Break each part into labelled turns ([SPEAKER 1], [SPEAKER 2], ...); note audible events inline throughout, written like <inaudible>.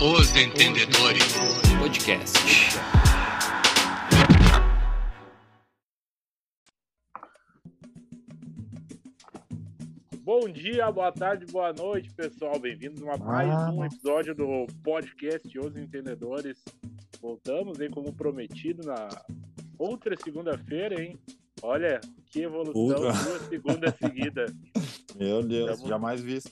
[SPEAKER 1] Os Entendedores Podcast.
[SPEAKER 2] Bom dia, boa tarde, boa noite, pessoal. Bem-vindos a mais
[SPEAKER 3] Ah.
[SPEAKER 2] um episódio do podcast Os Entendedores. Voltamos, hein, como prometido, na outra segunda-feira, hein? Olha, que evolução,
[SPEAKER 3] Outra.
[SPEAKER 2] duas segundas seguidas.
[SPEAKER 3] Meu Deus,
[SPEAKER 2] Tamo-
[SPEAKER 3] jamais visto.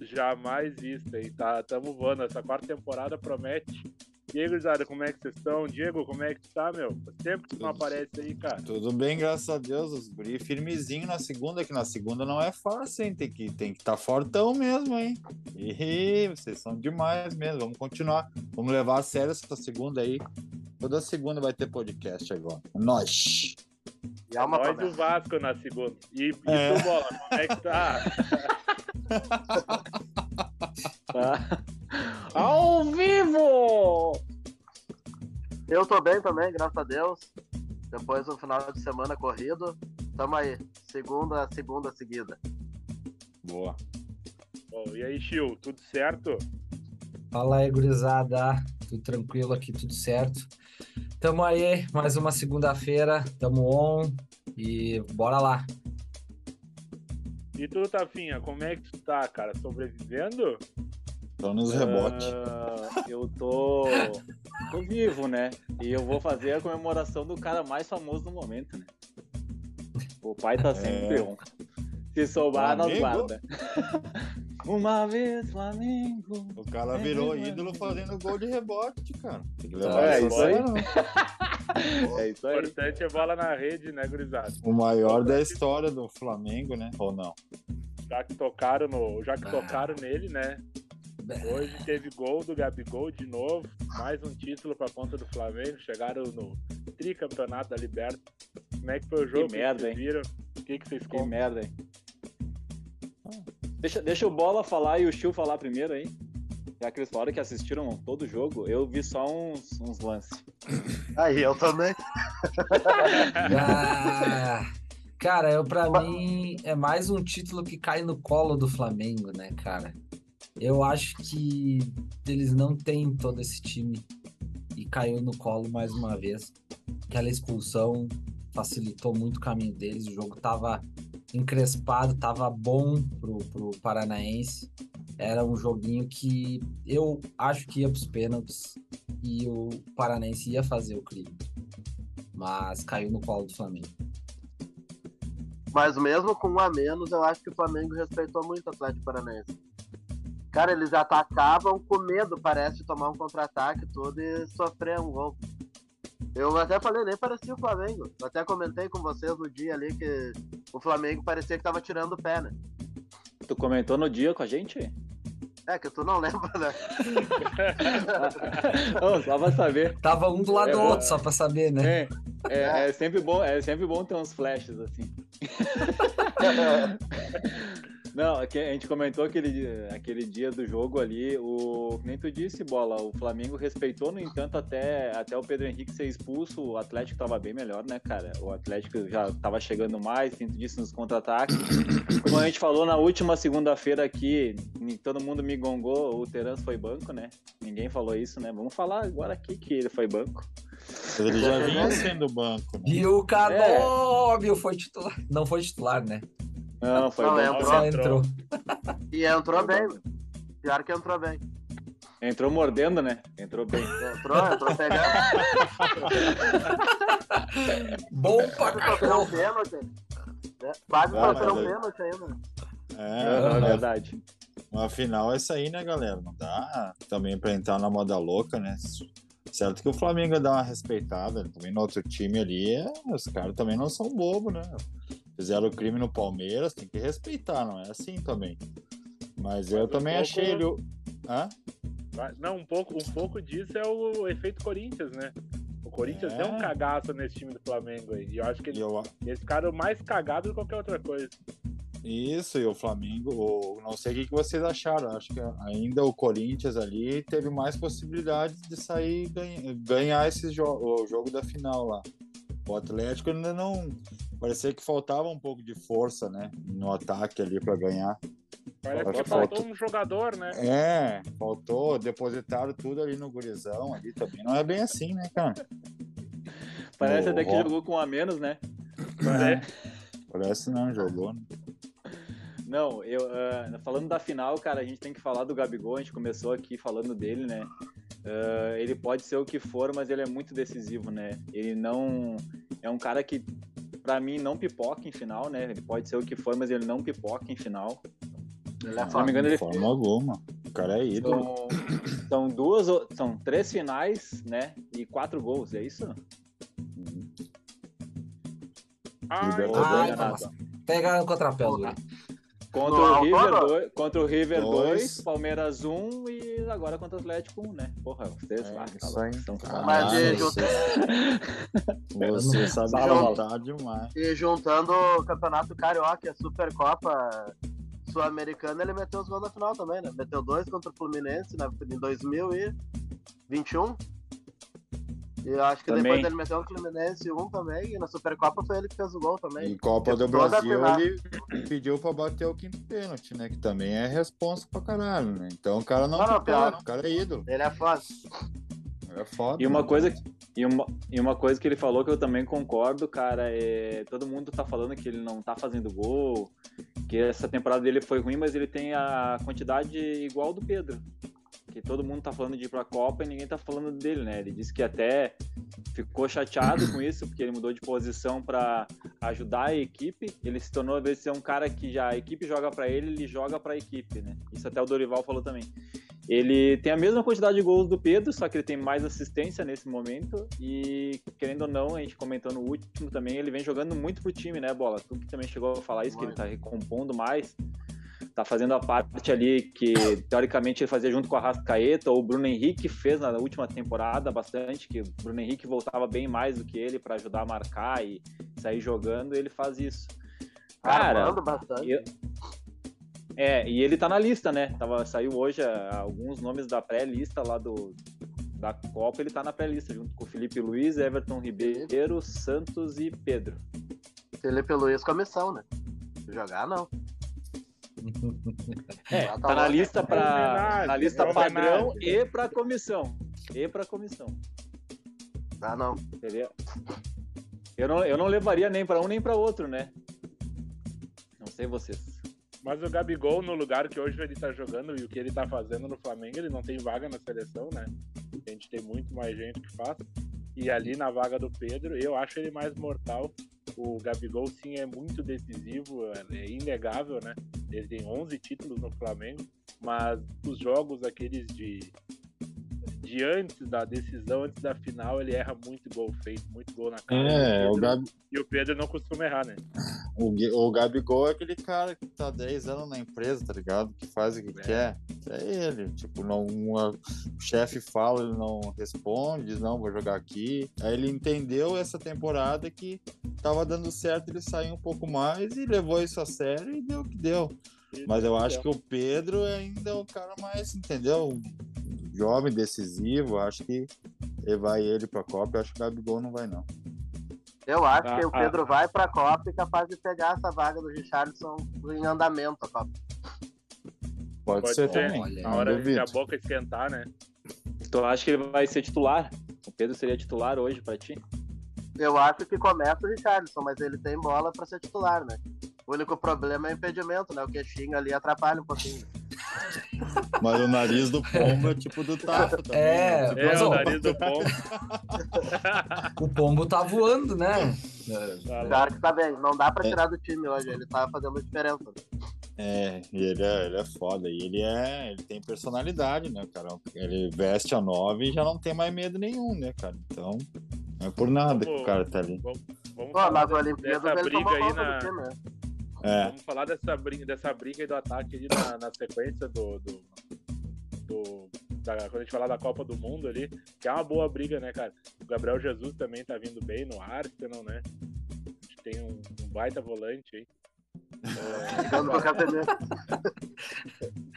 [SPEAKER 2] Jamais vista, hein? Tá, tamo voando. Essa quarta temporada promete. E aí, gurizada, como é que vocês estão? Diego, como é que tu tá, meu? Faz tempo que tu não aparece aí, cara.
[SPEAKER 3] Tudo bem, graças a Deus. Os Bri firmezinho na segunda, que na segunda não é fácil, hein? Tem que estar tem que tá fortão mesmo, hein? Ih, vocês são demais mesmo. Vamos continuar. Vamos levar a sério essa segunda aí. Toda segunda vai ter podcast agora. Nós.
[SPEAKER 4] E há uma
[SPEAKER 2] Nós e o
[SPEAKER 4] promessa.
[SPEAKER 2] Vasco na segunda. E, e
[SPEAKER 3] É.
[SPEAKER 2] tu, Bola, como é que
[SPEAKER 4] <laughs>
[SPEAKER 2] tá? Tá.
[SPEAKER 4] Ao vivo! Eu tô bem também, graças a Deus. Depois do final de semana corrido, tamo aí. Segunda, segunda seguida.
[SPEAKER 3] Boa.
[SPEAKER 2] Bom, e aí, Chiu, tudo certo?
[SPEAKER 5] Fala aí, gurizada. Tudo tranquilo aqui, tudo certo. Tamo aí, mais uma segunda-feira, tamo on e bora lá.
[SPEAKER 2] E tu, Tafinha, como é que tu tá, cara? Sobrevivendo?
[SPEAKER 3] Então nos rebote.
[SPEAKER 6] Ah, eu tô... tô vivo, né? E eu vou fazer a comemoração do cara mais famoso no momento, né? O pai tá sempre
[SPEAKER 3] É.
[SPEAKER 6] on. Se sobrar, nós
[SPEAKER 3] Flamengo?
[SPEAKER 6] guarda. <laughs> Uma vez, Flamengo.
[SPEAKER 3] O cara
[SPEAKER 6] é
[SPEAKER 3] virou
[SPEAKER 6] mesmo,
[SPEAKER 3] ídolo
[SPEAKER 6] é.
[SPEAKER 3] fazendo gol de rebote, cara. Tem que
[SPEAKER 6] É,
[SPEAKER 3] essa
[SPEAKER 6] isso aí.
[SPEAKER 3] sério, né?
[SPEAKER 6] É isso
[SPEAKER 2] O
[SPEAKER 6] aí.
[SPEAKER 2] importante é bola na rede, né, gurizada?
[SPEAKER 3] O maior da história do Flamengo, né? Ou não?
[SPEAKER 2] Já que tocaram, no, já que tocaram nele, né? Hoje teve gol do Gabigol de novo. Mais um título pra conta do Flamengo. Chegaram no tricampeonato da Liberta. Como é que foi o jogo? O que
[SPEAKER 6] merda,
[SPEAKER 2] vocês
[SPEAKER 6] hein?
[SPEAKER 2] viram? O que, que vocês
[SPEAKER 6] Que
[SPEAKER 2] contam?
[SPEAKER 6] merda, hein? Deixa, deixa o Bola falar e o Chiu falar primeiro, hein? Já que eles falaram que assistiram todo o jogo, eu vi só uns, uns lances.
[SPEAKER 4] Aí, eu também.
[SPEAKER 5] Ah, cara, eu para mim é mais um título que cai no colo do Flamengo, né, cara? Eu acho que eles não têm todo esse time e caiu no colo mais uma vez. Aquela expulsão facilitou muito o caminho deles. O jogo tava encrespado, tava bom pro, pro paranaense. Era um joguinho que eu acho que ia pros pênaltis e o paranaense ia fazer o crime mas caiu no colo do Flamengo.
[SPEAKER 4] Mas mesmo com um a menos, eu acho que o Flamengo respeitou muito o Atlético Paranaense. Cara, eles atacavam com medo, parece, de tomar um contra-ataque todo e sofrer um gol. Eu até falei, nem parecia o Flamengo. Eu até comentei com vocês no dia ali que o Flamengo parecia que tava tirando o pé, né?
[SPEAKER 6] Tu comentou no dia com a gente?
[SPEAKER 4] É, que tu não <laughs> lembra, né?
[SPEAKER 6] Ô, só pra saber.
[SPEAKER 5] Tava um do lado
[SPEAKER 6] É,
[SPEAKER 5] do
[SPEAKER 6] boa.
[SPEAKER 5] outro, só pra saber, né?
[SPEAKER 6] É, é, é sempre bom, é sempre bom ter uns flashes assim.
[SPEAKER 4] né?
[SPEAKER 6] Não, é que a gente comentou aquele, dia- aquele dia do jogo ali, o é que nem tu disse, bola, o Flamengo respeitou, no entanto, até, até o Pedro Henrique ser expulso, o Atlético tava bem melhor, né, cara? O Atlético já tava chegando mais, que nem tu disse, nos contra-ataques. Como a gente falou na última segunda-feira aqui, ni- todo mundo me gongou, o Terence foi banco, né? Ninguém falou isso, né? Vamos falar agora aqui que ele foi banco.
[SPEAKER 3] Ele já vinha sendo banco, né?
[SPEAKER 5] E o Canóbio foi titular. Não foi titular, né?
[SPEAKER 6] Não, É. foi um
[SPEAKER 4] Não, é
[SPEAKER 6] banco.
[SPEAKER 4] Entrou.
[SPEAKER 5] Só entrou.
[SPEAKER 4] E entrou bem, mano. pior que entrou bem.
[SPEAKER 6] Entrou mordendo, né? Entrou bem.
[SPEAKER 4] Entrou, entrou pegando,
[SPEAKER 5] Bom pra
[SPEAKER 4] sofreu um
[SPEAKER 5] cachorro.
[SPEAKER 4] pênalti. né? Quase
[SPEAKER 3] Ah,
[SPEAKER 4] sofreu um
[SPEAKER 3] mas aí-
[SPEAKER 4] pênalti ainda.
[SPEAKER 6] <laughs> É
[SPEAKER 3] É,
[SPEAKER 6] verdade.
[SPEAKER 3] Mas afinal é isso aí, né, galera? Não dá também pra entrar na moda louca, né? Certo que o Flamengo dá uma respeitada, né? também no outro time ali, é, os caras também não são bobo, né? Fizeram o crime no Palmeiras, tem que respeitar, não é assim também. Mas eu
[SPEAKER 2] Mas um
[SPEAKER 3] também
[SPEAKER 2] pouco-
[SPEAKER 3] achei ele. o- Hã?
[SPEAKER 2] Vai- Não, um pouco, um pouco disso é o efeito Corinthians, né? O Corinthians
[SPEAKER 3] É.
[SPEAKER 2] deu um cagaço nesse time do Flamengo aí. E eu acho que
[SPEAKER 3] E
[SPEAKER 2] eles,
[SPEAKER 3] eu,
[SPEAKER 2] eles ficaram mais cagados do que qualquer outra coisa.
[SPEAKER 3] Isso, e o Flamengo, o- não sei o que que vocês acharam, acho que ainda o Corinthians ali teve mais possibilidades de sair ganha- ganhar esse jogo, o jogo da final lá. O Atlético ainda não. Parecia que faltava um pouco de força, né? No ataque ali para ganhar.
[SPEAKER 2] Parece
[SPEAKER 3] Acho
[SPEAKER 2] que
[SPEAKER 3] que
[SPEAKER 2] faltou
[SPEAKER 3] faltou.
[SPEAKER 2] um jogador, né?
[SPEAKER 3] É, faltou, depositaram tudo ali no gurizão ali também. Não é bem assim, né, cara?
[SPEAKER 6] Parece
[SPEAKER 3] Ô,
[SPEAKER 6] até que
[SPEAKER 3] Rob.
[SPEAKER 6] jogou com um a menos, né?
[SPEAKER 2] é.
[SPEAKER 3] Parece não, jogou. né?
[SPEAKER 6] Não, eu ah, falando da final, cara, a gente tem que falar do Gabigol. A gente começou aqui falando dele, né? Ah, ele pode ser o que for, mas ele é muito decisivo, né? Ele não é um cara que, pra mim, não pipoca em final, né? Ele pode ser o que for, mas ele não pipoca em final.
[SPEAKER 4] Ele é
[SPEAKER 6] Se não me
[SPEAKER 4] foda.
[SPEAKER 6] engano,
[SPEAKER 3] De
[SPEAKER 6] ele
[SPEAKER 3] forma alguma. O cara é ídolo. <coughs>
[SPEAKER 6] São, Então, são duas, ou- são três finais, né? E quatro gols, é isso?
[SPEAKER 2] Ai,
[SPEAKER 3] Libertadores.
[SPEAKER 5] Ah,
[SPEAKER 6] Errado.
[SPEAKER 5] nossa. Pegaram contra pé, Zuri.
[SPEAKER 6] Contra
[SPEAKER 4] No
[SPEAKER 6] o, River
[SPEAKER 4] Autônomo?
[SPEAKER 6] dois, contra o River
[SPEAKER 3] Dois.
[SPEAKER 6] 2, Palmeiras 1 e agora contra o Atlético 1, né? Porra, vocês
[SPEAKER 3] É,
[SPEAKER 6] ah,
[SPEAKER 3] isso
[SPEAKER 6] tá louco,
[SPEAKER 3] aí.
[SPEAKER 6] são
[SPEAKER 3] Caralho,
[SPEAKER 4] Mas
[SPEAKER 5] Ah,
[SPEAKER 4] e,
[SPEAKER 5] não
[SPEAKER 4] junta-
[SPEAKER 6] é.
[SPEAKER 3] Você sabe
[SPEAKER 6] Fala,
[SPEAKER 3] voltar demais.
[SPEAKER 4] e juntando o Campeonato Carioca, e a Supercopa Sul-Americana, ele meteu os gols na final também, né? Meteu dois contra o Fluminense na, em 2021. E eu acho que depois
[SPEAKER 6] Também.
[SPEAKER 4] ele meteu o Fluminense um também, e na Supercopa foi ele que fez o gol também.
[SPEAKER 3] Em Copa do
[SPEAKER 4] Toda
[SPEAKER 3] Brasil,
[SPEAKER 4] final.
[SPEAKER 3] ele pediu pra bater o quinto pênalti, né? Que também é responsa pra caralho, né? Então o cara não,
[SPEAKER 4] Não, não,
[SPEAKER 3] pipoca,
[SPEAKER 4] pior.
[SPEAKER 3] o cara é ídolo.
[SPEAKER 4] Ele é foda.
[SPEAKER 3] É foda.
[SPEAKER 6] E uma
[SPEAKER 3] né?
[SPEAKER 6] coisa, e uma, e uma coisa que ele falou que eu também concordo, cara, é todo mundo tá falando que ele não tá fazendo gol, que essa temporada dele foi ruim, mas ele tem a quantidade igual do Pedro. Que todo mundo tá falando de ir pra Copa e ninguém tá falando dele, né? Ele disse que até ficou chateado com isso, porque ele mudou de posição pra ajudar a equipe. Ele se tornou, às vezes, ser um cara que já a equipe joga pra ele, ele joga pra equipe, né? Isso até o Dorival falou também. Ele tem a mesma quantidade de gols do Pedro, só que ele tem mais assistência nesse momento. E, querendo ou não, a gente comentou no último também, ele vem jogando muito pro time, né, Bola? Tu que também chegou a falar isso, que ele tá recompondo mais. Tá fazendo a parte ali que, teoricamente, ele fazia junto com a Rascaeta, ou o Bruno Henrique fez na última temporada bastante, que o Bruno Henrique voltava bem mais do que ele pra ajudar a marcar e sair jogando, ele faz isso. Cara,
[SPEAKER 4] Armando bastante.
[SPEAKER 6] eu- é, e ele tá na lista, né? Tava, saiu hoje ah, alguns nomes da pré-lista lá do, da Copa, ele tá na pré-lista, junto com Felipe Luiz, Everton Ribeiro, Santos e Pedro.
[SPEAKER 4] Felipe Luiz com a missão, né? Jogar não.
[SPEAKER 6] É,
[SPEAKER 4] Ah, tá
[SPEAKER 6] tá na
[SPEAKER 4] lá.
[SPEAKER 6] lista pra,
[SPEAKER 2] Homenagem,
[SPEAKER 6] na lista
[SPEAKER 2] homenagem.
[SPEAKER 6] padrão e pra comissão. E pra comissão.
[SPEAKER 4] Dá não.
[SPEAKER 6] Seria... Eu, não, eu não levaria nem pra um nem pra outro, né? Não sei vocês.
[SPEAKER 2] Mas o Gabigol, no lugar que hoje ele tá jogando e o que ele tá fazendo no Flamengo, ele não tem vaga na seleção, né? A gente tem muito mais gente que faz. E ali na vaga do Pedro, eu acho ele mais mortal. O Gabigol, sim, é muito decisivo, é- é inegável, né? Ele tem 11 títulos no Flamengo, mas os jogos aqueles de, de antes da decisão, antes da final, ele erra muito gol feito, muito gol na cara.
[SPEAKER 3] É,
[SPEAKER 2] E o
[SPEAKER 3] o,
[SPEAKER 2] Pedro-
[SPEAKER 3] Gabi,
[SPEAKER 2] E o Pedro não costuma errar, né?
[SPEAKER 3] o, Gui- o Gabigol é aquele cara que tá 10 anos na empresa, tá ligado? Que faz o que quer. É ele. Tipo, não, uma- o chefe fala, ele não responde, diz, não, vou jogar aqui. Aí ele entendeu essa temporada que tava dando certo, ele saiu um pouco mais e levou isso a sério e deu o que deu. Mas eu acho
[SPEAKER 2] Então,
[SPEAKER 3] que o Pedro ainda é o cara mais, entendeu? Um Jovem, decisivo, acho que levar ele pra Copa, eu acho que o Gabigol não vai, não.
[SPEAKER 4] Eu acho
[SPEAKER 2] Ah,
[SPEAKER 4] que o
[SPEAKER 2] ah.
[SPEAKER 4] Pedro vai pra Copa e é capaz de pegar essa vaga do Richardson em andamento a Copa.
[SPEAKER 3] Pode,
[SPEAKER 2] Pode ser.
[SPEAKER 3] ser, também.
[SPEAKER 5] Na
[SPEAKER 2] Na
[SPEAKER 3] não
[SPEAKER 2] hora de
[SPEAKER 3] duvido.
[SPEAKER 2] a boca esquentar, né?
[SPEAKER 6] Então eu acho que ele vai ser titular. O Pedro seria titular hoje pra ti?
[SPEAKER 4] Eu acho que começa o Richardson, mas ele tem bola pra ser titular, né? O único problema é o impedimento, né? O queixinho ali atrapalha um pouquinho.
[SPEAKER 3] Mas o nariz do pombo é tipo do Tato também.
[SPEAKER 5] <laughs> É,
[SPEAKER 3] né?
[SPEAKER 2] É,
[SPEAKER 5] Mas,
[SPEAKER 2] o
[SPEAKER 5] ó,
[SPEAKER 2] nariz do bom.
[SPEAKER 5] O pombo tá voando, né?
[SPEAKER 2] É.
[SPEAKER 4] Claro que tá bem, não dá pra tirar do time hoje, ele tá fazendo diferença.
[SPEAKER 3] É, e ele é, ele é foda. E ele é. Ele tem personalidade, né, cara? Ele veste a nove e já não tem mais medo nenhum, né, cara? Então, não é por nada que o cara tá ali.
[SPEAKER 2] Vamos
[SPEAKER 4] Pô,
[SPEAKER 2] falar,
[SPEAKER 4] mas o
[SPEAKER 2] dessa,
[SPEAKER 4] Olimpíada
[SPEAKER 2] dessa
[SPEAKER 4] ele
[SPEAKER 2] briga
[SPEAKER 4] tomou
[SPEAKER 2] aí
[SPEAKER 4] conta
[SPEAKER 2] na-
[SPEAKER 4] do time, né?
[SPEAKER 3] É.
[SPEAKER 2] vamos falar dessa briga, dessa briga e do ataque ali na, na sequência do. do, do- da, quando a gente falar da Copa do Mundo ali, que é uma boa briga, né, cara? O Gabriel Jesus também tá vindo bem no Arsenal, né? A gente tem um, um baita volante aí.
[SPEAKER 4] Ficando com o Casemiro.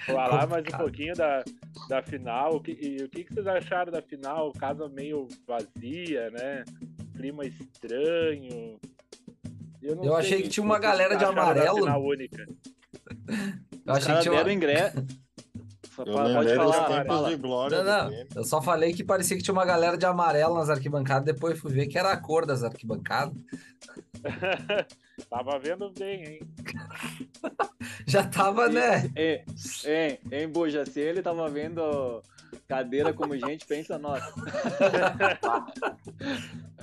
[SPEAKER 2] falar mais um
[SPEAKER 5] Complicado.
[SPEAKER 2] pouquinho da, da final. O que, e o que, que vocês acharam da final? Casa meio vazia, né? Clima estranho. não
[SPEAKER 5] Eu
[SPEAKER 2] sei
[SPEAKER 5] achei
[SPEAKER 2] o
[SPEAKER 5] que tinha uma
[SPEAKER 2] vocês
[SPEAKER 5] galera de
[SPEAKER 2] acharam da
[SPEAKER 5] amarelo.
[SPEAKER 2] Final única.
[SPEAKER 5] Eu achei que
[SPEAKER 6] caras
[SPEAKER 5] tinha.
[SPEAKER 6] deram
[SPEAKER 5] Uma... <laughs>
[SPEAKER 6] ingresso.
[SPEAKER 3] Eu lembrei dos
[SPEAKER 2] falar,
[SPEAKER 3] tempos
[SPEAKER 6] fala.
[SPEAKER 3] de glória
[SPEAKER 5] Não,
[SPEAKER 3] do
[SPEAKER 5] não.
[SPEAKER 3] Grêmio.
[SPEAKER 5] Eu só falei que parecia que tinha uma galera de amarelo nas arquibancadas, depois fui ver que era a cor das arquibancadas. <laughs>
[SPEAKER 2] Tava vendo bem, hein?
[SPEAKER 5] Já tava, né?
[SPEAKER 6] Ei, ei, em Bojacê, ele tava vendo cadeira como gente pensa nós.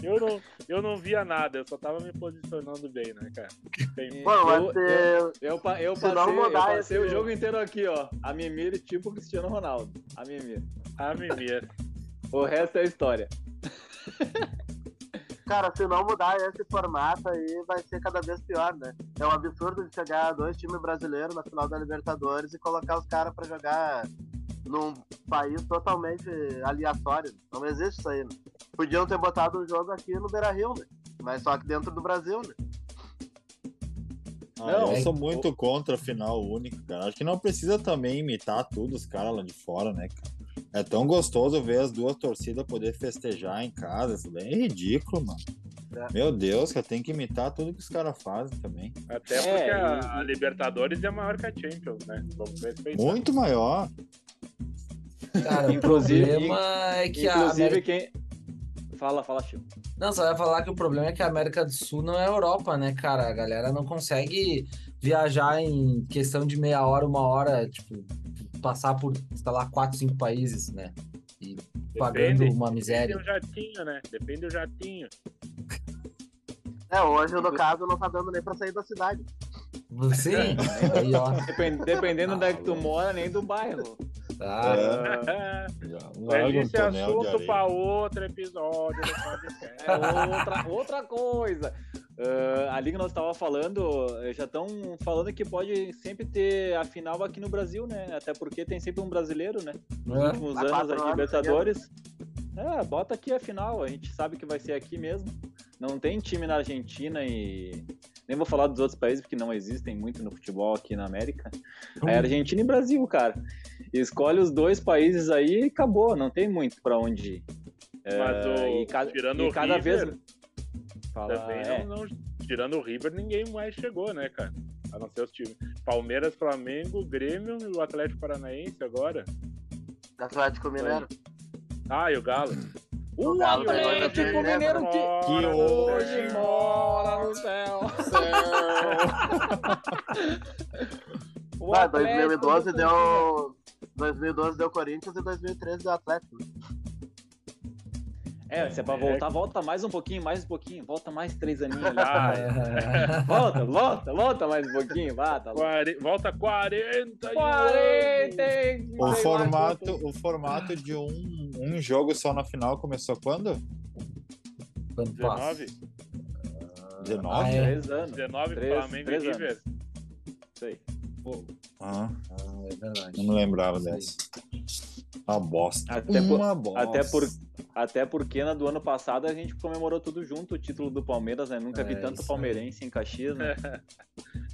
[SPEAKER 2] Eu não, eu não via nada, eu só tava me posicionando bem, né, cara? Tem-
[SPEAKER 4] Bom,
[SPEAKER 6] eu,
[SPEAKER 4] mas
[SPEAKER 6] eu,
[SPEAKER 4] se,
[SPEAKER 6] eu, pa- eu
[SPEAKER 4] se
[SPEAKER 6] passei,
[SPEAKER 4] não
[SPEAKER 6] eu
[SPEAKER 4] mudar
[SPEAKER 6] passei
[SPEAKER 4] esse-
[SPEAKER 6] o jogo inteiro aqui, ó. A Mimir, tipo Cristiano Ronaldo. A Mimir.
[SPEAKER 2] A mimir.
[SPEAKER 6] O resto é história.
[SPEAKER 4] cara, se não mudar esse formato aí, vai ser cada vez pior, né? É um absurdo de chegar dois times brasileiros na final da Libertadores e colocar os caras pra jogar num país totalmente aleatório. Não existe isso aí, né? Podiam ter botado um jogo aqui no Beira Rio, né? Mas só que dentro do Brasil, né?
[SPEAKER 3] Ah,
[SPEAKER 6] Não,
[SPEAKER 3] eu
[SPEAKER 5] é-
[SPEAKER 3] sou muito contra a final única, cara. Acho que não precisa também imitar tudo os caras lá de fora, né, cara? É tão gostoso ver as duas torcidas poder festejar em casa. Isso daí é ridículo, mano.
[SPEAKER 4] É.
[SPEAKER 3] Meu Deus, cara, tem que imitar tudo que os caras fazem também.
[SPEAKER 2] Até
[SPEAKER 6] É,
[SPEAKER 2] porque a,
[SPEAKER 6] e-
[SPEAKER 2] a Libertadores é maior que a Champions, né? Vamos respeitar.
[SPEAKER 3] Muito maior.
[SPEAKER 5] Cara, o
[SPEAKER 6] Inclusive-
[SPEAKER 5] problema é que a
[SPEAKER 6] Inclusive,
[SPEAKER 5] América...
[SPEAKER 6] quem. Fala, fala, Chico.
[SPEAKER 5] Não, só ia falar que o problema é que a América do Sul não é Europa, né, cara? A galera não consegue viajar em questão de meia hora, uma hora, tipo, passar por, sei lá, quatro, cinco países, né? E pagando uma
[SPEAKER 2] Depende
[SPEAKER 5] miséria.
[SPEAKER 2] do jatinho, né? Depende do jatinho.
[SPEAKER 4] É, hoje, no caso, não tá dando nem pra sair da cidade.
[SPEAKER 5] Sim, aí, ó.
[SPEAKER 6] Depen- Dependendo
[SPEAKER 5] Ah,
[SPEAKER 6] onde é que tu
[SPEAKER 5] louco.
[SPEAKER 6] mora, nem do bairro.
[SPEAKER 5] Tá.
[SPEAKER 6] Ah,
[SPEAKER 2] Mas
[SPEAKER 3] É, Larga um
[SPEAKER 2] esse é
[SPEAKER 3] tonel de
[SPEAKER 2] assunto
[SPEAKER 3] areia.
[SPEAKER 2] pra outro episódio né, do podcast.
[SPEAKER 6] é outra, outra coisa. Ah, ali que nós tava falando, eh, já estão falando que pode sempre ter a final aqui no Brasil, né? Até porque tem sempre um brasileiro, né? Nos
[SPEAKER 5] É.
[SPEAKER 6] últimos
[SPEAKER 4] Há
[SPEAKER 6] anos,
[SPEAKER 4] quatro
[SPEAKER 6] a
[SPEAKER 4] anos,
[SPEAKER 6] Libertadores. É, bota aqui a final. A gente sabe que vai ser aqui mesmo. Não tem time na Argentina e. Nem vou falar dos outros países, porque não existem muito no futebol aqui na América. Aí Argentina e Brasil, cara. Escolhe os dois países aí e acabou. Não tem muito pra onde ir.
[SPEAKER 2] Mas o,
[SPEAKER 6] É, e cada-
[SPEAKER 2] tirando
[SPEAKER 6] e
[SPEAKER 2] o
[SPEAKER 6] cada vez-
[SPEAKER 2] River,
[SPEAKER 6] Fala,
[SPEAKER 2] também
[SPEAKER 6] é.
[SPEAKER 2] não, não- tirando o River, ninguém mais chegou, né, cara? A não ser os times. Palmeiras, Flamengo, Grêmio e o Atlético Paranaense agora.
[SPEAKER 4] Atlético Mineiro.
[SPEAKER 2] Ah, e o Galo.
[SPEAKER 6] O
[SPEAKER 4] Galo tá igual
[SPEAKER 6] Atlético
[SPEAKER 4] Atlético
[SPEAKER 6] Mineiro né?
[SPEAKER 4] Mineiro.
[SPEAKER 6] que
[SPEAKER 2] Fora do
[SPEAKER 6] hoje
[SPEAKER 2] Brasil.
[SPEAKER 6] mora no céu. O
[SPEAKER 4] Ah,
[SPEAKER 6] Atlético é
[SPEAKER 4] 2012
[SPEAKER 5] né?
[SPEAKER 6] do
[SPEAKER 4] deu. 2012 deu Corinthians e 2013 deu Atlético.
[SPEAKER 6] É, se é pra
[SPEAKER 2] É.
[SPEAKER 6] voltar, volta mais um pouquinho, mais um pouquinho, volta mais três aninhos. ali.
[SPEAKER 2] Ah,
[SPEAKER 5] É.
[SPEAKER 6] Volta, volta, volta mais um pouquinho, volta.
[SPEAKER 2] <laughs>
[SPEAKER 6] volta.
[SPEAKER 2] quare- volta um. 40
[SPEAKER 6] Quarenta
[SPEAKER 3] O formato, o formato de um, um jogo só na final começou quando?
[SPEAKER 5] <laughs> Quando passa.
[SPEAKER 2] 19?
[SPEAKER 3] 19?
[SPEAKER 5] é.
[SPEAKER 6] Três anos,
[SPEAKER 2] 19
[SPEAKER 6] Três-
[SPEAKER 2] Flamengo
[SPEAKER 6] três
[SPEAKER 2] e
[SPEAKER 6] anos.
[SPEAKER 2] River.
[SPEAKER 6] isso aí.
[SPEAKER 3] Ah,
[SPEAKER 5] Ah, é verdade.
[SPEAKER 3] não me lembrava dessa. Uma bosta.
[SPEAKER 6] Até por-
[SPEAKER 3] Uma bosta.
[SPEAKER 6] até por- Até porque na do ano passado a gente comemorou tudo junto, o título do Palmeiras, né? Nunca
[SPEAKER 5] É,
[SPEAKER 6] vi tanto
[SPEAKER 5] isso aí.
[SPEAKER 6] palmeirense em Caxias, né?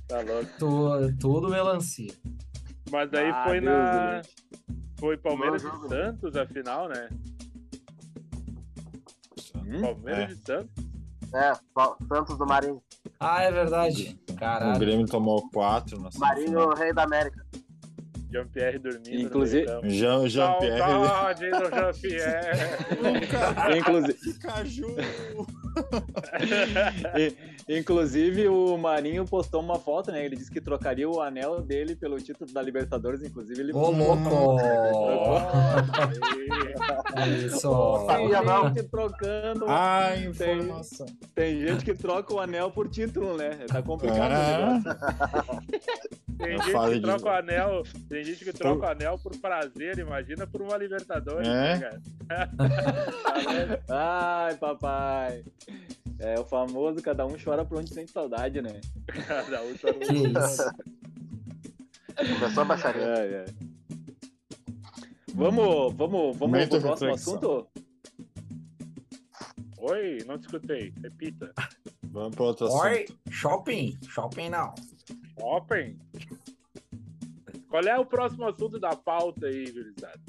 [SPEAKER 2] Tá louco.
[SPEAKER 5] Tu- Tudo melancia.
[SPEAKER 2] Mas daí
[SPEAKER 6] Ah,
[SPEAKER 2] foi
[SPEAKER 6] Deus do
[SPEAKER 2] na.
[SPEAKER 6] livre.
[SPEAKER 2] Foi Palmeiras
[SPEAKER 4] Bom jogo,
[SPEAKER 2] e
[SPEAKER 4] né?
[SPEAKER 2] Santos a final, né?
[SPEAKER 6] Hum?
[SPEAKER 2] Palmeiras
[SPEAKER 3] É.
[SPEAKER 2] e Santos.
[SPEAKER 4] É, Pau- Santos do Marinho.
[SPEAKER 5] Ah, é verdade.
[SPEAKER 3] O
[SPEAKER 5] Caralho.
[SPEAKER 3] Grêmio tomou 4 na
[SPEAKER 4] Marinho,
[SPEAKER 3] semifinal.
[SPEAKER 4] rei da América.
[SPEAKER 2] Jean-Pierre dormindo. no
[SPEAKER 6] Inclusive-
[SPEAKER 2] meio-campo.
[SPEAKER 3] Jean, Jean Pierre. <laughs>
[SPEAKER 2] Saudade do Jean-Pierre.
[SPEAKER 6] Inclusive,
[SPEAKER 3] Caju.
[SPEAKER 6] E- Inclusive, o Marinho postou uma foto, né? Ele disse que trocaria o anel dele pelo título da Libertadores. Inclusive, ele
[SPEAKER 5] Ô, louco! Isso.
[SPEAKER 6] Tem
[SPEAKER 4] Sabia não.
[SPEAKER 6] gente trocando.
[SPEAKER 3] <laughs> Ah,
[SPEAKER 6] tem,
[SPEAKER 3] informação.
[SPEAKER 6] tem gente que troca o anel por título, né? Tá complicado. o negócio.
[SPEAKER 3] É,
[SPEAKER 2] Tem
[SPEAKER 3] Eu
[SPEAKER 2] gente
[SPEAKER 3] falei
[SPEAKER 2] que
[SPEAKER 3] de-
[SPEAKER 2] troca o anel. Tem gente que troca o anel por prazer, imagina por uma Libertadores,
[SPEAKER 3] É.
[SPEAKER 2] né, cara?
[SPEAKER 6] Ai, papai. É o famoso, cada um chora por onde sente saudade, né?
[SPEAKER 2] Cada um tá no-
[SPEAKER 5] Que isso.
[SPEAKER 4] Começou a baixaria.
[SPEAKER 6] É, é. Vamos, vamos, vamos
[SPEAKER 3] Momento
[SPEAKER 6] pro próximo
[SPEAKER 3] reflexão.
[SPEAKER 6] assunto?
[SPEAKER 2] Oi, não te escutei. Repita.
[SPEAKER 3] vamos para outro
[SPEAKER 5] Oi,
[SPEAKER 3] assunto.
[SPEAKER 5] shopping. Shopping não.
[SPEAKER 2] Open. Qual é o próximo assunto da pauta aí, Jurizado?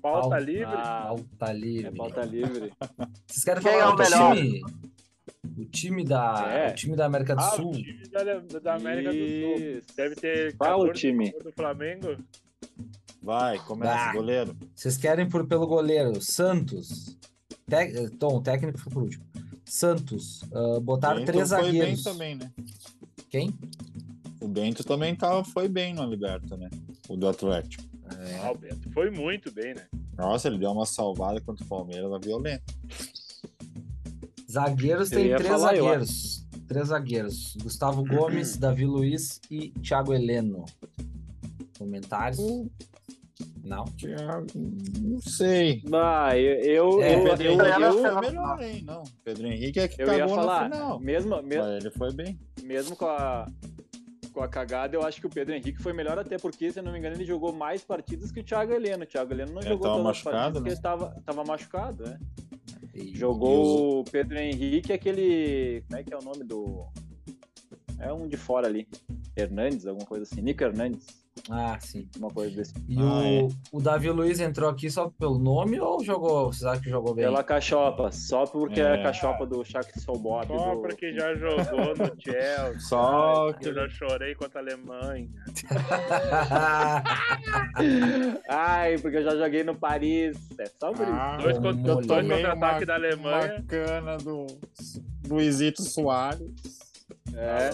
[SPEAKER 2] Pauta
[SPEAKER 5] Pauta.
[SPEAKER 2] livre?
[SPEAKER 6] Ah,
[SPEAKER 5] Pauta
[SPEAKER 6] é
[SPEAKER 5] livre.
[SPEAKER 6] pauta livre.
[SPEAKER 5] tá Vocês querem
[SPEAKER 4] Quem
[SPEAKER 5] falar
[SPEAKER 4] é o
[SPEAKER 5] outro
[SPEAKER 4] melhor?
[SPEAKER 5] time? O time da,
[SPEAKER 6] É.
[SPEAKER 5] o time da América do
[SPEAKER 2] Ah, o
[SPEAKER 5] Sul.
[SPEAKER 2] time da, da América do Sul.
[SPEAKER 6] Isso.
[SPEAKER 2] Deve ter
[SPEAKER 6] Fala o
[SPEAKER 2] 14
[SPEAKER 6] time.
[SPEAKER 2] do Flamengo.
[SPEAKER 3] Vai, começa,
[SPEAKER 5] Ah.
[SPEAKER 3] goleiro.
[SPEAKER 5] Vocês querem por pelo goleiro Santos. Te- Tom, o técnico fica por último. Santos, ah, botaram
[SPEAKER 3] Bento
[SPEAKER 4] Então
[SPEAKER 5] três
[SPEAKER 3] foi
[SPEAKER 5] zagueiros.
[SPEAKER 3] bem também, né?
[SPEAKER 5] Quem?
[SPEAKER 3] O Bento também tava, foi bem no Liberta, né? O do Atlético.
[SPEAKER 2] Ah, o Bento foi muito bem, né?
[SPEAKER 3] Nossa, ele deu uma salvada contra o Palmeiras na violenta.
[SPEAKER 5] Zagueiros
[SPEAKER 6] Eu
[SPEAKER 5] tem
[SPEAKER 6] ia
[SPEAKER 5] três
[SPEAKER 6] falar, eu Uhum.
[SPEAKER 5] zagueiros. Três zagueiros. Gustavo Gomes, Davi Luiz e Thiago Heleno. Comentários?
[SPEAKER 6] Uhum.
[SPEAKER 5] Não.
[SPEAKER 3] Thiago, não sei.
[SPEAKER 6] Ah, eu, eu,
[SPEAKER 5] É,
[SPEAKER 6] eu,
[SPEAKER 3] o
[SPEAKER 6] eu,
[SPEAKER 3] Pedro Henrique
[SPEAKER 4] eu-
[SPEAKER 3] foi
[SPEAKER 4] eu-
[SPEAKER 3] melhor, hein? Não, o Pedro Henrique é que
[SPEAKER 6] eu ia
[SPEAKER 3] cagou no
[SPEAKER 6] falar,
[SPEAKER 3] final.
[SPEAKER 6] mesmo, me-
[SPEAKER 3] Mas ele foi bem.
[SPEAKER 6] mesmo com a, com a cagada, eu acho que o Pedro Henrique foi melhor até porque, se eu não me engano, ele jogou mais partidas que o Thiago Heleno. O Thiago Heleno não
[SPEAKER 3] Ele
[SPEAKER 6] jogou
[SPEAKER 3] É, tava
[SPEAKER 6] todas as
[SPEAKER 3] machucado,
[SPEAKER 6] partidas porque
[SPEAKER 3] né?
[SPEAKER 6] ele tava, tava machucado, né?
[SPEAKER 5] E-
[SPEAKER 6] Jogou o Pedro Henrique, é aquele. Como é que é o nome do. É um de fora ali. Hernandes, alguma coisa assim. Nico Hernandes,
[SPEAKER 5] Ah, sim.
[SPEAKER 6] uma coisa desse.
[SPEAKER 5] E
[SPEAKER 3] Ah,
[SPEAKER 6] é.
[SPEAKER 5] o, o Davi Luiz entrou aqui só pelo nome ou jogou? Vocês acham que jogou bem? <laughs>
[SPEAKER 6] Pela cachopa, só porque
[SPEAKER 3] É.
[SPEAKER 6] é a cachopa do Shaq Solbop.
[SPEAKER 2] Só
[SPEAKER 6] do...
[SPEAKER 2] porque já jogou no Chelsea.
[SPEAKER 3] Só
[SPEAKER 2] que
[SPEAKER 3] que-
[SPEAKER 2] eu já chorei contra a Alemanha.
[SPEAKER 6] Ai, porque eu já joguei no Paris. É só por isso.
[SPEAKER 3] Ah,
[SPEAKER 2] Dois, con-
[SPEAKER 5] molhou.
[SPEAKER 2] dois
[SPEAKER 3] tomei
[SPEAKER 2] contra-ataques da Alemanha.
[SPEAKER 3] Bacana do Luizito Soares.
[SPEAKER 2] tá
[SPEAKER 6] É.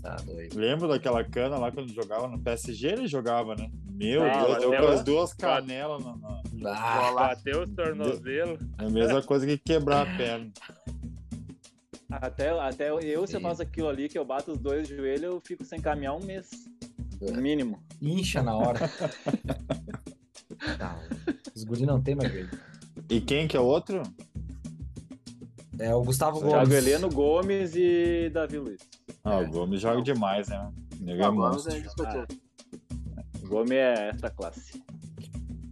[SPEAKER 5] Tá doido.
[SPEAKER 3] Lembra daquela cana lá quando jogava no PSG? Ele jogava, né? Meu
[SPEAKER 6] Ah,
[SPEAKER 3] Deus,
[SPEAKER 2] bateu,
[SPEAKER 3] deu com as
[SPEAKER 2] né?
[SPEAKER 3] duas canelas na, na-
[SPEAKER 5] Ah,
[SPEAKER 2] Bateu os tornozelos.
[SPEAKER 3] É a mesma coisa que quebrar a perna.
[SPEAKER 6] Até, até eu, se eu
[SPEAKER 5] Sim.
[SPEAKER 6] faço aquilo ali, que eu bato os dois joelhos, eu fico sem caminhar um mês. No mínimo.
[SPEAKER 5] incha na
[SPEAKER 6] <laughs>
[SPEAKER 5] hora. Tá, os guri não tem mais jeito.
[SPEAKER 3] E quem que é o outro?
[SPEAKER 5] É o Gustavo Gomes.
[SPEAKER 6] Thiago Heleno, Gomes e Davi Luiz.
[SPEAKER 3] Ah,
[SPEAKER 2] É.
[SPEAKER 3] o Gomes joga demais, né? O nego
[SPEAKER 2] Ah,
[SPEAKER 3] é
[SPEAKER 4] Agora é
[SPEAKER 3] monstro.
[SPEAKER 4] discutível.
[SPEAKER 6] Gomes é essa classe.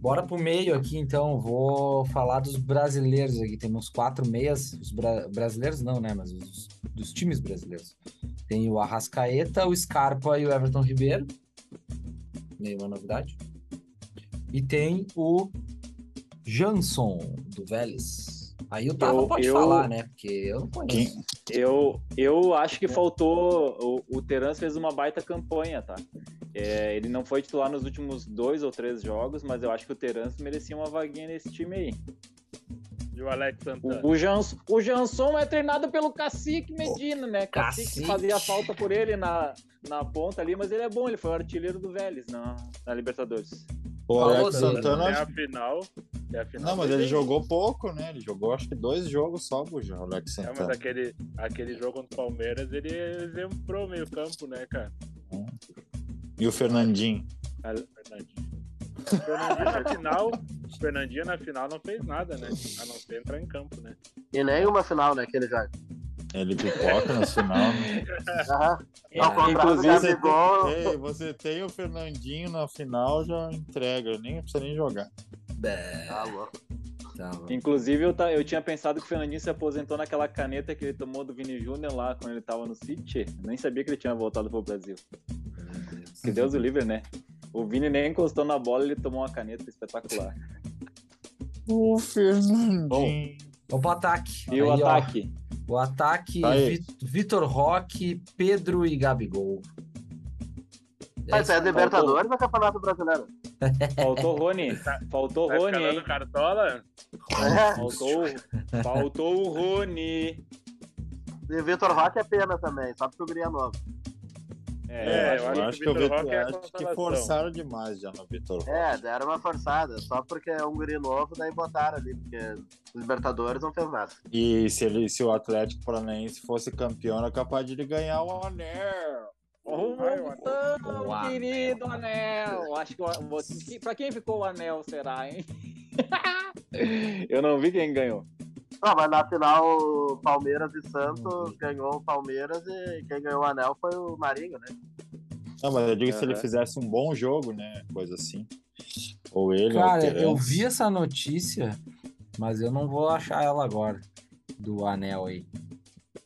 [SPEAKER 5] Bora pro meio aqui, então. Vou falar dos brasileiros aqui. Tem uns quatro meias. Os bra- brasileiros não, né? Mas os dos times brasileiros. Tem o Arrascaeta, o Scarpa e o Everton Ribeiro. Nenhuma novidade. E tem o Jansson, do Vélez. Aí o Tava
[SPEAKER 6] Eu-
[SPEAKER 5] pode
[SPEAKER 6] eu-
[SPEAKER 5] falar, né? Porque eu não conheço.
[SPEAKER 6] Eu, eu acho que faltou. O, o Terans fez uma baita campanha, tá? É, ele não foi titular nos últimos dois ou três jogos, mas eu acho que o Terans merecia uma vaguinha nesse time aí.
[SPEAKER 2] E o Alex
[SPEAKER 5] É.
[SPEAKER 2] Santana.
[SPEAKER 6] O, o, Jans, o Janson é treinado pelo Cacique Medina, né? Cacique,
[SPEAKER 5] Cacique.
[SPEAKER 6] fazia falta por ele na, na ponta ali, mas ele é bom, ele foi o artilheiro do Vélez na, na Libertadores.
[SPEAKER 3] O
[SPEAKER 5] Falou
[SPEAKER 3] Alex
[SPEAKER 5] dele,
[SPEAKER 3] Santana.
[SPEAKER 2] Até É a final. Até a final
[SPEAKER 3] Não, mas
[SPEAKER 2] foi
[SPEAKER 3] ele
[SPEAKER 2] bem.
[SPEAKER 3] jogou pouco, né? Ele jogou acho que dois jogos só, o Alex
[SPEAKER 2] É, mas
[SPEAKER 3] Santana.
[SPEAKER 2] aquele, aquele jogo contra o Palmeiras, ele exemplou meio campo, né, cara?
[SPEAKER 3] E o Fernandinho.
[SPEAKER 2] Fernandinho. O Fernandinho na final, o Fernandinho na final não fez nada, né? A não ser entrar em campo, né?
[SPEAKER 4] E nem uma final, né, que ele joga.
[SPEAKER 3] Ele pipoca no final. né?
[SPEAKER 4] Aham.
[SPEAKER 5] É,
[SPEAKER 4] Ao contrário do
[SPEAKER 6] inclusive, você
[SPEAKER 4] Gabigol,
[SPEAKER 5] <laughs>
[SPEAKER 3] Ei, você tem o Fernandinho na final, já entrega. Nem precisa nem jogar.
[SPEAKER 4] Tá louco.
[SPEAKER 5] Tá bom.
[SPEAKER 6] Inclusive, eu, ta- eu tinha pensado que o Fernandinho se aposentou naquela caneta que ele tomou do Vini Júnior lá quando ele tava no City. Nem sabia que ele tinha voltado pro Brasil. Que Deus o livre, né? O Vini nem encostou na bola, ele tomou uma caneta espetacular.
[SPEAKER 3] O Fernandinho.
[SPEAKER 5] Vamos pro É ataque.
[SPEAKER 6] E o
[SPEAKER 5] Aí, ó,
[SPEAKER 6] ataque?
[SPEAKER 5] O ataque,
[SPEAKER 3] Tá aí.
[SPEAKER 5] Vi- Vitor Roque, Pedro e Gabigol.
[SPEAKER 4] Mas
[SPEAKER 5] um
[SPEAKER 4] é Libertadores ou Campeonato Brasileiro?
[SPEAKER 6] Faltou o Rony. Faltou o
[SPEAKER 2] Tá
[SPEAKER 6] Rony,
[SPEAKER 2] escalando
[SPEAKER 6] hein?
[SPEAKER 2] o Cartola?
[SPEAKER 4] É,
[SPEAKER 6] Faltou, o- faltou o Rony.
[SPEAKER 4] E Vitor Roque é pena também, só porque o Guri é novo.
[SPEAKER 3] É,
[SPEAKER 2] É,
[SPEAKER 3] eu acho que o
[SPEAKER 2] Vitor
[SPEAKER 3] Vitor
[SPEAKER 2] Roque é a
[SPEAKER 3] acho que
[SPEAKER 2] consolação.
[SPEAKER 3] forçaram demais já no Vitor Roque.
[SPEAKER 4] É, deram uma forçada, só porque é um guri novo, daí botaram ali, porque Libertadores não fez nada.
[SPEAKER 3] E se, ele, se o Atlético Paranaense fosse campeão, era capaz de ele ganhar o anel.
[SPEAKER 6] Oh,
[SPEAKER 2] Vai, o anel.
[SPEAKER 6] então,
[SPEAKER 5] O anel.
[SPEAKER 6] querido anel. Acho que o- o- que- pra quem ficou o anel será, hein? Eu não vi quem ganhou.
[SPEAKER 4] Não, Ah, mas na final o Palmeiras e Santos ganhou o Palmeiras e quem ganhou o anel foi o Marinho, né?
[SPEAKER 3] Não, mas eu digo se
[SPEAKER 5] É.
[SPEAKER 3] ele
[SPEAKER 6] Aham.
[SPEAKER 3] fizesse um bom jogo, né? Coisa assim. Ou ele, ou o
[SPEAKER 5] Cara, eu
[SPEAKER 3] Terence.
[SPEAKER 5] vi essa notícia, mas eu não vou achar ela agora. Do anel aí.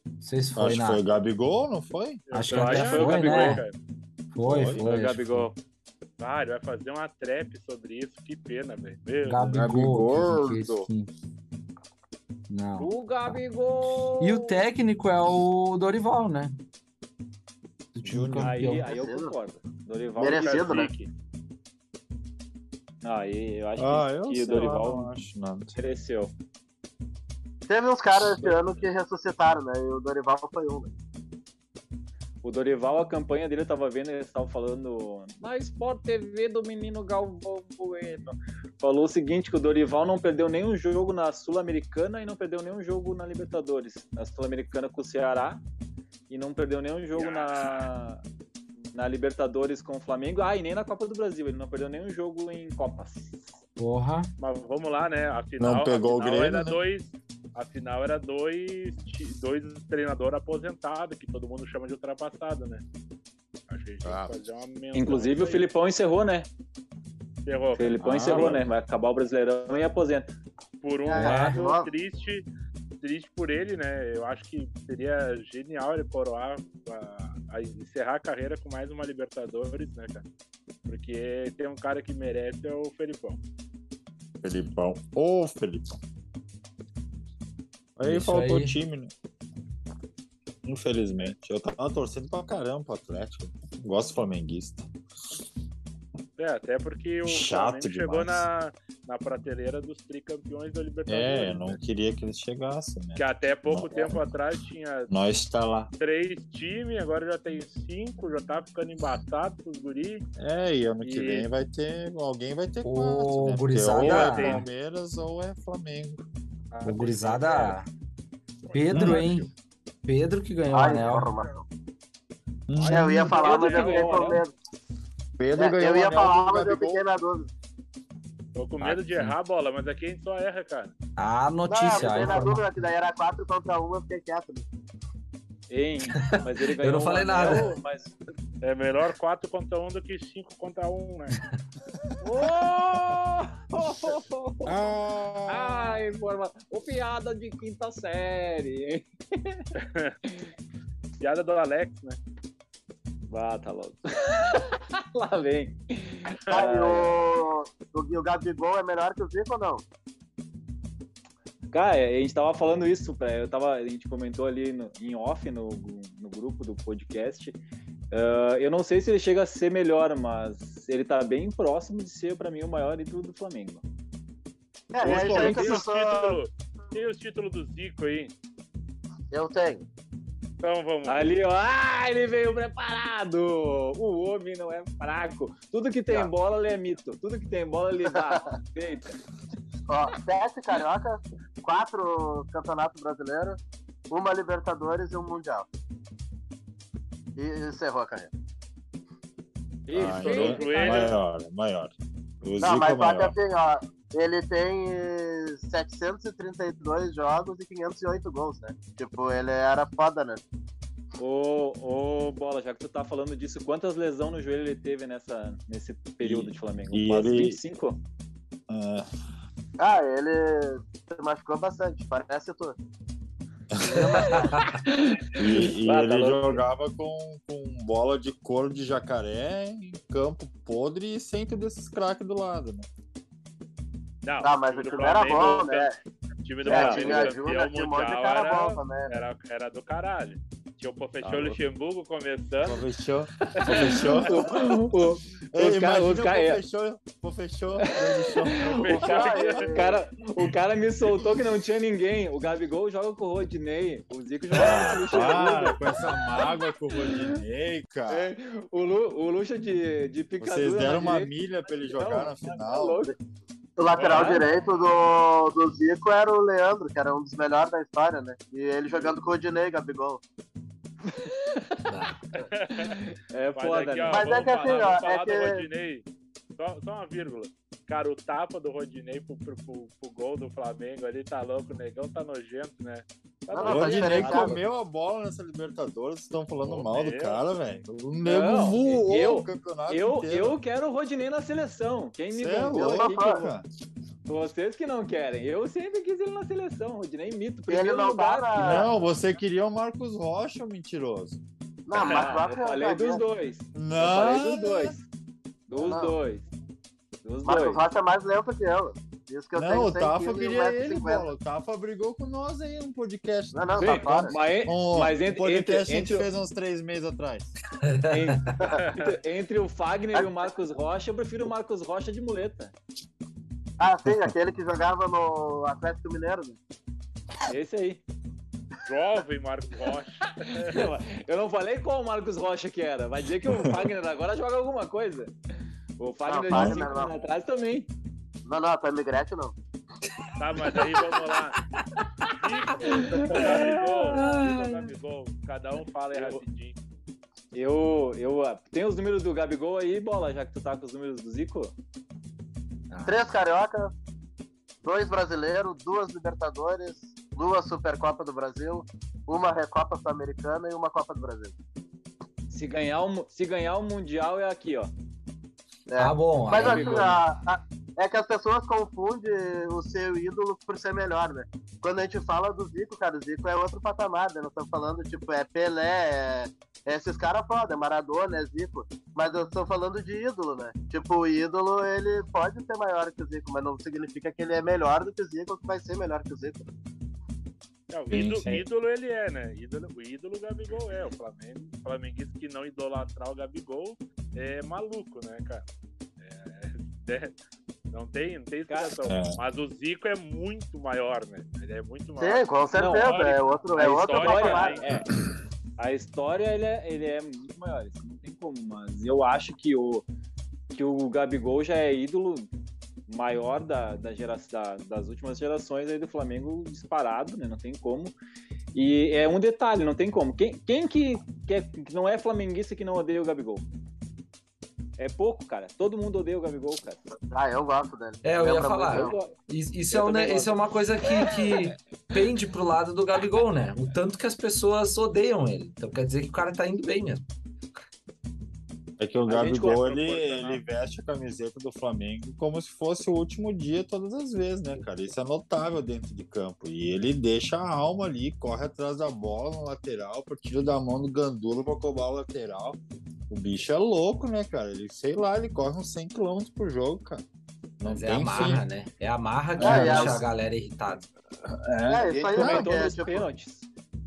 [SPEAKER 5] Não sei se foi
[SPEAKER 3] Acho que
[SPEAKER 5] na.
[SPEAKER 3] foi o Gabigol, não foi?
[SPEAKER 5] Acho
[SPEAKER 2] Eu
[SPEAKER 5] que até
[SPEAKER 2] acho
[SPEAKER 5] foi,
[SPEAKER 2] o Gabigol,
[SPEAKER 5] né?
[SPEAKER 2] cara.
[SPEAKER 5] Foi,
[SPEAKER 3] Foi,
[SPEAKER 5] foi.
[SPEAKER 6] Foi o
[SPEAKER 5] acho que
[SPEAKER 6] Gabigol.
[SPEAKER 2] Ah, ele vai fazer uma trap sobre isso. Que pena, velho. Meu
[SPEAKER 5] foi.
[SPEAKER 2] Deus.
[SPEAKER 5] Gabigol.
[SPEAKER 3] Gabigordo.
[SPEAKER 5] que- que- que- Não.
[SPEAKER 6] O Gabigol!
[SPEAKER 7] E o técnico é o Dorival, né? Do time
[SPEAKER 3] Júnior.
[SPEAKER 7] campeão.
[SPEAKER 6] Aí, aí eu concordo. Dorival
[SPEAKER 4] Merecido, né?
[SPEAKER 6] Aí eu acho
[SPEAKER 3] Ah,
[SPEAKER 6] que,
[SPEAKER 3] eu
[SPEAKER 6] que
[SPEAKER 3] sei
[SPEAKER 6] o Dorival
[SPEAKER 3] lá, não acho nada.
[SPEAKER 6] mereceu.
[SPEAKER 4] Teve uns caras esse ano que ressuscitaram, né? E o Dorival foi um. né?
[SPEAKER 6] O Dorival, a campanha dele, eu tava vendo, eles estavam falando na Sport TV do menino Galvão Bueno. Falou o seguinte, que o Dorival não perdeu nenhum jogo na Sul-Americana e não perdeu nenhum jogo na Libertadores. Na Sul-Americana com o Ceará e não perdeu nenhum jogo na, na Libertadores com o Flamengo. Ah, e nem na Copa do Brasil, ele não perdeu nenhum jogo em Copas.
[SPEAKER 7] Porra.
[SPEAKER 2] Mas vamos lá, né? A final,
[SPEAKER 3] Não pegou
[SPEAKER 2] a
[SPEAKER 3] o
[SPEAKER 2] final
[SPEAKER 3] Grêmio,
[SPEAKER 2] Era
[SPEAKER 3] né?
[SPEAKER 2] dois, a final era dois, ti- dois treinadores aposentados, que todo mundo chama de ultrapassado, né? Acho que a gente tem
[SPEAKER 3] Ah.
[SPEAKER 2] que fazer uma menção
[SPEAKER 6] Inclusive o
[SPEAKER 2] aí.
[SPEAKER 6] Filipão encerrou, né?
[SPEAKER 2] Ferrou.
[SPEAKER 6] O Felipão
[SPEAKER 3] Ah,
[SPEAKER 6] encerrou,
[SPEAKER 3] mano.
[SPEAKER 6] né? Vai acabar o Brasileirão e aposenta.
[SPEAKER 2] Por um
[SPEAKER 4] É.
[SPEAKER 2] lado,
[SPEAKER 4] Ó.
[SPEAKER 2] triste, triste por ele, né? Eu acho que seria genial ele coroar, a, a encerrar a carreira com mais uma Libertadores, né, cara? Porque tem um cara que merece, é o Felipão.
[SPEAKER 3] Felipão. Ô, Felipão. Aí
[SPEAKER 7] Isso
[SPEAKER 3] faltou
[SPEAKER 7] aí.
[SPEAKER 3] time, né? Infelizmente. Eu tava torcendo pra caramba pro Atlético. Gosto flamenguista.
[SPEAKER 2] É, até porque o
[SPEAKER 3] Chato
[SPEAKER 2] Flamengo chegou
[SPEAKER 3] demais.
[SPEAKER 2] na, na prateleira dos tricampeões da
[SPEAKER 4] Tá
[SPEAKER 2] Libertadores.
[SPEAKER 3] É, eu
[SPEAKER 2] né?
[SPEAKER 3] não queria que eles chegassem, né?
[SPEAKER 2] Que até pouco
[SPEAKER 3] Não.
[SPEAKER 2] tempo atrás tinha
[SPEAKER 3] Nós tá lá.
[SPEAKER 2] três times, agora já tem cinco, já tá ficando embaçado pros guris.
[SPEAKER 3] É, e ano que
[SPEAKER 2] E-
[SPEAKER 3] vem vai ter. Alguém vai ter
[SPEAKER 7] Ô,
[SPEAKER 3] quatro, né? Porque
[SPEAKER 7] gurizada.
[SPEAKER 3] Ou é Palmeiras ou é Flamengo.
[SPEAKER 2] Ah,
[SPEAKER 7] O gurizada. Pedro,
[SPEAKER 3] Não,
[SPEAKER 7] hein? Pedro que ganhou o
[SPEAKER 4] Ai,
[SPEAKER 7] anel.
[SPEAKER 4] informação.
[SPEAKER 7] Hum.
[SPEAKER 4] É, eu ia falar, mas eu fiquei com medo.
[SPEAKER 3] Pedro
[SPEAKER 4] É,
[SPEAKER 3] ganhou
[SPEAKER 4] eu
[SPEAKER 3] o
[SPEAKER 4] ia
[SPEAKER 3] anel
[SPEAKER 4] falar,
[SPEAKER 3] do
[SPEAKER 4] mas eu
[SPEAKER 3] Gabigol.
[SPEAKER 4] fiquei na dúvida.
[SPEAKER 2] Tô
[SPEAKER 3] Ah,
[SPEAKER 2] com medo de errar a bola, mas aqui a gente só erra, cara.
[SPEAKER 5] Ah,
[SPEAKER 7] A
[SPEAKER 4] Não, eu
[SPEAKER 7] notícia. a
[SPEAKER 4] fiquei na
[SPEAKER 7] informa-
[SPEAKER 4] dúvida, que daí era 4 contra 1, eu fiquei quieto. né?
[SPEAKER 6] <laughs> Hein? Mas ele ganhou
[SPEAKER 7] não falei
[SPEAKER 6] um anel,
[SPEAKER 7] nada.
[SPEAKER 6] Mas...
[SPEAKER 2] É melhor 4 contra 1 do que 5 contra 1, né?
[SPEAKER 6] <laughs> Oh!
[SPEAKER 3] Ah,
[SPEAKER 6] Ai, forma... O piada de quinta série, hein?
[SPEAKER 2] Piada do Alex, né?
[SPEAKER 6] Ah, tá louco. <laughs> Lá vem.
[SPEAKER 4] Tá, e o, o, o Gabigol é melhor que o Zico ou não?
[SPEAKER 6] Cara, a gente tava falando isso, pra- eu tava, a gente comentou ali no- em off no, no grupo do podcast. Ah, eu não sei se ele chega a ser melhor, mas ele tá bem próximo de ser, pra mim, o maior ídolo do Flamengo.
[SPEAKER 4] É, é isso aí que
[SPEAKER 2] Tem
[SPEAKER 4] eu
[SPEAKER 2] os
[SPEAKER 4] sou...
[SPEAKER 2] títulos, tem os títulos do Zico aí.
[SPEAKER 4] Eu tenho.
[SPEAKER 2] Então vamos.
[SPEAKER 6] Ali, ó, ah, ele veio preparado! O homem não é fraco. Tudo que tem
[SPEAKER 4] Tá.
[SPEAKER 6] bola, ele é mito. Tudo que tem bola, ele <laughs> dá. Eita.
[SPEAKER 4] Ó, sete carioca, quatro campeonato brasileiro, uma Libertadores e um Mundial. E e encerrou a carreira.
[SPEAKER 3] Ah,
[SPEAKER 2] estourou
[SPEAKER 3] então,
[SPEAKER 2] o joelho.
[SPEAKER 3] maior, maior. O Zico
[SPEAKER 4] não,
[SPEAKER 3] é
[SPEAKER 4] mas bate
[SPEAKER 3] maior.
[SPEAKER 4] assim, ó. Ele tem eh, 732 jogos e 508 gols, né? Tipo, ele era foda, né?
[SPEAKER 6] Ô, ô, Bola, já que tu tá falando disso, quantas lesões no joelho ele teve nessa, nesse período de Flamengo?
[SPEAKER 3] e
[SPEAKER 6] Quase
[SPEAKER 3] ele-
[SPEAKER 6] 25?
[SPEAKER 3] Ah,
[SPEAKER 4] Ah, ele se machucou bastante, parece tu.
[SPEAKER 6] <laughs>
[SPEAKER 3] E, e
[SPEAKER 6] Ah, tá
[SPEAKER 3] ele
[SPEAKER 6] louco.
[SPEAKER 3] jogava com, com bola de couro de jacaré em campo podre e sem ter desses craques do lado, né?
[SPEAKER 2] Não,
[SPEAKER 4] Tá, mas o
[SPEAKER 2] do
[SPEAKER 4] time era
[SPEAKER 2] Flamengo,
[SPEAKER 4] bom, né?
[SPEAKER 2] O time do
[SPEAKER 4] É,
[SPEAKER 6] Não,
[SPEAKER 4] time
[SPEAKER 2] Flamengo
[SPEAKER 4] ajuda,
[SPEAKER 2] campeão
[SPEAKER 4] tinha um monte de
[SPEAKER 2] mundial
[SPEAKER 4] cara bom
[SPEAKER 2] era,
[SPEAKER 4] também.
[SPEAKER 2] era, era do caralho. Tinha o professor
[SPEAKER 3] Tá louco.
[SPEAKER 2] Luxemburgo começando.
[SPEAKER 3] Fechou,
[SPEAKER 6] <laughs>
[SPEAKER 3] fechou.
[SPEAKER 6] <laughs> O, o, Os ca- os ca- é.
[SPEAKER 3] fechou, fechou, fechou.
[SPEAKER 6] <laughs>
[SPEAKER 2] <laughs>
[SPEAKER 6] o, cara,
[SPEAKER 4] é.
[SPEAKER 6] o cara- o cara me soltou que não tinha ninguém. O Gabigol joga com o Rodinei, o Zico joga com o
[SPEAKER 2] Ah.
[SPEAKER 6] Luxemburgo.
[SPEAKER 3] Para com essa mágoa com o Rodinei, cara.
[SPEAKER 6] É, O, Lu, o Luxa de, de picadura.
[SPEAKER 3] Vocês
[SPEAKER 6] na
[SPEAKER 3] deram uma
[SPEAKER 6] direita.
[SPEAKER 3] milha pra ele
[SPEAKER 6] Não,
[SPEAKER 3] jogar na
[SPEAKER 6] Tá
[SPEAKER 3] final.
[SPEAKER 6] louco.
[SPEAKER 4] O lateral
[SPEAKER 2] É.
[SPEAKER 4] direito do, do Zico era o Leandro, que era um dos melhores da história, né? E ele jogando com o Dinei, Gabigol.
[SPEAKER 6] É
[SPEAKER 2] Mas
[SPEAKER 6] foda,
[SPEAKER 2] aqui,
[SPEAKER 6] né?
[SPEAKER 2] ó,
[SPEAKER 4] Mas é
[SPEAKER 2] vamos
[SPEAKER 4] que assim,
[SPEAKER 2] falar,
[SPEAKER 4] ó,
[SPEAKER 2] vamos
[SPEAKER 4] é
[SPEAKER 2] falar
[SPEAKER 4] que-
[SPEAKER 2] do Rodinei. Só, só uma vírgula. Cara, o tapa do Rodinei pro, pro, pro- pro gol do Flamengo ali tá louco, o negão tá nojento, né? Tá
[SPEAKER 4] Não,
[SPEAKER 3] O
[SPEAKER 4] não,
[SPEAKER 2] bom,
[SPEAKER 4] tá
[SPEAKER 3] Rodinei
[SPEAKER 4] diferente, cara.
[SPEAKER 3] comeu a bola nessa Libertadores, vocês estão falando
[SPEAKER 2] Meu
[SPEAKER 3] mal do
[SPEAKER 2] Deus.
[SPEAKER 3] cara, velho. O nego
[SPEAKER 6] Não,
[SPEAKER 3] voou
[SPEAKER 6] eu-
[SPEAKER 3] o campeonato
[SPEAKER 6] Eu,
[SPEAKER 3] inteiro.
[SPEAKER 6] eu quero o Rodinei na seleção. Quem me
[SPEAKER 3] Cê é
[SPEAKER 6] vendeu
[SPEAKER 3] louco,
[SPEAKER 6] aqui que eu-
[SPEAKER 3] cara.
[SPEAKER 6] Vocês que não querem. Eu sempre quis ele na seleção, Rodinei mito.
[SPEAKER 4] Ele
[SPEAKER 6] Primeiro
[SPEAKER 4] não tá
[SPEAKER 6] lugar.
[SPEAKER 4] na.
[SPEAKER 6] Ah.
[SPEAKER 3] Não, você queria o Marcos Rocha, o mentiroso.
[SPEAKER 4] Não, mas
[SPEAKER 6] Ah, eu
[SPEAKER 4] Marcos
[SPEAKER 6] falei
[SPEAKER 4] Rocha,
[SPEAKER 6] dos
[SPEAKER 4] né?
[SPEAKER 6] dois. Eu
[SPEAKER 3] Não.
[SPEAKER 6] falei dos dois. Dos
[SPEAKER 4] Não.
[SPEAKER 6] dois. Dos
[SPEAKER 4] Marcos
[SPEAKER 6] dois.
[SPEAKER 4] Rocha é mais lento que eu. Diz que eu
[SPEAKER 3] não,
[SPEAKER 4] tenho
[SPEAKER 3] o
[SPEAKER 4] 100
[SPEAKER 3] Tafa
[SPEAKER 4] quilos e
[SPEAKER 3] queria ele,
[SPEAKER 4] 1,50.
[SPEAKER 3] bola. O Tafa brigou com nós aí no podcast.
[SPEAKER 4] Não, não,
[SPEAKER 6] Sim, então,
[SPEAKER 4] tá fora.
[SPEAKER 6] mas,
[SPEAKER 3] Um,
[SPEAKER 6] mas
[SPEAKER 3] um
[SPEAKER 6] entre,
[SPEAKER 3] podcast
[SPEAKER 6] entre,
[SPEAKER 3] a gente
[SPEAKER 6] entre, o-
[SPEAKER 3] fez uns três meses atrás.
[SPEAKER 6] entre,
[SPEAKER 4] <laughs>
[SPEAKER 6] entre o Fagner e o Marcos Rocha, eu prefiro o Marcos Rocha de muleta.
[SPEAKER 4] Ah, sim, aquele que jogava no Atlético Mineiro. né?
[SPEAKER 6] Esse É aí.
[SPEAKER 2] Jovem Marco Rocha.
[SPEAKER 6] Eu não falei qual o Marcos Rocha que era. Vai dizer que o Fagner agora joga alguma coisa. O Fagner de
[SPEAKER 4] Fagner
[SPEAKER 6] cinco
[SPEAKER 4] não. é
[SPEAKER 6] anos atrás também.
[SPEAKER 4] Não, não, foi Migrete, não.
[SPEAKER 2] Tá, mas aí vamos lá.
[SPEAKER 4] <laughs>
[SPEAKER 2] Zico, Gabigol, Zico, Gabigol. Cada um fala aí rapidinho.
[SPEAKER 6] Eu, eu ah, tem os números do Gabigol aí, bola, já que tu tá com os números do Zico.
[SPEAKER 4] Três carioca, dois brasileiros, duas Libertadores, duas Supercopa do Brasil, uma Recopa Sul-Americana e uma Copa do Brasil.
[SPEAKER 6] Se ganhar o, mu- se ganhar o mundial é aqui, ó.
[SPEAKER 4] É.
[SPEAKER 5] <laughs> Tá bom.
[SPEAKER 4] Mas
[SPEAKER 5] aí-
[SPEAKER 4] assim, a- a- é que as pessoas confundem o seu ídolo por ser melhor, né? Quando a gente fala do Zico, cara, o Zico é outro patamar, né? Nós estamos falando, tipo, é Pelé, é, é esses caras foda, é Maradona, é Zico. Mas eu estou falando de ídolo, né? Tipo, o ídolo, ele pode ser maior que o Zico, mas não significa que ele é melhor do que o Zico ou que vai ser melhor que o Zico.
[SPEAKER 2] É, o
[SPEAKER 3] Sim,
[SPEAKER 2] ídolo,
[SPEAKER 3] sim.
[SPEAKER 2] ídolo ele é, né? Ídolo, o ídolo o Gabigol é. O Flamengo, o flamenguista que não idolatrar o Gabigol é maluco, né, cara? É, <laughs> é- não tem, não tem explicação.
[SPEAKER 3] Cara, é.
[SPEAKER 2] Mas o Zico é muito maior, né? Ele é muito maior.
[SPEAKER 4] Sim, com certeza,
[SPEAKER 2] olha,
[SPEAKER 4] é outro,
[SPEAKER 6] A
[SPEAKER 4] é outro
[SPEAKER 2] história,
[SPEAKER 4] patamar.
[SPEAKER 2] né?
[SPEAKER 6] é, a história ele é, ele é muito maior, isso não tem como, mas eu acho que o que o Gabigol já é ídolo maior da, da gera- da- das últimas gerações aí do Flamengo disparado, né? Não tem como. E é um detalhe, não tem como. Quem, quem que, que, é- que não é flamenguista que não odeia o Gabigol? É pouco, cara. Todo mundo odeia o Gabigol, cara.
[SPEAKER 4] Ah, eu gosto dele.
[SPEAKER 5] É, eu ia
[SPEAKER 4] Lembra muito
[SPEAKER 5] falar.
[SPEAKER 4] eu.
[SPEAKER 6] Eu-
[SPEAKER 5] Is- Isso
[SPEAKER 6] Eu
[SPEAKER 5] é, um,
[SPEAKER 6] também
[SPEAKER 5] ne-
[SPEAKER 6] gosto.
[SPEAKER 5] isso é uma coisa que, que pende pro lado do Gabigol, né? O tanto que as pessoas odeiam ele. Então quer dizer que o cara tá indo bem mesmo.
[SPEAKER 3] É que o
[SPEAKER 6] A gente
[SPEAKER 3] Gabigol,
[SPEAKER 2] gosta
[SPEAKER 3] ele,
[SPEAKER 2] de
[SPEAKER 6] né?
[SPEAKER 2] proporcionar.
[SPEAKER 3] ele veste a camiseta do Flamengo como se fosse o último dia todas as vezes, né, cara? Isso é notável dentro de campo. E ele deixa a alma ali, corre atrás da bola no lateral, pro tiro da mão do Gandula pra cobrar o lateral. O bicho é louco, né, cara? Ele, sei lá, ele corre uns 100 km por jogo, cara. Não
[SPEAKER 5] Mas
[SPEAKER 3] tem
[SPEAKER 5] é a marra,
[SPEAKER 3] fim.
[SPEAKER 5] né? É a marra que
[SPEAKER 3] É,
[SPEAKER 5] vai
[SPEAKER 4] é,
[SPEAKER 5] deixa
[SPEAKER 4] os-
[SPEAKER 5] a galera irritada.
[SPEAKER 3] É,
[SPEAKER 4] É,
[SPEAKER 6] A gente
[SPEAKER 4] isso aí
[SPEAKER 6] comentou
[SPEAKER 4] é,
[SPEAKER 6] nos
[SPEAKER 4] tipo,
[SPEAKER 6] pênaltis.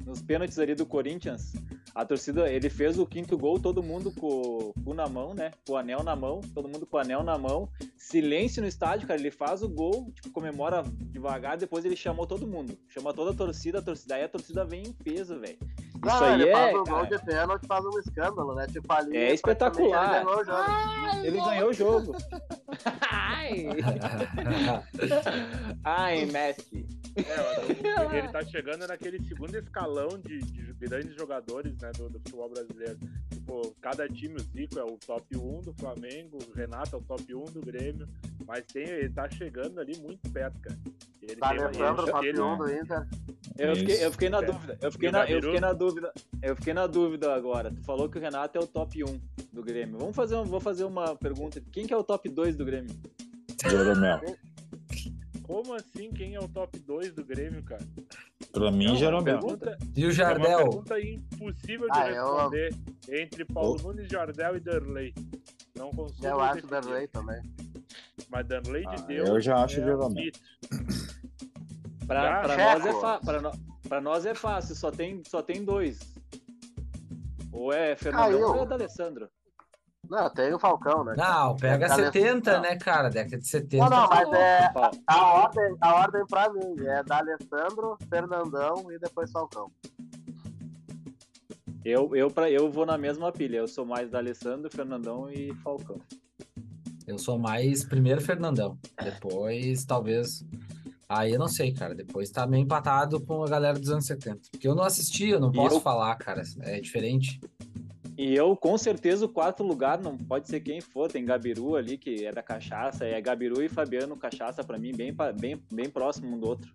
[SPEAKER 6] Nos pênaltis ali do Corinthians, a torcida, ele fez o quinto gol, todo mundo com o cu na mão, né? Com o anel na mão, todo mundo com o anel na mão. Silêncio no estádio, cara, ele faz o gol, tipo, comemora devagar, depois ele chamou todo mundo. Chama toda a torcida, a torcida, aí a torcida vem em peso, velho.
[SPEAKER 4] Não,
[SPEAKER 6] Isso aí
[SPEAKER 4] ele faz um
[SPEAKER 6] é,
[SPEAKER 4] gol
[SPEAKER 6] cara,
[SPEAKER 4] de pênalti, faz um escândalo, né? Tipo, ali.
[SPEAKER 6] É espetacular. Ah.
[SPEAKER 4] Ele ganhou o jogo.
[SPEAKER 6] ele ganhou o jogo. <laughs> Ai, Ai, Messi.
[SPEAKER 2] É, o- ele tá chegando naquele segundo escalão de, de grandes jogadores né, do, do futebol brasileiro. Tipo, cada time, o Zico é o top 1 do Flamengo, o Renato é o top 1 do Grêmio, mas tem, ele tá chegando ali muito perto, cara. Ele
[SPEAKER 4] Tá
[SPEAKER 2] tem-
[SPEAKER 4] lembrando
[SPEAKER 6] é
[SPEAKER 4] o
[SPEAKER 2] ele- ele-
[SPEAKER 6] né?
[SPEAKER 4] campeão do Inter.
[SPEAKER 6] Eu
[SPEAKER 3] Isso.
[SPEAKER 6] fiquei, eu fiquei na
[SPEAKER 2] É.
[SPEAKER 6] dúvida. Eu fiquei
[SPEAKER 2] E o
[SPEAKER 6] na, eu
[SPEAKER 2] Gabiru?
[SPEAKER 6] fiquei na dúvida. Eu fiquei na dúvida agora. Tu falou que o Renato é o top 1 do Grêmio. Vamos fazer, um- vou fazer uma pergunta. Quem que é o top 2 do Grêmio?
[SPEAKER 3] Jeromel.
[SPEAKER 2] Como assim quem é o top 2 do Grêmio, cara? É
[SPEAKER 3] Pra
[SPEAKER 5] É um
[SPEAKER 3] mim, Jeromel.
[SPEAKER 2] Pergunta,
[SPEAKER 5] <laughs> E o
[SPEAKER 2] é uma
[SPEAKER 5] Jardel?
[SPEAKER 2] pergunta impossível de
[SPEAKER 4] Ah, eu-
[SPEAKER 2] responder entre Paulo Nunes, Jardel e Darley. Não consigo.
[SPEAKER 6] é
[SPEAKER 4] Eu acho o
[SPEAKER 2] definir.
[SPEAKER 4] Danley também.
[SPEAKER 2] Mas Darley de
[SPEAKER 3] Ah,
[SPEAKER 2] Deus.
[SPEAKER 3] eu já acho
[SPEAKER 2] é
[SPEAKER 3] Jeromel.
[SPEAKER 2] mito.
[SPEAKER 6] Pra,
[SPEAKER 2] Ah,
[SPEAKER 6] pra
[SPEAKER 4] Checo.
[SPEAKER 6] nós é fa- pra, no- pra nós é fácil, só tem, só tem dois. Ou é Fernandão
[SPEAKER 4] Caiu.
[SPEAKER 6] ou é D'Alessandro.
[SPEAKER 4] Não, tem o Falcão, né?
[SPEAKER 5] Não, pega
[SPEAKER 4] Tá
[SPEAKER 5] 70,
[SPEAKER 4] nessa-
[SPEAKER 5] né, cara? Década de 70.
[SPEAKER 4] Não, não, mas é.
[SPEAKER 6] Paulo.
[SPEAKER 4] A ordem, a ordem pra mim é da Alessandro, Fernandão e depois Falcão.
[SPEAKER 6] Eu, eu, pra, eu vou na mesma pilha. Eu sou mais D'Alessandro, Fernandão e Falcão.
[SPEAKER 5] Eu sou mais primeiro Fernandão. Depois, talvez. Aí eu não sei, cara. Depois tá meio empatado com a galera dos anos 70. Porque eu não assisti, eu não
[SPEAKER 6] E
[SPEAKER 5] posso
[SPEAKER 6] eu-
[SPEAKER 5] falar, cara. É diferente.
[SPEAKER 6] E eu, com certeza, o quarto lugar não pode ser quem for. Tem Gabiru ali, que é da cachaça. É Gabiru e Fabiano Cachaça, pra mim, bem, pa- bem, bem próximo um do outro.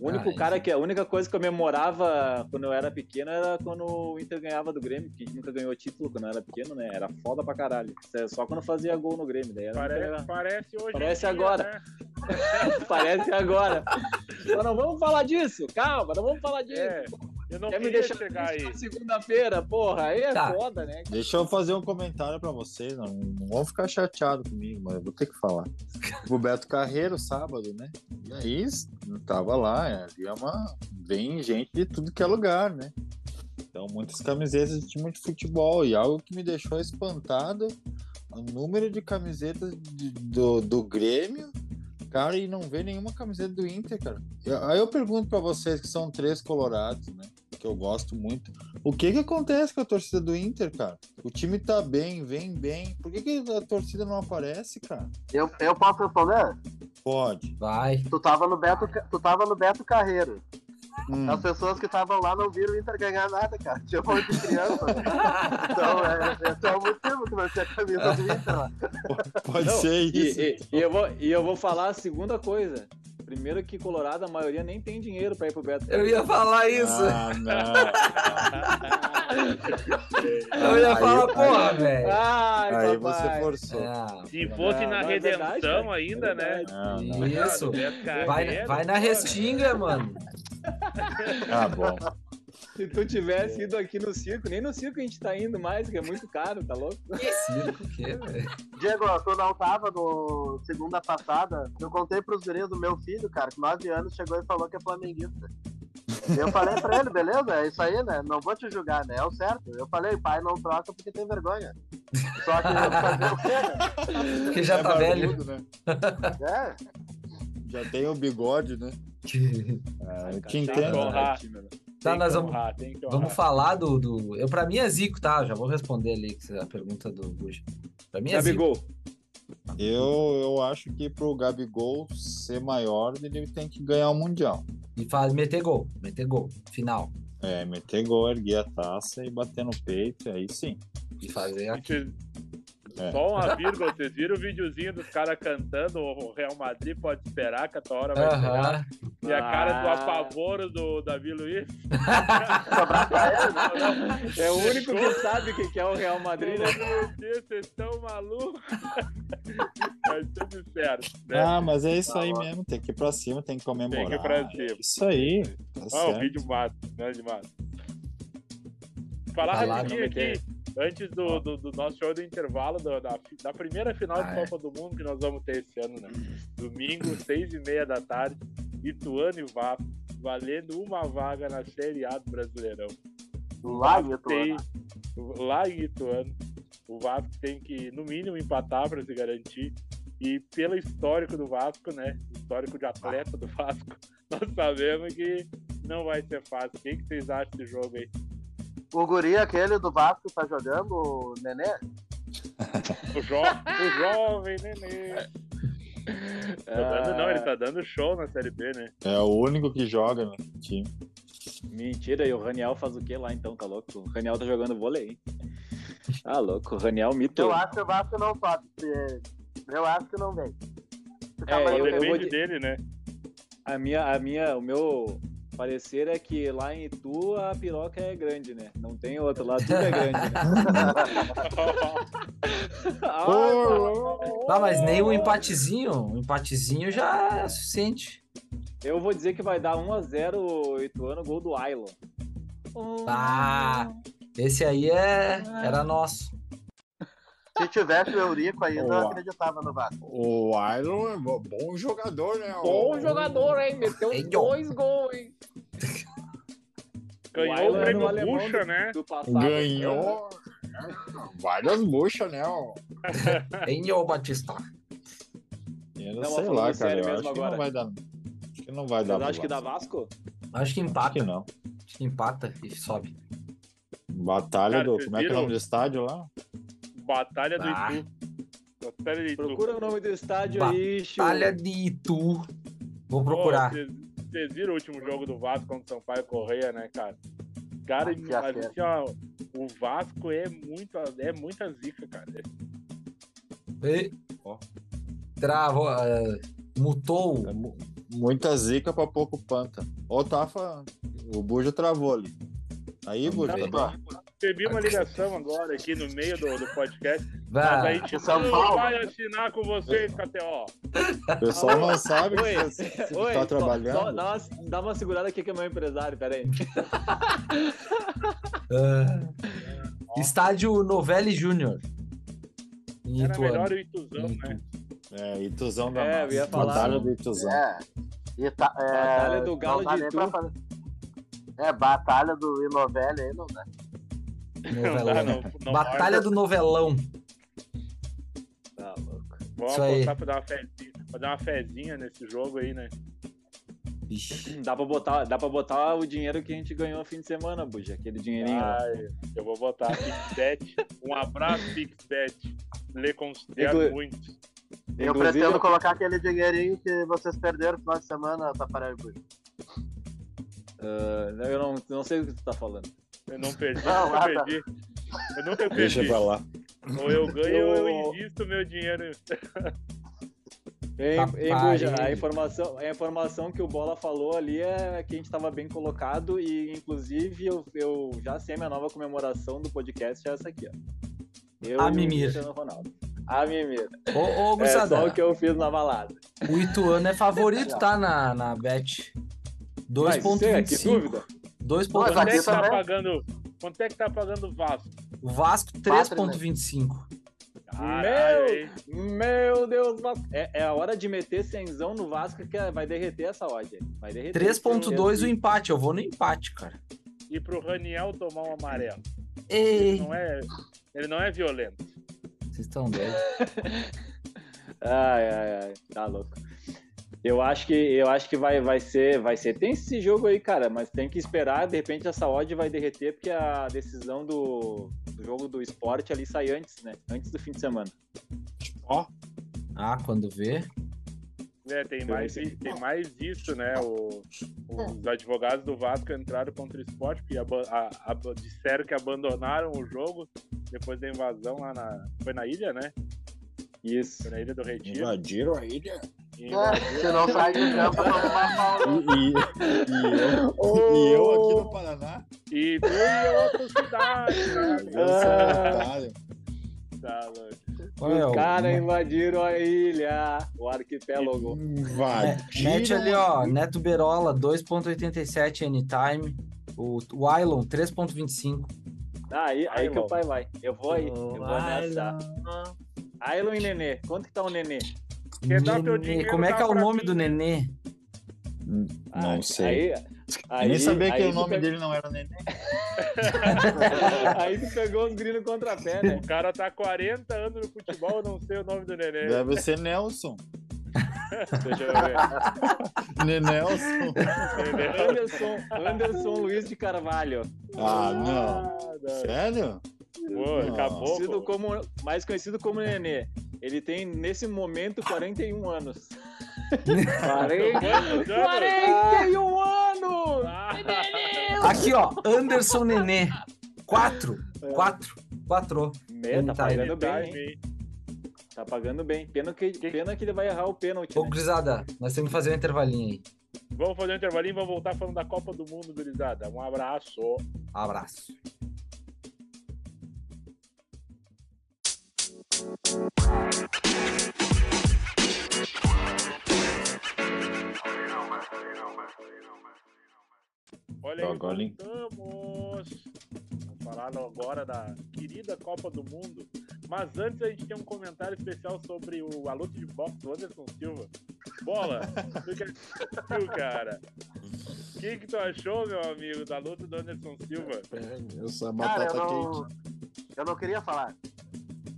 [SPEAKER 6] O único
[SPEAKER 5] Ah, é.
[SPEAKER 6] cara que a única coisa que eu memorava quando eu era pequeno era quando o Inter ganhava do Grêmio, que nunca ganhou título quando eu era pequeno, né? Era foda pra caralho. Isso é Só quando fazia gol no Grêmio. Daí era um
[SPEAKER 2] Parece, parece hoje. em
[SPEAKER 6] Parece
[SPEAKER 2] dia,
[SPEAKER 6] agora.
[SPEAKER 2] né?
[SPEAKER 6] <laughs> parece agora. Mas não vamos falar disso, calma, não vamos falar disso.
[SPEAKER 2] É, Eu não
[SPEAKER 6] Quer me
[SPEAKER 2] queria
[SPEAKER 6] deixar
[SPEAKER 2] chegar aí.
[SPEAKER 6] triste na segunda-feira, porra? Aí é
[SPEAKER 5] Tá.
[SPEAKER 6] foda, né?
[SPEAKER 3] Deixa eu fazer um comentário pra vocês, não, não vão ficar chateados comigo, mas eu vou ter que falar. O Beto Carreiro, sábado, né? E aí, tava lá, é, ali é uma... vem gente de tudo que é lugar, né? Então, muitas camisetas de time de futebol, e algo que me deixou espantado, o número de camisetas de- do, do Grêmio, cara, e não vê nenhuma camiseta do Inter, cara. Eu- aí eu pergunto pra vocês, que são três colorados, né? Que eu gosto muito. O que que acontece com a torcida do Inter, cara? O time tá bem, vem bem. Por que, que a torcida não aparece, cara?
[SPEAKER 4] Eu, eu posso responder?
[SPEAKER 3] Pode.
[SPEAKER 5] Vai.
[SPEAKER 4] Tu tava no Beto, Ca- tu tava no Beto Carreiro.
[SPEAKER 3] Hum.
[SPEAKER 4] As pessoas que estavam lá não viram o Inter ganhar nada, cara. Tinha um monte de criança. né? Então, é, esse é o motivo que não tinha camisa do Inter lá.
[SPEAKER 3] Pode
[SPEAKER 6] Não,
[SPEAKER 3] ser <laughs>
[SPEAKER 6] E,
[SPEAKER 3] isso.
[SPEAKER 5] é
[SPEAKER 3] então.
[SPEAKER 6] e- e eu vou, e eu vou falar a segunda coisa. Primeiro que Colorado, a maioria nem tem dinheiro pra ir pro Beto.
[SPEAKER 5] <laughs> Eu ia falar isso.
[SPEAKER 3] Ah, não.
[SPEAKER 5] <laughs> eu ia
[SPEAKER 3] Ah, aí- tá
[SPEAKER 5] falar,
[SPEAKER 3] aí-
[SPEAKER 5] porra, velho.
[SPEAKER 6] Ai,
[SPEAKER 3] Aí você
[SPEAKER 6] papai.
[SPEAKER 3] forçou.
[SPEAKER 5] Ah,
[SPEAKER 2] Se fosse
[SPEAKER 6] Não,
[SPEAKER 2] na
[SPEAKER 6] não, é verdade,
[SPEAKER 2] redenção
[SPEAKER 6] cara.
[SPEAKER 2] ainda,
[SPEAKER 6] É
[SPEAKER 2] né? é
[SPEAKER 6] verdade.
[SPEAKER 3] Ah, não.
[SPEAKER 5] isso. Vai, na- vai na
[SPEAKER 2] restinha.
[SPEAKER 5] restinga, mano.
[SPEAKER 3] Tá bom.
[SPEAKER 6] Se tu tivesse
[SPEAKER 3] É.
[SPEAKER 6] ido aqui no circo, nem no circo a gente tá indo mais, que é muito caro, tá louco?
[SPEAKER 5] Que circo, o quê, velho?
[SPEAKER 4] Diego, tu não tava no segunda passada? Eu contei pros guris do meu filho, cara, que 9 anos chegou e falou que é flamenguista. Eu falei pra ele, beleza? É isso aí, né? Não vou te julgar, né? É o certo. Eu falei, pai, não troca porque tem vergonha. Só que fazer o quê?
[SPEAKER 5] Porque já
[SPEAKER 3] É
[SPEAKER 5] tá velho.
[SPEAKER 3] barbudo, né?
[SPEAKER 4] né?
[SPEAKER 3] Já tem o bigode, né? Ah,
[SPEAKER 2] Tem
[SPEAKER 3] eu te
[SPEAKER 2] que
[SPEAKER 3] entendo.
[SPEAKER 2] honrar.
[SPEAKER 5] <laughs> Tá, nós vamos,
[SPEAKER 2] honrar, tem que honrar.
[SPEAKER 5] vamos falar do, do. Eu, pra mim é Zico, tá? Já vou responder ali que- é a pergunta do Buja. Pra mim é Zico.
[SPEAKER 6] Gabigol.
[SPEAKER 3] Eu, eu acho que pro Gabigol ser maior, ele tem que ganhar o Mundial.
[SPEAKER 5] E faz, meter gol, meter gol, final.
[SPEAKER 3] É, meter gol, erguer a taça e bater no peito, aí sim.
[SPEAKER 5] E fazer a.
[SPEAKER 2] Gente,
[SPEAKER 3] É.
[SPEAKER 2] Só uma vírgula, vocês viram o videozinho dos caras cantando o Real Madrid pode esperar que a tua hora vai chegar.
[SPEAKER 5] Aham.
[SPEAKER 2] E a cara do
[SPEAKER 6] Ah.
[SPEAKER 2] apavoro do Davi Luiz.
[SPEAKER 6] É o único que sabe o que que é o Real Madrid, né?
[SPEAKER 2] Meu Deus, vocês estão malucos. <laughs> Mas tudo certo, né?
[SPEAKER 3] Ah, mas é isso aí
[SPEAKER 4] Tá bom.
[SPEAKER 3] mesmo, tem que ir pra cima, tem que comemorar.
[SPEAKER 2] Tem que ir pra cima.
[SPEAKER 3] É Isso aí. Tá
[SPEAKER 2] Ah, o
[SPEAKER 3] certo.
[SPEAKER 2] vídeo mata, né, de mata. Falar
[SPEAKER 5] Vai lá,
[SPEAKER 2] rapidinho
[SPEAKER 6] como é
[SPEAKER 2] aqui, antes do, do, do nosso show do intervalo, do- da, da primeira final
[SPEAKER 5] Ah,
[SPEAKER 2] de
[SPEAKER 5] é.
[SPEAKER 2] Copa do Mundo que nós vamos ter esse ano, né?
[SPEAKER 5] <laughs>
[SPEAKER 2] Domingo, seis e meia da tarde, Ituano e Vasco, valendo uma vaga na Série A do Brasileirão.
[SPEAKER 4] Lá, Vitor.
[SPEAKER 2] Tem, lá em Ituano, o Vasco tem que, no mínimo, empatar para se garantir. E pelo histórico do Vasco, né? Histórico de atleta do Vasco, <laughs> nós sabemos que não vai ser fácil. O que, que vocês acham desse jogo aí?
[SPEAKER 4] O guri aquele do Vasco tá jogando, o Nenê?
[SPEAKER 2] O, jo
[SPEAKER 6] <laughs>
[SPEAKER 2] o jovem nenê. Tá dando, não, ele tá dando show na Série B, né?
[SPEAKER 3] É o único que joga no time.
[SPEAKER 6] Ah, Mentira, e o Raniel faz o que lá então, tá louco? O Raniel tá jogando vôlei, hein? Tá louco, o Raniel mito.
[SPEAKER 4] Eu acho que o Vasco Então, não sobe. se- Eu acho que não vem. Se tá
[SPEAKER 6] É,
[SPEAKER 4] mais-
[SPEAKER 6] eu-
[SPEAKER 2] Depende
[SPEAKER 6] vou de-
[SPEAKER 2] dele, né?
[SPEAKER 6] A minha, a minha, o meu parecer é que lá em Itu a piroca é grande, né? Não tem outro, lá tudo é grande, né? Ai, tá. mano.
[SPEAKER 5] Ah, mas nem um empatezinho. Um empatezinho já é suficiente.
[SPEAKER 6] Eu vou dizer que vai dar 1x0 Ituano, gol do Ailon.
[SPEAKER 5] Ah, esse aí é, era nosso.
[SPEAKER 4] Se tivesse o Eurico ainda, eu
[SPEAKER 3] Boa.
[SPEAKER 4] acreditava no Vasco.
[SPEAKER 3] <laughs> O Iron é bo- bom jogador, né? O-
[SPEAKER 6] jogador, hein? Meteu
[SPEAKER 5] Ei, ó. dois
[SPEAKER 6] gols, hein?
[SPEAKER 2] Ganhou o
[SPEAKER 6] Island, o
[SPEAKER 2] prêmio
[SPEAKER 6] alemão
[SPEAKER 2] Bucha, né?
[SPEAKER 6] Do passado.
[SPEAKER 3] Ganhou várias buchas, né? ó.
[SPEAKER 5] Em o Batista.
[SPEAKER 3] Eu
[SPEAKER 6] Não,
[SPEAKER 3] sei
[SPEAKER 6] falando
[SPEAKER 3] lá, cara.
[SPEAKER 6] sério
[SPEAKER 3] Eu
[SPEAKER 6] mesmo
[SPEAKER 3] acho que
[SPEAKER 6] agora.
[SPEAKER 3] não vai dar. Acho que não vai dar.
[SPEAKER 6] Vocês
[SPEAKER 3] pro
[SPEAKER 6] acham que dá
[SPEAKER 3] Vasco.
[SPEAKER 6] Vasco?
[SPEAKER 5] Acho que
[SPEAKER 3] Acho que
[SPEAKER 5] empata.
[SPEAKER 3] não.
[SPEAKER 5] Acho que empata e sobe.
[SPEAKER 3] Batalha
[SPEAKER 2] Cara,
[SPEAKER 3] do.
[SPEAKER 2] vocês
[SPEAKER 3] Como é que é o
[SPEAKER 2] viram?
[SPEAKER 3] nome do estádio lá?
[SPEAKER 2] Batalha do
[SPEAKER 5] Ah.
[SPEAKER 2] Itu. Batalha do Itu.
[SPEAKER 6] Procura o nome do estádio aí, Chiu.
[SPEAKER 5] Talha de Itu. Vou
[SPEAKER 2] Pô,
[SPEAKER 5] procurar.
[SPEAKER 2] Vocês vocês viram o último jogo do Vasco contra o Sampaio Correia, né, cara? Cara,
[SPEAKER 4] Ah, que
[SPEAKER 2] mas,
[SPEAKER 4] afeto.
[SPEAKER 2] assim, ó, o Vasco é, muito, é muita zica, cara.
[SPEAKER 5] E...
[SPEAKER 3] Ó.
[SPEAKER 5] Travou. ah, mutou.
[SPEAKER 3] É
[SPEAKER 2] Tá
[SPEAKER 3] mu- muita zica pra pouco panta. Ô, Tafa, o Bujo travou ali. Aí, Bujo, tá
[SPEAKER 5] bem.
[SPEAKER 3] bem?
[SPEAKER 4] é
[SPEAKER 2] Recebi uma ligação agora aqui no meio do, do podcast. Mas
[SPEAKER 5] Vai.
[SPEAKER 2] aí Titu
[SPEAKER 4] São Paulo.
[SPEAKER 2] vai assinar com vocês, KTO.
[SPEAKER 3] O pessoal não sabe
[SPEAKER 6] Oi,
[SPEAKER 3] que você você
[SPEAKER 6] Oi,
[SPEAKER 3] tá
[SPEAKER 6] só-
[SPEAKER 3] trabalhando.
[SPEAKER 6] só dá, uma, dá uma segurada aqui que é meu empresário, peraí.
[SPEAKER 5] Ah. Estádio Novelli Júnior. Em
[SPEAKER 2] Era melhor
[SPEAKER 5] Ituano.
[SPEAKER 2] o Ituzão,
[SPEAKER 5] Em
[SPEAKER 2] né?
[SPEAKER 3] É, Ituzão da
[SPEAKER 6] É, eu ia
[SPEAKER 3] Massa.
[SPEAKER 6] falar.
[SPEAKER 3] Batalha do Ituzão.
[SPEAKER 4] É. E tá, é,
[SPEAKER 6] Batalha do
[SPEAKER 4] não
[SPEAKER 6] Galo
[SPEAKER 4] dá
[SPEAKER 6] de
[SPEAKER 4] nem
[SPEAKER 6] Itu.
[SPEAKER 4] pra fazer. É, batalha do Inovelli aí não dá.
[SPEAKER 2] Não
[SPEAKER 5] Ituano.
[SPEAKER 2] dá,
[SPEAKER 5] Novelão.
[SPEAKER 2] não. não
[SPEAKER 5] né? Batalha do Novelão.
[SPEAKER 6] Tá louco.
[SPEAKER 2] Vamos
[SPEAKER 5] Isso aí.
[SPEAKER 2] apostar pra dar uma fezinha, pra dar uma fezinha nesse jogo aí, né?
[SPEAKER 5] Vixe.
[SPEAKER 6] Dá pra, botar, dá pra botar o dinheiro que a gente ganhou no fim de semana, Buja, aquele dinheirinho. lá.
[SPEAKER 3] Ah,
[SPEAKER 2] Ai, eu vou botar Pixbet. Um abraço, Pixbet. Lê considero
[SPEAKER 6] Inclu-
[SPEAKER 2] muito.
[SPEAKER 4] Eu
[SPEAKER 6] Inclusive,
[SPEAKER 4] pretendo colocar aquele dinheirinho que vocês perderam no final de semana pra parar de bucha.
[SPEAKER 6] ah, eu não, não sei o que tu tá falando.
[SPEAKER 2] Eu não perdi,
[SPEAKER 4] Ah,
[SPEAKER 2] eu
[SPEAKER 4] lá, tá.
[SPEAKER 2] perdi. Eu nunca perdi.
[SPEAKER 3] Deixa pra lá.
[SPEAKER 2] Ou eu ganho ou
[SPEAKER 6] Eu-
[SPEAKER 2] eu invisto meu dinheiro.
[SPEAKER 6] Hein,
[SPEAKER 5] Papai.
[SPEAKER 6] hein, Buja, a informação, a informação que o Bola falou ali é que a gente tava bem colocado e, inclusive, eu, eu já sei a minha nova comemoração do podcast é essa aqui, ó. Eu
[SPEAKER 5] A
[SPEAKER 6] e o
[SPEAKER 5] mimir.
[SPEAKER 6] Cristiano Ronaldo. A mimir.
[SPEAKER 5] Ô, ô
[SPEAKER 6] É
[SPEAKER 5] gurizada,
[SPEAKER 6] só o que eu fiz na balada.
[SPEAKER 5] o Ituano
[SPEAKER 2] <laughs>
[SPEAKER 5] é favorito, tá? Na, na Bet.
[SPEAKER 6] Mas, sei, que
[SPEAKER 5] 2.25.
[SPEAKER 6] dúvida.
[SPEAKER 4] Mas
[SPEAKER 2] Quanto é
[SPEAKER 4] aqui
[SPEAKER 2] que
[SPEAKER 5] 2.25.
[SPEAKER 2] tá
[SPEAKER 4] também.
[SPEAKER 2] pagando? Quanto é que tá pagando o Vasco?
[SPEAKER 5] O Vasco
[SPEAKER 2] né?
[SPEAKER 5] 3.25.
[SPEAKER 2] Caralho,
[SPEAKER 6] Meu!
[SPEAKER 2] hein?
[SPEAKER 6] Meu Deus, mas- é, é a hora de meter cenzão no Vasco que vai derreter essa odd. aí. Vai derreter.
[SPEAKER 5] 3.2 o empate. Eu vou no empate, cara.
[SPEAKER 2] E pro Raniel tomar um amarelo. Ele
[SPEAKER 5] Ei!
[SPEAKER 2] não é, ele não é violento.
[SPEAKER 5] Vocês estão doidos.
[SPEAKER 6] Ai, ai, ai, tá louco. Eu acho que eu acho que vai, vai ser vai ser tem esse jogo aí, cara, mas tem que esperar, de repente essa odd vai derreter porque a decisão do, do jogo do esporte ali sai antes, né? Antes do fim de semana.
[SPEAKER 3] Ó,
[SPEAKER 5] Ah, quando vê.
[SPEAKER 2] É, tem, mais, i- tem mais isso, né? O- os advogados do Vasco entraram contra o esporte, porque aba- a- aba- disseram que abandonaram o jogo depois da invasão lá na. Foi na ilha, né?
[SPEAKER 6] Isso.
[SPEAKER 2] Foi na ilha do Retiro.
[SPEAKER 3] invadiram a ilha.
[SPEAKER 2] E-
[SPEAKER 4] É, se não sai de campo, eu vou marcar
[SPEAKER 3] E, e- e eu, e eu aqui no Paraná.
[SPEAKER 2] E tu e outra cidade, né?
[SPEAKER 3] Eu sou otário.
[SPEAKER 2] Tá louco.
[SPEAKER 3] né?
[SPEAKER 5] Olha,
[SPEAKER 6] Os caras
[SPEAKER 5] é o-
[SPEAKER 6] invadiram a ilha, o arquipélago.
[SPEAKER 3] Invadiram.
[SPEAKER 5] É, Mete ali, ó. Neto Berola, 2.87 anytime. O, o Ilon, 3.25.
[SPEAKER 6] Ah, aí, aí que
[SPEAKER 2] Ailon.
[SPEAKER 6] o pai vai. Eu vou aí, eu vou nessa. Ailon e Nenê, quanto que tá o Nenê?
[SPEAKER 2] Quer dar teu
[SPEAKER 5] Nenê.
[SPEAKER 2] dinheiro,
[SPEAKER 5] Como é que é
[SPEAKER 2] dá
[SPEAKER 5] o
[SPEAKER 2] pra
[SPEAKER 5] nome
[SPEAKER 2] mim,
[SPEAKER 5] do
[SPEAKER 2] né?
[SPEAKER 5] nenê?
[SPEAKER 3] Não
[SPEAKER 6] Ah,
[SPEAKER 3] sei.
[SPEAKER 6] Aí, aí,
[SPEAKER 3] Nem sabia que
[SPEAKER 6] aí
[SPEAKER 3] o
[SPEAKER 6] tu
[SPEAKER 3] nome
[SPEAKER 6] pegou-
[SPEAKER 3] dele não era Nenê.
[SPEAKER 6] <laughs> aí tu pegou os grilos contra pé, né?
[SPEAKER 2] O cara tá 40 anos no futebol, eu não sei o nome do neném.
[SPEAKER 3] Deve ser Nelson.
[SPEAKER 2] Deixa eu ver.
[SPEAKER 3] Nenelson.
[SPEAKER 2] Neném.
[SPEAKER 6] Anderson, Anderson Luiz de Carvalho,
[SPEAKER 3] Ah, não. Sério?
[SPEAKER 2] Pô, acabou. pô.
[SPEAKER 6] conhecido como, mais conhecido como Nenê. Ele tem, nesse momento, 41 anos. 40,
[SPEAKER 2] Quantos Tá um anos?
[SPEAKER 6] 41 anos!
[SPEAKER 2] Ah,
[SPEAKER 5] Aqui, ó. Anderson Nenê. 4. 4. 4.
[SPEAKER 6] Meu, tá
[SPEAKER 5] Tá
[SPEAKER 6] pagando bem,
[SPEAKER 2] time,
[SPEAKER 6] hein?
[SPEAKER 2] hein?
[SPEAKER 6] Tá pagando bem. Pena que, pena que ele vai errar o pênalti,
[SPEAKER 5] Ô,
[SPEAKER 6] né?
[SPEAKER 5] Grisada, nós temos que fazer um intervalinho aí.
[SPEAKER 2] Vamos fazer um intervalinho e vamos voltar falando da Copa do Mundo, gurizada. Um abraço.
[SPEAKER 5] Abraço.
[SPEAKER 2] Olha aí,
[SPEAKER 3] Agora, hein?
[SPEAKER 2] voltamos. Vamos falar agora da querida Copa do Mundo. Mas antes a gente tem um comentário especial sobre o, a luta de boxe do Anderson Silva. Bola, tu que assistiu, cara. O que, que tu achou, meu amigo, da luta do Anderson
[SPEAKER 6] <laughs>
[SPEAKER 2] Silva?
[SPEAKER 3] Eu sou a
[SPEAKER 4] Cara, eu
[SPEAKER 3] batata
[SPEAKER 4] não,
[SPEAKER 3] quente.
[SPEAKER 4] eu não queria falar.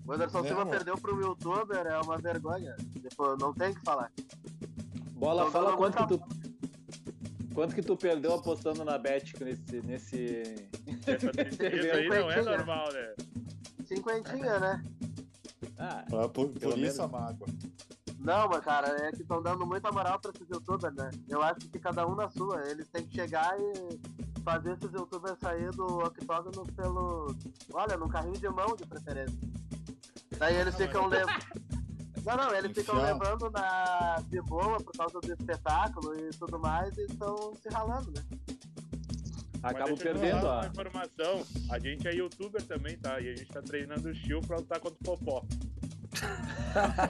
[SPEAKER 4] O Anderson
[SPEAKER 3] Não.
[SPEAKER 4] Silva perdeu pro youtuber, é uma vergonha. Tipo, não tem o que falar.
[SPEAKER 6] Bola,
[SPEAKER 4] Não,
[SPEAKER 6] fala
[SPEAKER 4] não,
[SPEAKER 6] quanto que
[SPEAKER 4] não.
[SPEAKER 6] tu... Quanto que tu perdeu apostando na Bet nesse... nesse...
[SPEAKER 2] Essa tristeza aí não é
[SPEAKER 4] Cinquentinha.
[SPEAKER 2] normal, né?
[SPEAKER 4] Cinquentinha, né?
[SPEAKER 6] Ah,
[SPEAKER 3] Ah, Por, por
[SPEAKER 6] menos.
[SPEAKER 3] isso a mágoa.
[SPEAKER 4] Não, mas cara, é que estão dando muita moral pra esses youtubers, né? Eu acho que cada um na sua. Eles têm que chegar e fazer esses youtubers sair do octógono pelo. Olha, num carrinho de mão de preferência. Daí eles ficam levando. <laughs> Não, não, eles ficam
[SPEAKER 3] Enfiar.
[SPEAKER 4] levando na de boa por causa do espetáculo e tudo mais e estão se ralando, né?
[SPEAKER 6] Acabam
[SPEAKER 2] Mas deixa eu
[SPEAKER 6] perdendo
[SPEAKER 2] falar uma
[SPEAKER 6] a.
[SPEAKER 2] informação. A gente é youtuber também, tá? E a gente tá treinando o Chiu pra lutar contra o Popó.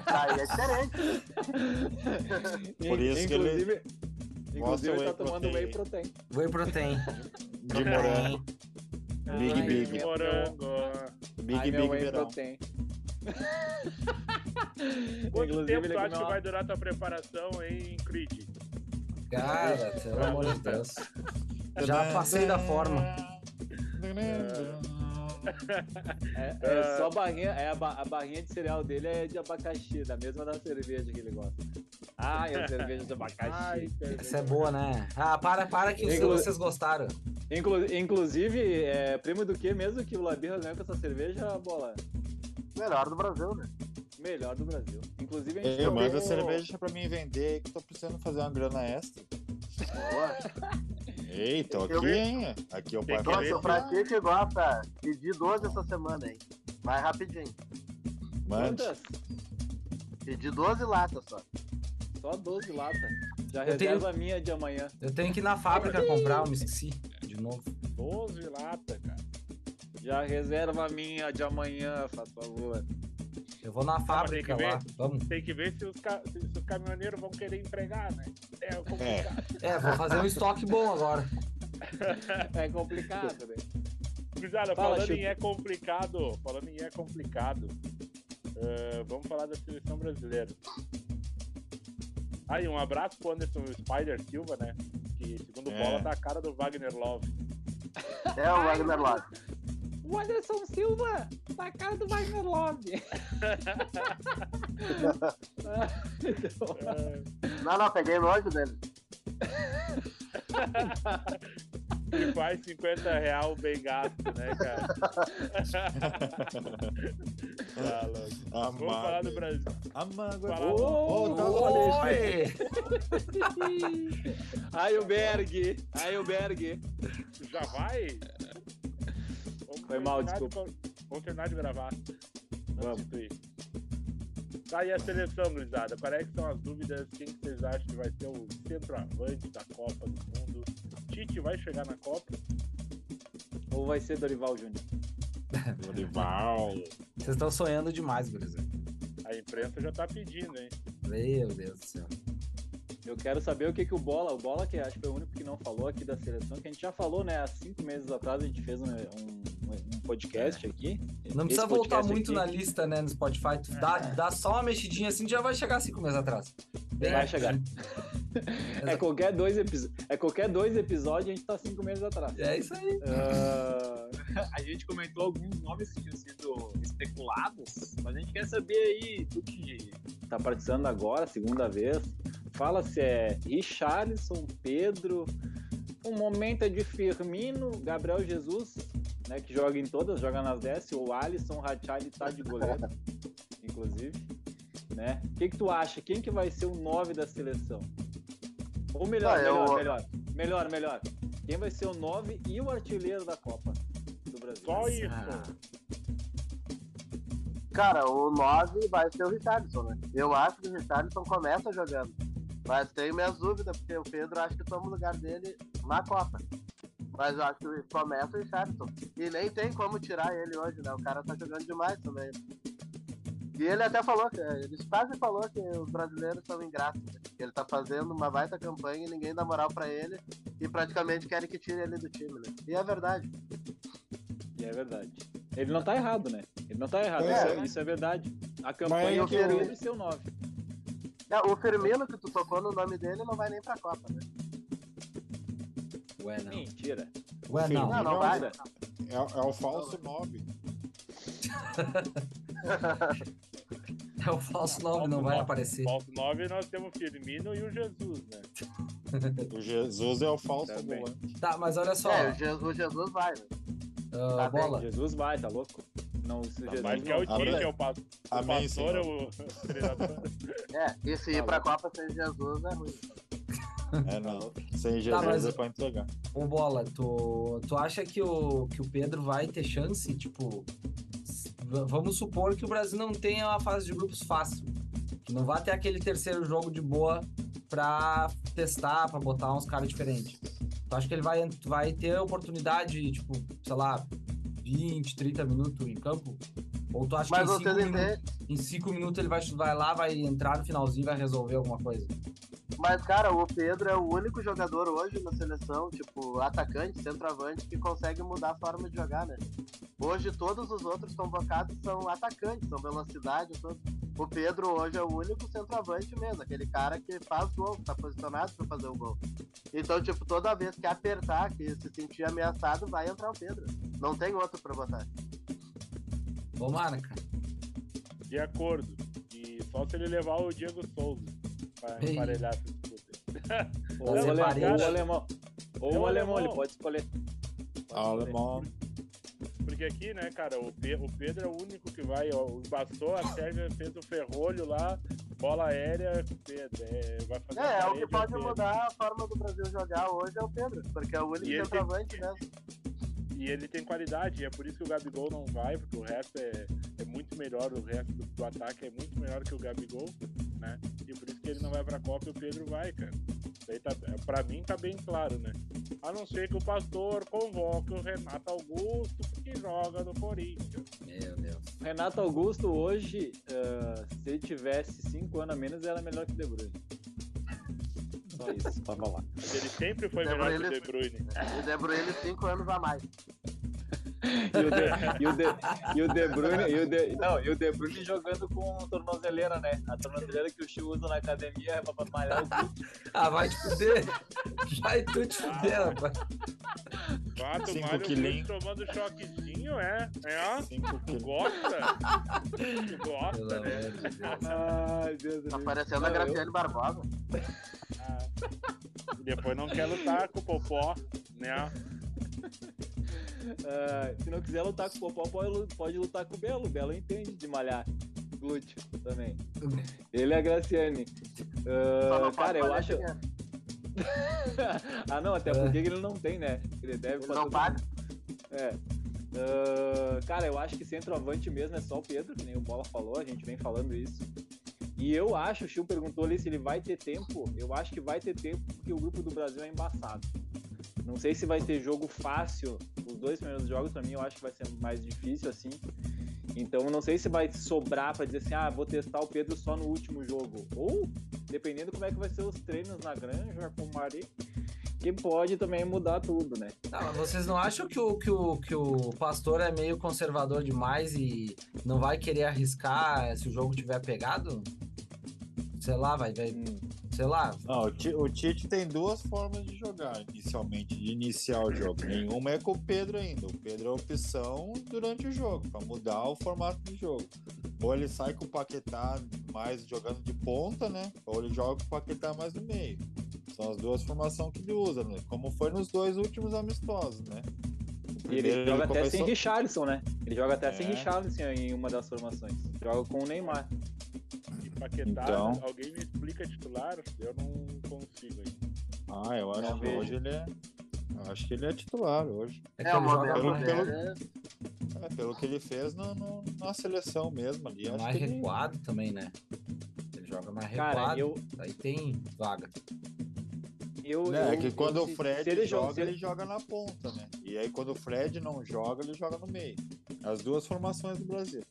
[SPEAKER 4] Aí é diferente. <laughs>
[SPEAKER 3] Por isso que ele-
[SPEAKER 6] inclusive,
[SPEAKER 3] Mostra
[SPEAKER 6] inclusive ele
[SPEAKER 3] whey
[SPEAKER 6] tá tomando whey protein.
[SPEAKER 7] Whey protein.
[SPEAKER 3] De morango. Big,
[SPEAKER 6] Ai,
[SPEAKER 3] big.
[SPEAKER 2] De Morango.
[SPEAKER 3] Big,
[SPEAKER 6] Ai, meu
[SPEAKER 3] big
[SPEAKER 6] whey
[SPEAKER 3] verão.
[SPEAKER 6] protein.
[SPEAKER 2] <laughs> Quanto tempo
[SPEAKER 6] ele é
[SPEAKER 2] tu acha
[SPEAKER 6] comeu
[SPEAKER 2] que
[SPEAKER 6] uma-
[SPEAKER 2] vai durar tua preparação em Creed?
[SPEAKER 5] Cara, pelo amor de Deus. Já passei da forma.
[SPEAKER 6] É,
[SPEAKER 2] Ah.
[SPEAKER 6] é só barrinha, é a, ba- a barrinha de cereal dele é de abacaxi, da mesma da cerveja que ele gosta. Ai, a cerveja de abacaxi.
[SPEAKER 5] Essa é boa, né? Ah, para, para que
[SPEAKER 6] Inclu-
[SPEAKER 5] vocês gostaram.
[SPEAKER 6] Inclu- inclusive, é primo do que mesmo que o Labirra ganhou com essa cerveja, bola?
[SPEAKER 4] Melhor do Brasil, né?
[SPEAKER 6] Melhor do Brasil. Inclusive, a gente
[SPEAKER 3] Eu
[SPEAKER 6] não
[SPEAKER 3] mando a
[SPEAKER 6] tem o-
[SPEAKER 3] cerveja pra mim vender aí que eu tô precisando fazer uma grana extra.
[SPEAKER 4] Boa.
[SPEAKER 3] Eita,
[SPEAKER 4] Eu-
[SPEAKER 3] aqui, hein? Aqui é o
[SPEAKER 2] Tem um.
[SPEAKER 3] pai
[SPEAKER 2] que
[SPEAKER 3] vai
[SPEAKER 2] ver
[SPEAKER 4] Nossa,
[SPEAKER 3] falar.
[SPEAKER 4] pra ti que gosta, pedi 12 essa semana, hein? Vai rapidinho.
[SPEAKER 3] Mande.
[SPEAKER 6] Quantas?
[SPEAKER 4] Pedi 12 latas só.
[SPEAKER 6] Só 12 latas. Já
[SPEAKER 5] Eu tenho-
[SPEAKER 6] reserva a minha de amanhã.
[SPEAKER 5] Eu tenho que ir na fábrica comprar, eu me esqueci. De novo.
[SPEAKER 2] 12 lata, cara.
[SPEAKER 6] Já reserva a minha de amanhã, faz favor.
[SPEAKER 5] Eu vou na fábrica
[SPEAKER 2] tem que
[SPEAKER 5] lá. Vamos.
[SPEAKER 2] Tem que ver se os, ca- se- se os caminhoneiros vão querer entregar, né? É complicado.
[SPEAKER 5] É, vou fazer um estoque bom agora.
[SPEAKER 6] É complicado, né?
[SPEAKER 2] Gurizada,
[SPEAKER 6] Fala,
[SPEAKER 2] falando em
[SPEAKER 6] Chico.
[SPEAKER 2] é complicado, falando em é complicado, ah, vamos falar da seleção brasileira. Aí, um abraço pro Anderson Spider Silva, né? Que, segundo
[SPEAKER 3] É.
[SPEAKER 2] bola, tá a cara do Wagner Love.
[SPEAKER 4] É o Wagner Love.
[SPEAKER 6] O Anderson Silva, na cara do Wagner <laughs> Love.
[SPEAKER 2] Ah,
[SPEAKER 4] Não, não, peguei longe dele.
[SPEAKER 2] E faz 50 real bem gasto, né, cara? <laughs> Tá louco. Vamos falar do
[SPEAKER 3] Amargo.
[SPEAKER 2] Brasil.
[SPEAKER 3] Amargo.
[SPEAKER 2] Falar-
[SPEAKER 3] Ô, tá louco.
[SPEAKER 5] Oi!
[SPEAKER 6] Ai, o Berg. Ai, o Berg.
[SPEAKER 2] Já vai? Vamos
[SPEAKER 6] Foi mal,
[SPEAKER 2] terminar de con- Vamos terminar de gravar. Vamos. instituir. Tá aí a seleção, gurizada. Qual é que são as dúvidas? Quem que vocês acham que vai ser o centroavante da Copa do Mundo? Tite vai chegar na Copa?
[SPEAKER 6] Ou vai ser Dorival Júnior?
[SPEAKER 3] Dorival.
[SPEAKER 5] Vocês estão sonhando demais, Brasil.
[SPEAKER 2] A imprensa já tá pedindo, hein?
[SPEAKER 5] Meu Deus do céu.
[SPEAKER 6] Eu quero saber o que, que o Bola, o Bola que acho que foi o único que não falou aqui da seleção, que a gente já falou, né? Há cinco meses atrás a gente fez um, um- um
[SPEAKER 5] É.
[SPEAKER 6] podcast aqui.
[SPEAKER 5] Não precisa
[SPEAKER 6] Esse
[SPEAKER 5] voltar
[SPEAKER 6] podcast
[SPEAKER 5] muito
[SPEAKER 6] aqui
[SPEAKER 5] na lista, né, no Spotify. Tu dá, dá só uma mexidinha assim, já vai chegar cinco meses atrás. Bem
[SPEAKER 6] Vai
[SPEAKER 5] rapidinho.
[SPEAKER 6] chegar. É qualquer, dois episo- é qualquer dois episódios, a gente tá cinco meses atrás.
[SPEAKER 5] É isso aí.
[SPEAKER 6] Ah, <laughs> a gente comentou alguns nomes que tinham sido especulados, mas a gente quer saber aí, tu que tá participando agora, segunda vez, fala se é Richarlison, Pedro, um momento é de Firmino, Gabriel Jesus, né, que joga em todas, joga nas 10, o Alisson, Rachali tá de goleiro, inclusive, né? O que que tu acha? Quem que vai ser o 9 da seleção? Ou melhor,
[SPEAKER 4] Ah, eu-
[SPEAKER 6] melhor, melhor, melhor, melhor. Quem vai ser o 9 e o artilheiro da Copa do Brasil?
[SPEAKER 2] Só isso.
[SPEAKER 4] Cara, o 9 vai ser o Richardson, né? Eu acho que o Richardson começa jogando. Mas tenho minhas dúvidas, porque o Pedro acho que toma o lugar dele na Copa. Mas eu acho que começa o Richardson. E nem tem como tirar ele hoje, né? O cara tá jogando demais também. E ele até falou, que- é, ele quase falou que os brasileiros são ingratos. né? Que Ele tá fazendo uma baita campanha e ninguém dá moral pra ele. E praticamente querem que tire ele do time, né? E é verdade.
[SPEAKER 6] E é verdade. Ele não tá errado, né? Ele não tá errado,
[SPEAKER 3] É.
[SPEAKER 6] isso, é, isso é verdade. A campanha
[SPEAKER 4] eu
[SPEAKER 6] que eu
[SPEAKER 4] quero-
[SPEAKER 6] vejo é ser o 9.
[SPEAKER 4] É, o Firmino, que tu tocou no nome dele, não vai nem pra Copa, né?
[SPEAKER 5] Ué, não.
[SPEAKER 6] Mentira.
[SPEAKER 5] Ué, não. né?
[SPEAKER 4] Não, não vai.
[SPEAKER 6] Mentira.
[SPEAKER 3] É, é o falso 9.
[SPEAKER 5] É o falso nome, não vai aparecer.
[SPEAKER 2] Falta 9 nós temos o Firmino e o Jesus, né?
[SPEAKER 3] O Jesus é o falso
[SPEAKER 6] Também.
[SPEAKER 3] ambulante.
[SPEAKER 5] Tá, mas olha só.
[SPEAKER 4] É, o Jesus, o Jesus vai, né?
[SPEAKER 5] ah,
[SPEAKER 4] tá bem,
[SPEAKER 5] bola.
[SPEAKER 6] Jesus vai, tá louco? Não, se Jesus
[SPEAKER 2] Mas que é
[SPEAKER 6] não.
[SPEAKER 2] o Tite,
[SPEAKER 3] Amém.
[SPEAKER 2] é o pas- o
[SPEAKER 3] Amém,
[SPEAKER 2] pastor, é
[SPEAKER 3] Senhor.
[SPEAKER 2] o o <laughs> treinador.
[SPEAKER 4] É, e se
[SPEAKER 5] Tá
[SPEAKER 4] ir pra Copa sem Jesus é ruim.
[SPEAKER 3] É, não. Sem Jesus
[SPEAKER 5] mas-
[SPEAKER 3] é pra entregar.
[SPEAKER 5] Ô, Bola, tu, tu acha que o, que o Pedro vai ter chance? Tipo, s- v- vamos supor que o Brasil não tenha uma fase de grupos fácil. Que não vá ter aquele terceiro jogo de boa pra testar, pra botar uns caras diferentes. Tu acha que ele vai, vai ter oportunidade, tipo, sei lá, 20, 30 minutos em campo? Ou tu acha
[SPEAKER 4] Mas
[SPEAKER 5] que em
[SPEAKER 4] vocês
[SPEAKER 5] cinco, minutos,
[SPEAKER 4] entendem.
[SPEAKER 5] em cinco minutos ele vai, vai lá, vai entrar no finalzinho e vai resolver alguma coisa?
[SPEAKER 4] Mas, cara, o Pedro é o único jogador hoje na seleção, tipo, atacante, centroavante, que consegue mudar a forma de jogar, né? Hoje todos os outros convocados são atacantes, são velocidade, tudo. O Pedro hoje é o único centroavante mesmo, aquele cara que faz gol, tá posicionado pra fazer o gol. Então, tipo, toda vez que apertar, que se sentir ameaçado, vai entrar o Pedro. Não tem outro pra botar.
[SPEAKER 5] Tomara, cara.
[SPEAKER 2] De acordo. E só se ele levar o Diego Souza pra
[SPEAKER 5] Ei.
[SPEAKER 2] emparelhar essa disputa.
[SPEAKER 6] Ou
[SPEAKER 5] Mas
[SPEAKER 6] o
[SPEAKER 5] é
[SPEAKER 6] alemão,
[SPEAKER 5] parente.
[SPEAKER 6] ou o alemão. Ou
[SPEAKER 2] É
[SPEAKER 6] o
[SPEAKER 2] o
[SPEAKER 6] alemão,
[SPEAKER 2] alemão.
[SPEAKER 6] ele pode escolher.
[SPEAKER 3] Ah, o alemão.
[SPEAKER 2] Porque aqui, né, cara, o, Pe- o Pedro é o único que vai, ó, o bastou, a Sérvia fez o ferrolho lá, bola aérea, o Pedro. É, vai fazer
[SPEAKER 4] É, é o
[SPEAKER 2] parede,
[SPEAKER 4] que pode
[SPEAKER 2] Pedro.
[SPEAKER 4] mudar a forma do Brasil jogar hoje é o Pedro, porque é o único
[SPEAKER 2] E ele-
[SPEAKER 4] centroavante mesmo.
[SPEAKER 2] E ele tem qualidade, e é por isso que o Gabigol não vai, porque o resto é, é muito melhor, o resto do, do ataque é muito melhor que o Gabigol, né? E por isso que ele não vai pra Copa e o Pedro vai, cara. Isso aí tá, pra mim tá bem claro, né? A não ser que o Pastor convoque o Renato Augusto, que joga no Corinthians.
[SPEAKER 5] Meu Deus.
[SPEAKER 6] Renato Augusto hoje, ah, se ele tivesse 5 anos a menos, era melhor que o De Bruyne. Só isso, pra falar.
[SPEAKER 2] Mas ele sempre foi
[SPEAKER 4] De
[SPEAKER 2] melhor que o
[SPEAKER 4] Bruyne-
[SPEAKER 2] De Bruyne.
[SPEAKER 4] E De Bruyne cinco anos a mais.
[SPEAKER 6] E o De, e o de, e o de Bruyne, e o de, não, e o De Bruyne jogando com tornozeleira, né? A tornozeleira que o Chiu usa na academia é pra malhar o cu.
[SPEAKER 5] Ah, vai te fuder. <laughs> Vai tu te fuder, rapaz.
[SPEAKER 2] Quatro,
[SPEAKER 3] Cinco
[SPEAKER 2] Mário
[SPEAKER 3] quilinhos.
[SPEAKER 2] Cruz tomando choquezinho, é? É, ó?
[SPEAKER 3] Cinco
[SPEAKER 2] Tu
[SPEAKER 3] quilos.
[SPEAKER 2] gosta? tu
[SPEAKER 5] Pelo
[SPEAKER 2] gosta, né?
[SPEAKER 5] amor de Deus.
[SPEAKER 6] Ai, Deus do
[SPEAKER 4] Tá
[SPEAKER 6] céu.
[SPEAKER 4] parecendo a
[SPEAKER 6] Não, eu-
[SPEAKER 4] Graciane Barbosa.
[SPEAKER 2] Ah. Depois não quer lutar com o Popó, né?
[SPEAKER 6] Ah, se não quiser lutar com o Popó, pode, lu- pode lutar com o Belo. O Belo entende de malhar glúteo também.
[SPEAKER 4] Hum.
[SPEAKER 6] Ele é a Graciane. Ah,
[SPEAKER 4] Só não pode
[SPEAKER 6] cara, eu
[SPEAKER 4] fazer
[SPEAKER 6] acho.
[SPEAKER 4] dinheiro.
[SPEAKER 6] <laughs> ah, não, até porque ele não tem, né? Ele deve
[SPEAKER 4] Ele
[SPEAKER 6] pra
[SPEAKER 4] É. não
[SPEAKER 6] todo
[SPEAKER 4] paga.
[SPEAKER 6] mundo. É. Ah, cara, eu acho que centroavante mesmo é só o Pedro, que nem o Bola falou, a gente vem falando isso. E eu acho, o Chiu perguntou ali se ele vai ter tempo. Eu acho que vai ter tempo, porque o grupo do Brasil é embaçado. Não sei se vai ter jogo fácil. Os dois primeiros jogos, pra mim, eu acho que vai ser mais difícil, assim. Então, não sei se vai sobrar pra dizer assim, ah, vou testar o Pedro só no último jogo. Ou, dependendo como é que vai ser os treinos na granja com o Mari, que pode também mudar tudo, né?
[SPEAKER 5] Tá, mas vocês não acham que o, que, o, que o pastor é meio conservador demais e não vai querer arriscar se o jogo tiver pegado? Sei lá, vai, vai sei lá.
[SPEAKER 3] Não, o Ti- o Tite tem duas formas de jogar inicialmente, de iniciar o jogo. Nenhuma é com o Pedro ainda. O Pedro é opção durante o jogo, para mudar o formato do jogo. Ou ele sai com o Paquetá mais jogando de ponta, né? Ou ele joga com o Paquetá mais no meio. São as duas formações que ele usa, né? Como foi nos dois últimos amistosos, né? O
[SPEAKER 6] E ele
[SPEAKER 3] primeiro
[SPEAKER 6] joga até sem
[SPEAKER 3] começou-
[SPEAKER 6] Richarlison, né? Ele joga até sem
[SPEAKER 3] É.
[SPEAKER 6] Richarlison em uma das formações. Joga com o Neymar.
[SPEAKER 2] E Paquetá,
[SPEAKER 3] Então.
[SPEAKER 2] alguém me explica titular? Eu não consigo aí.
[SPEAKER 3] Ah, eu acho
[SPEAKER 6] Não
[SPEAKER 3] que
[SPEAKER 6] vejo.
[SPEAKER 3] hoje ele é... Eu acho que ele é titular hoje.
[SPEAKER 5] que
[SPEAKER 4] É, o
[SPEAKER 5] ele joga
[SPEAKER 4] momento
[SPEAKER 5] mais-
[SPEAKER 3] pelo-
[SPEAKER 4] dele.
[SPEAKER 3] É, pelo que ele fez no, no- na seleção mesmo ali. Acho
[SPEAKER 5] mais
[SPEAKER 3] que ele-
[SPEAKER 5] recuado também, né? Ele joga mais
[SPEAKER 3] É
[SPEAKER 5] recuado,
[SPEAKER 6] Cara, eu.
[SPEAKER 5] aí tem vaga.
[SPEAKER 6] eu,
[SPEAKER 3] É,
[SPEAKER 6] Tipo, eu-
[SPEAKER 3] que quando
[SPEAKER 6] se-
[SPEAKER 3] o Fred
[SPEAKER 6] se ele
[SPEAKER 3] joga,
[SPEAKER 6] se
[SPEAKER 3] ele... joga na ponta, né? E aí quando o Fred não joga, ele joga no meio. As duas formações do Brasil.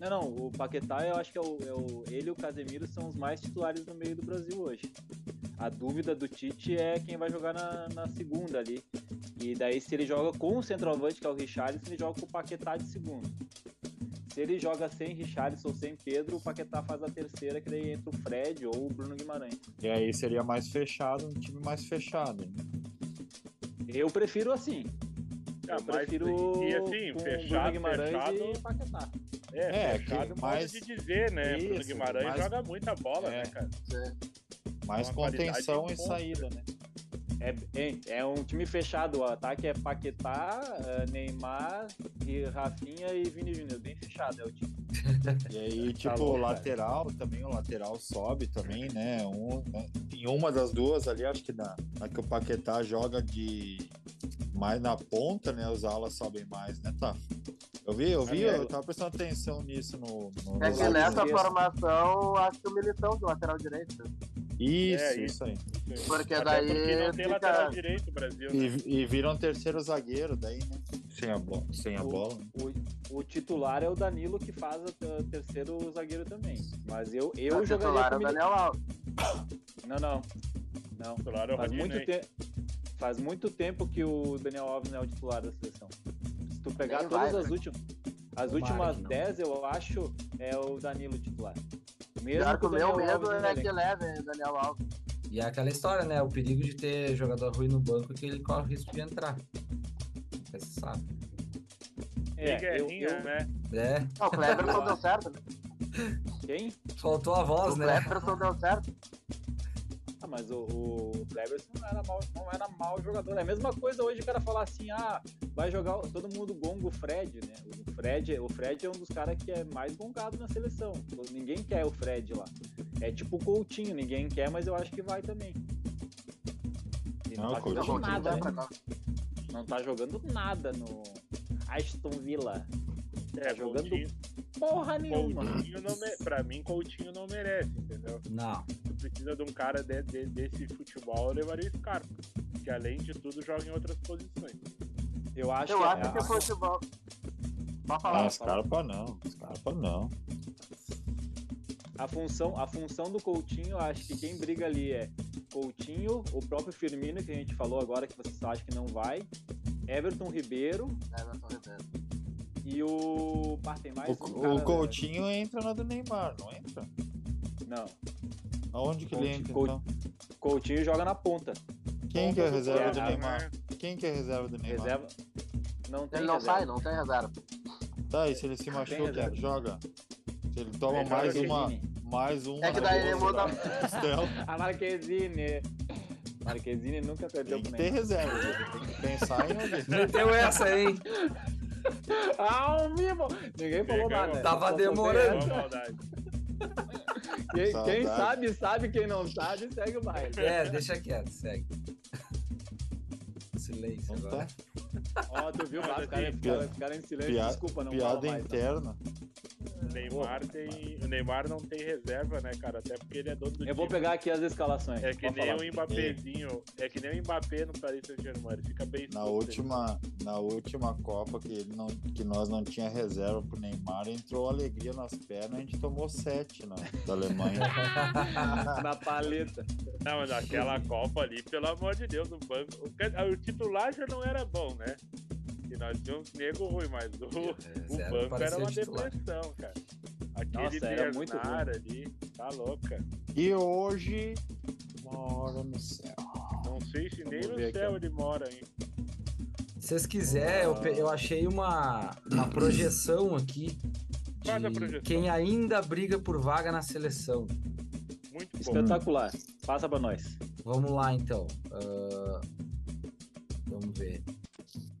[SPEAKER 6] Não, não, o Paquetá eu acho que é o, é o- ele e o Casemiro são os mais titulares no meio do Brasil hoje. A dúvida do Tite é quem vai jogar na, na segunda ali. E daí se ele joga com o centroavante, que é o Richarlison, ele joga com o Paquetá de segundo. Se ele joga sem Richarlison ou sem Pedro, o Paquetá faz a terceira, que daí entra o Fred ou o Bruno Guimarães.
[SPEAKER 3] E aí seria mais fechado, um time mais fechado. né?
[SPEAKER 6] Eu prefiro assim.
[SPEAKER 2] Ah, mas-
[SPEAKER 6] Eu prefiro
[SPEAKER 2] e assim,
[SPEAKER 6] com Bruno
[SPEAKER 2] fechado,
[SPEAKER 6] Guimarães
[SPEAKER 2] fechado.
[SPEAKER 6] e Paquetá.
[SPEAKER 2] É,
[SPEAKER 3] É,
[SPEAKER 2] fechado
[SPEAKER 3] que
[SPEAKER 2] modo
[SPEAKER 3] mais-
[SPEAKER 2] de dizer, né? Bruno
[SPEAKER 3] Isso,
[SPEAKER 2] Guimarães
[SPEAKER 3] mais-
[SPEAKER 2] joga muita bola,
[SPEAKER 3] É.
[SPEAKER 2] né, cara?
[SPEAKER 3] Mais
[SPEAKER 2] Uma
[SPEAKER 3] contenção
[SPEAKER 2] qualidade
[SPEAKER 3] e
[SPEAKER 2] de ponta.
[SPEAKER 3] saída, né?
[SPEAKER 6] É, hein, é um time fechado, o ataque é Paquetá, eh, Neymar, e Rafinha e Vini Júnior, bem fechado é o time.
[SPEAKER 3] E aí, tipo, o
[SPEAKER 6] louco,
[SPEAKER 3] lateral também, o lateral sobe também, né? Um, né? Em uma das duas ali, acho que na, na que o Paquetá joga de mais na ponta, né? Os alas sobem mais, né, tá? Eu vi, eu vi,
[SPEAKER 6] É,
[SPEAKER 3] eu tava prestando atenção nisso no. no
[SPEAKER 4] É
[SPEAKER 3] no
[SPEAKER 4] que
[SPEAKER 3] lado
[SPEAKER 4] nessa
[SPEAKER 6] esquerdo.
[SPEAKER 4] formação, acho que o Militão do lateral direito. né?
[SPEAKER 3] Isso,
[SPEAKER 2] É,
[SPEAKER 3] isso aí.
[SPEAKER 2] Sim.
[SPEAKER 4] Porque
[SPEAKER 2] Até
[SPEAKER 4] daí
[SPEAKER 2] Porque não tem
[SPEAKER 4] fica-
[SPEAKER 2] lateral direito no Brasil, né?
[SPEAKER 3] E, e vira um terceiro zagueiro daí, né? Sem a, bo- sem a
[SPEAKER 6] O-
[SPEAKER 3] bola. né?
[SPEAKER 6] O, o titular é o Danilo que faz o te- terceiro zagueiro também. Mas eu,
[SPEAKER 4] Pra
[SPEAKER 6] eu jogaria
[SPEAKER 4] titular é o
[SPEAKER 6] com o Mili-
[SPEAKER 4] Daniel Alves.
[SPEAKER 6] Não, não. Não.
[SPEAKER 2] Claro, é o
[SPEAKER 6] Faz
[SPEAKER 2] Rodinei.
[SPEAKER 6] muito, te... Faz muito tempo que o Daniel Alves não é o titular da seleção. Se tu pegar
[SPEAKER 4] Nem
[SPEAKER 6] todas
[SPEAKER 4] vai,
[SPEAKER 6] as
[SPEAKER 4] né?
[SPEAKER 6] últimas. As
[SPEAKER 5] Tomara
[SPEAKER 6] últimas
[SPEAKER 5] que não.
[SPEAKER 6] 10, eu acho, é o Danilo titular. Mesmo
[SPEAKER 4] Pior que o meu
[SPEAKER 6] Daniel
[SPEAKER 4] medo
[SPEAKER 6] Alves né, no
[SPEAKER 4] é
[SPEAKER 6] elenco.
[SPEAKER 4] que leve o Daniel Alves.
[SPEAKER 5] E é aquela história, né? O perigo de ter jogador ruim no banco é que ele corre o risco de entrar. Você sabe.
[SPEAKER 2] Tem
[SPEAKER 6] É, eu,
[SPEAKER 2] guerrinha,
[SPEAKER 6] eu...
[SPEAKER 2] né?
[SPEAKER 5] É,
[SPEAKER 4] Não, o Cleberson deu certo, né?
[SPEAKER 6] Quem?
[SPEAKER 5] faltou a voz,
[SPEAKER 4] O
[SPEAKER 5] né?
[SPEAKER 4] Cleberson deu certo.
[SPEAKER 6] Ah, mas o, o Cleberson não era, mal, não era mal jogador. É a mesma coisa hoje o cara falar assim, ah, vai jogar o- todo mundo gonga o Fred, né? O Fred, o Fred é um dos caras que é mais gongado na seleção. Ninguém quer o Fred lá. É tipo o Coutinho, ninguém quer, mas eu acho que vai também. Ele
[SPEAKER 3] Não,
[SPEAKER 6] tá
[SPEAKER 3] o Coutinho
[SPEAKER 6] jogando
[SPEAKER 4] Não,
[SPEAKER 6] nada,
[SPEAKER 4] vai
[SPEAKER 6] né?
[SPEAKER 4] pra cá.
[SPEAKER 6] Não tá jogando nada no Aston Villa.
[SPEAKER 2] É,
[SPEAKER 6] tá jogando
[SPEAKER 2] Coutinho,
[SPEAKER 6] Porra nenhuma.
[SPEAKER 2] Coutinho não me... Pra mim, Coutinho não merece, entendeu?
[SPEAKER 5] Não.
[SPEAKER 2] Tu precisa de um cara de- de- desse futebol, eu levaria o Scarpa. Que além de tudo joga em outras posições.
[SPEAKER 6] Eu acho
[SPEAKER 4] Eu
[SPEAKER 6] que, é
[SPEAKER 4] acho que
[SPEAKER 6] a-
[SPEAKER 4] o futebol. Pode
[SPEAKER 3] Ah,
[SPEAKER 4] falar.
[SPEAKER 3] Scarpa não. Scarpa não.
[SPEAKER 6] A função, a função do Coutinho, eu acho que quem briga ali é Coutinho, o próprio Firmino, que a gente falou agora, que vocês acham que não vai, Everton Ribeiro
[SPEAKER 4] Cleberson Né, Ribeiro.
[SPEAKER 6] e o. Pá, tem mais?
[SPEAKER 3] O,
[SPEAKER 6] um
[SPEAKER 3] o
[SPEAKER 6] cara,
[SPEAKER 3] Coutinho entra na do Neymar, não entra?
[SPEAKER 6] velho. Não.
[SPEAKER 3] Aonde que ele
[SPEAKER 6] Coutinho-
[SPEAKER 3] entra,
[SPEAKER 6] Coutinho-
[SPEAKER 3] então?
[SPEAKER 6] Coutinho joga na ponta.
[SPEAKER 3] Quem que é a reserva do
[SPEAKER 6] Ceará,
[SPEAKER 3] Neymar? Quem que é a reserva do Neymar?
[SPEAKER 6] Reserva. Não tem.
[SPEAKER 4] Ele não
[SPEAKER 6] reserva.
[SPEAKER 4] sai, não tem reserva.
[SPEAKER 3] Tá, e se ele se machuca,
[SPEAKER 6] reserva.
[SPEAKER 3] joga. Se ele toma
[SPEAKER 6] Ele joga
[SPEAKER 3] mais
[SPEAKER 6] Chiellini.
[SPEAKER 3] uma, mais uma.
[SPEAKER 4] É que daí ele
[SPEAKER 3] boa,
[SPEAKER 4] muda.
[SPEAKER 3] costela,
[SPEAKER 6] A Ah, Marquezine. Marquezine nunca perdeu
[SPEAKER 3] Tem
[SPEAKER 6] pro
[SPEAKER 3] que ter
[SPEAKER 6] Neymar.
[SPEAKER 3] reserva, gente. tem que pensar em alguém.
[SPEAKER 5] <laughs> Meteu essa, hein?
[SPEAKER 6] Ah, o Mimo! Ninguém falou
[SPEAKER 2] Pegamos.
[SPEAKER 6] nada.
[SPEAKER 5] Tava
[SPEAKER 6] Eu só soltei
[SPEAKER 5] demorando.
[SPEAKER 2] Uma maldade.
[SPEAKER 6] essa. Quem, quem
[SPEAKER 3] Saudade.
[SPEAKER 6] sabe, sabe. Quem não sabe, segue o baile.
[SPEAKER 5] É, deixa quieto, segue. <laughs> Silêncio
[SPEAKER 3] Então
[SPEAKER 5] agora.
[SPEAKER 3] tá,
[SPEAKER 6] Ó, tu viu?
[SPEAKER 2] Mas
[SPEAKER 6] Os caras
[SPEAKER 2] assim,
[SPEAKER 6] ficaram- ficaram em silêncio.
[SPEAKER 3] piada-
[SPEAKER 6] Desculpa, não
[SPEAKER 3] piada
[SPEAKER 6] falo mais. tá?
[SPEAKER 3] interna.
[SPEAKER 2] O Neymar tem. O Neymar não tem reserva, né, cara? Até porque ele é dono do
[SPEAKER 6] Eu vou
[SPEAKER 2] time.
[SPEAKER 6] pegar aqui as escalações.
[SPEAKER 2] É que
[SPEAKER 6] Pode
[SPEAKER 2] nem
[SPEAKER 6] falar.
[SPEAKER 2] o Mbappézinho. É que nem o Mbappé no Paris Saint-Germain. Ele fica bem
[SPEAKER 3] Na
[SPEAKER 2] solto,
[SPEAKER 3] última, na última Copa que, ele não, que nós não tinha reserva pro Neymar, entrou alegria nas pernas, a gente tomou sete na, da Alemanha.
[SPEAKER 6] na paleta.
[SPEAKER 2] ele. Não, mas naquela Copa ali, pelo amor de Deus, no banco. O, ca- o titular já não era bom, né? E nós tínhamos um nego ruim, mas o, o
[SPEAKER 5] É, Zero
[SPEAKER 2] banco era
[SPEAKER 5] parecia
[SPEAKER 2] uma
[SPEAKER 5] titular.
[SPEAKER 2] depressão, cara. Aquele
[SPEAKER 6] Nossa, era muito ruim.
[SPEAKER 2] Bernard ali, tá louca.
[SPEAKER 3] e hoje, uma hora no céu.
[SPEAKER 2] Não sei se nem
[SPEAKER 3] Vamos
[SPEAKER 2] no
[SPEAKER 3] ver aqui,
[SPEAKER 2] céu
[SPEAKER 3] ó.
[SPEAKER 2] ele mora, hein?
[SPEAKER 5] Se vocês quiserem, eu, pe- eu achei uma, uma projeção aqui.
[SPEAKER 2] Faz a
[SPEAKER 5] de
[SPEAKER 2] projeção.
[SPEAKER 5] Quem ainda briga por vaga na seleção.
[SPEAKER 2] Muito bom.
[SPEAKER 6] Espetacular. Passa pra nós.
[SPEAKER 5] Vamos lá, então. Ah, vamos ver.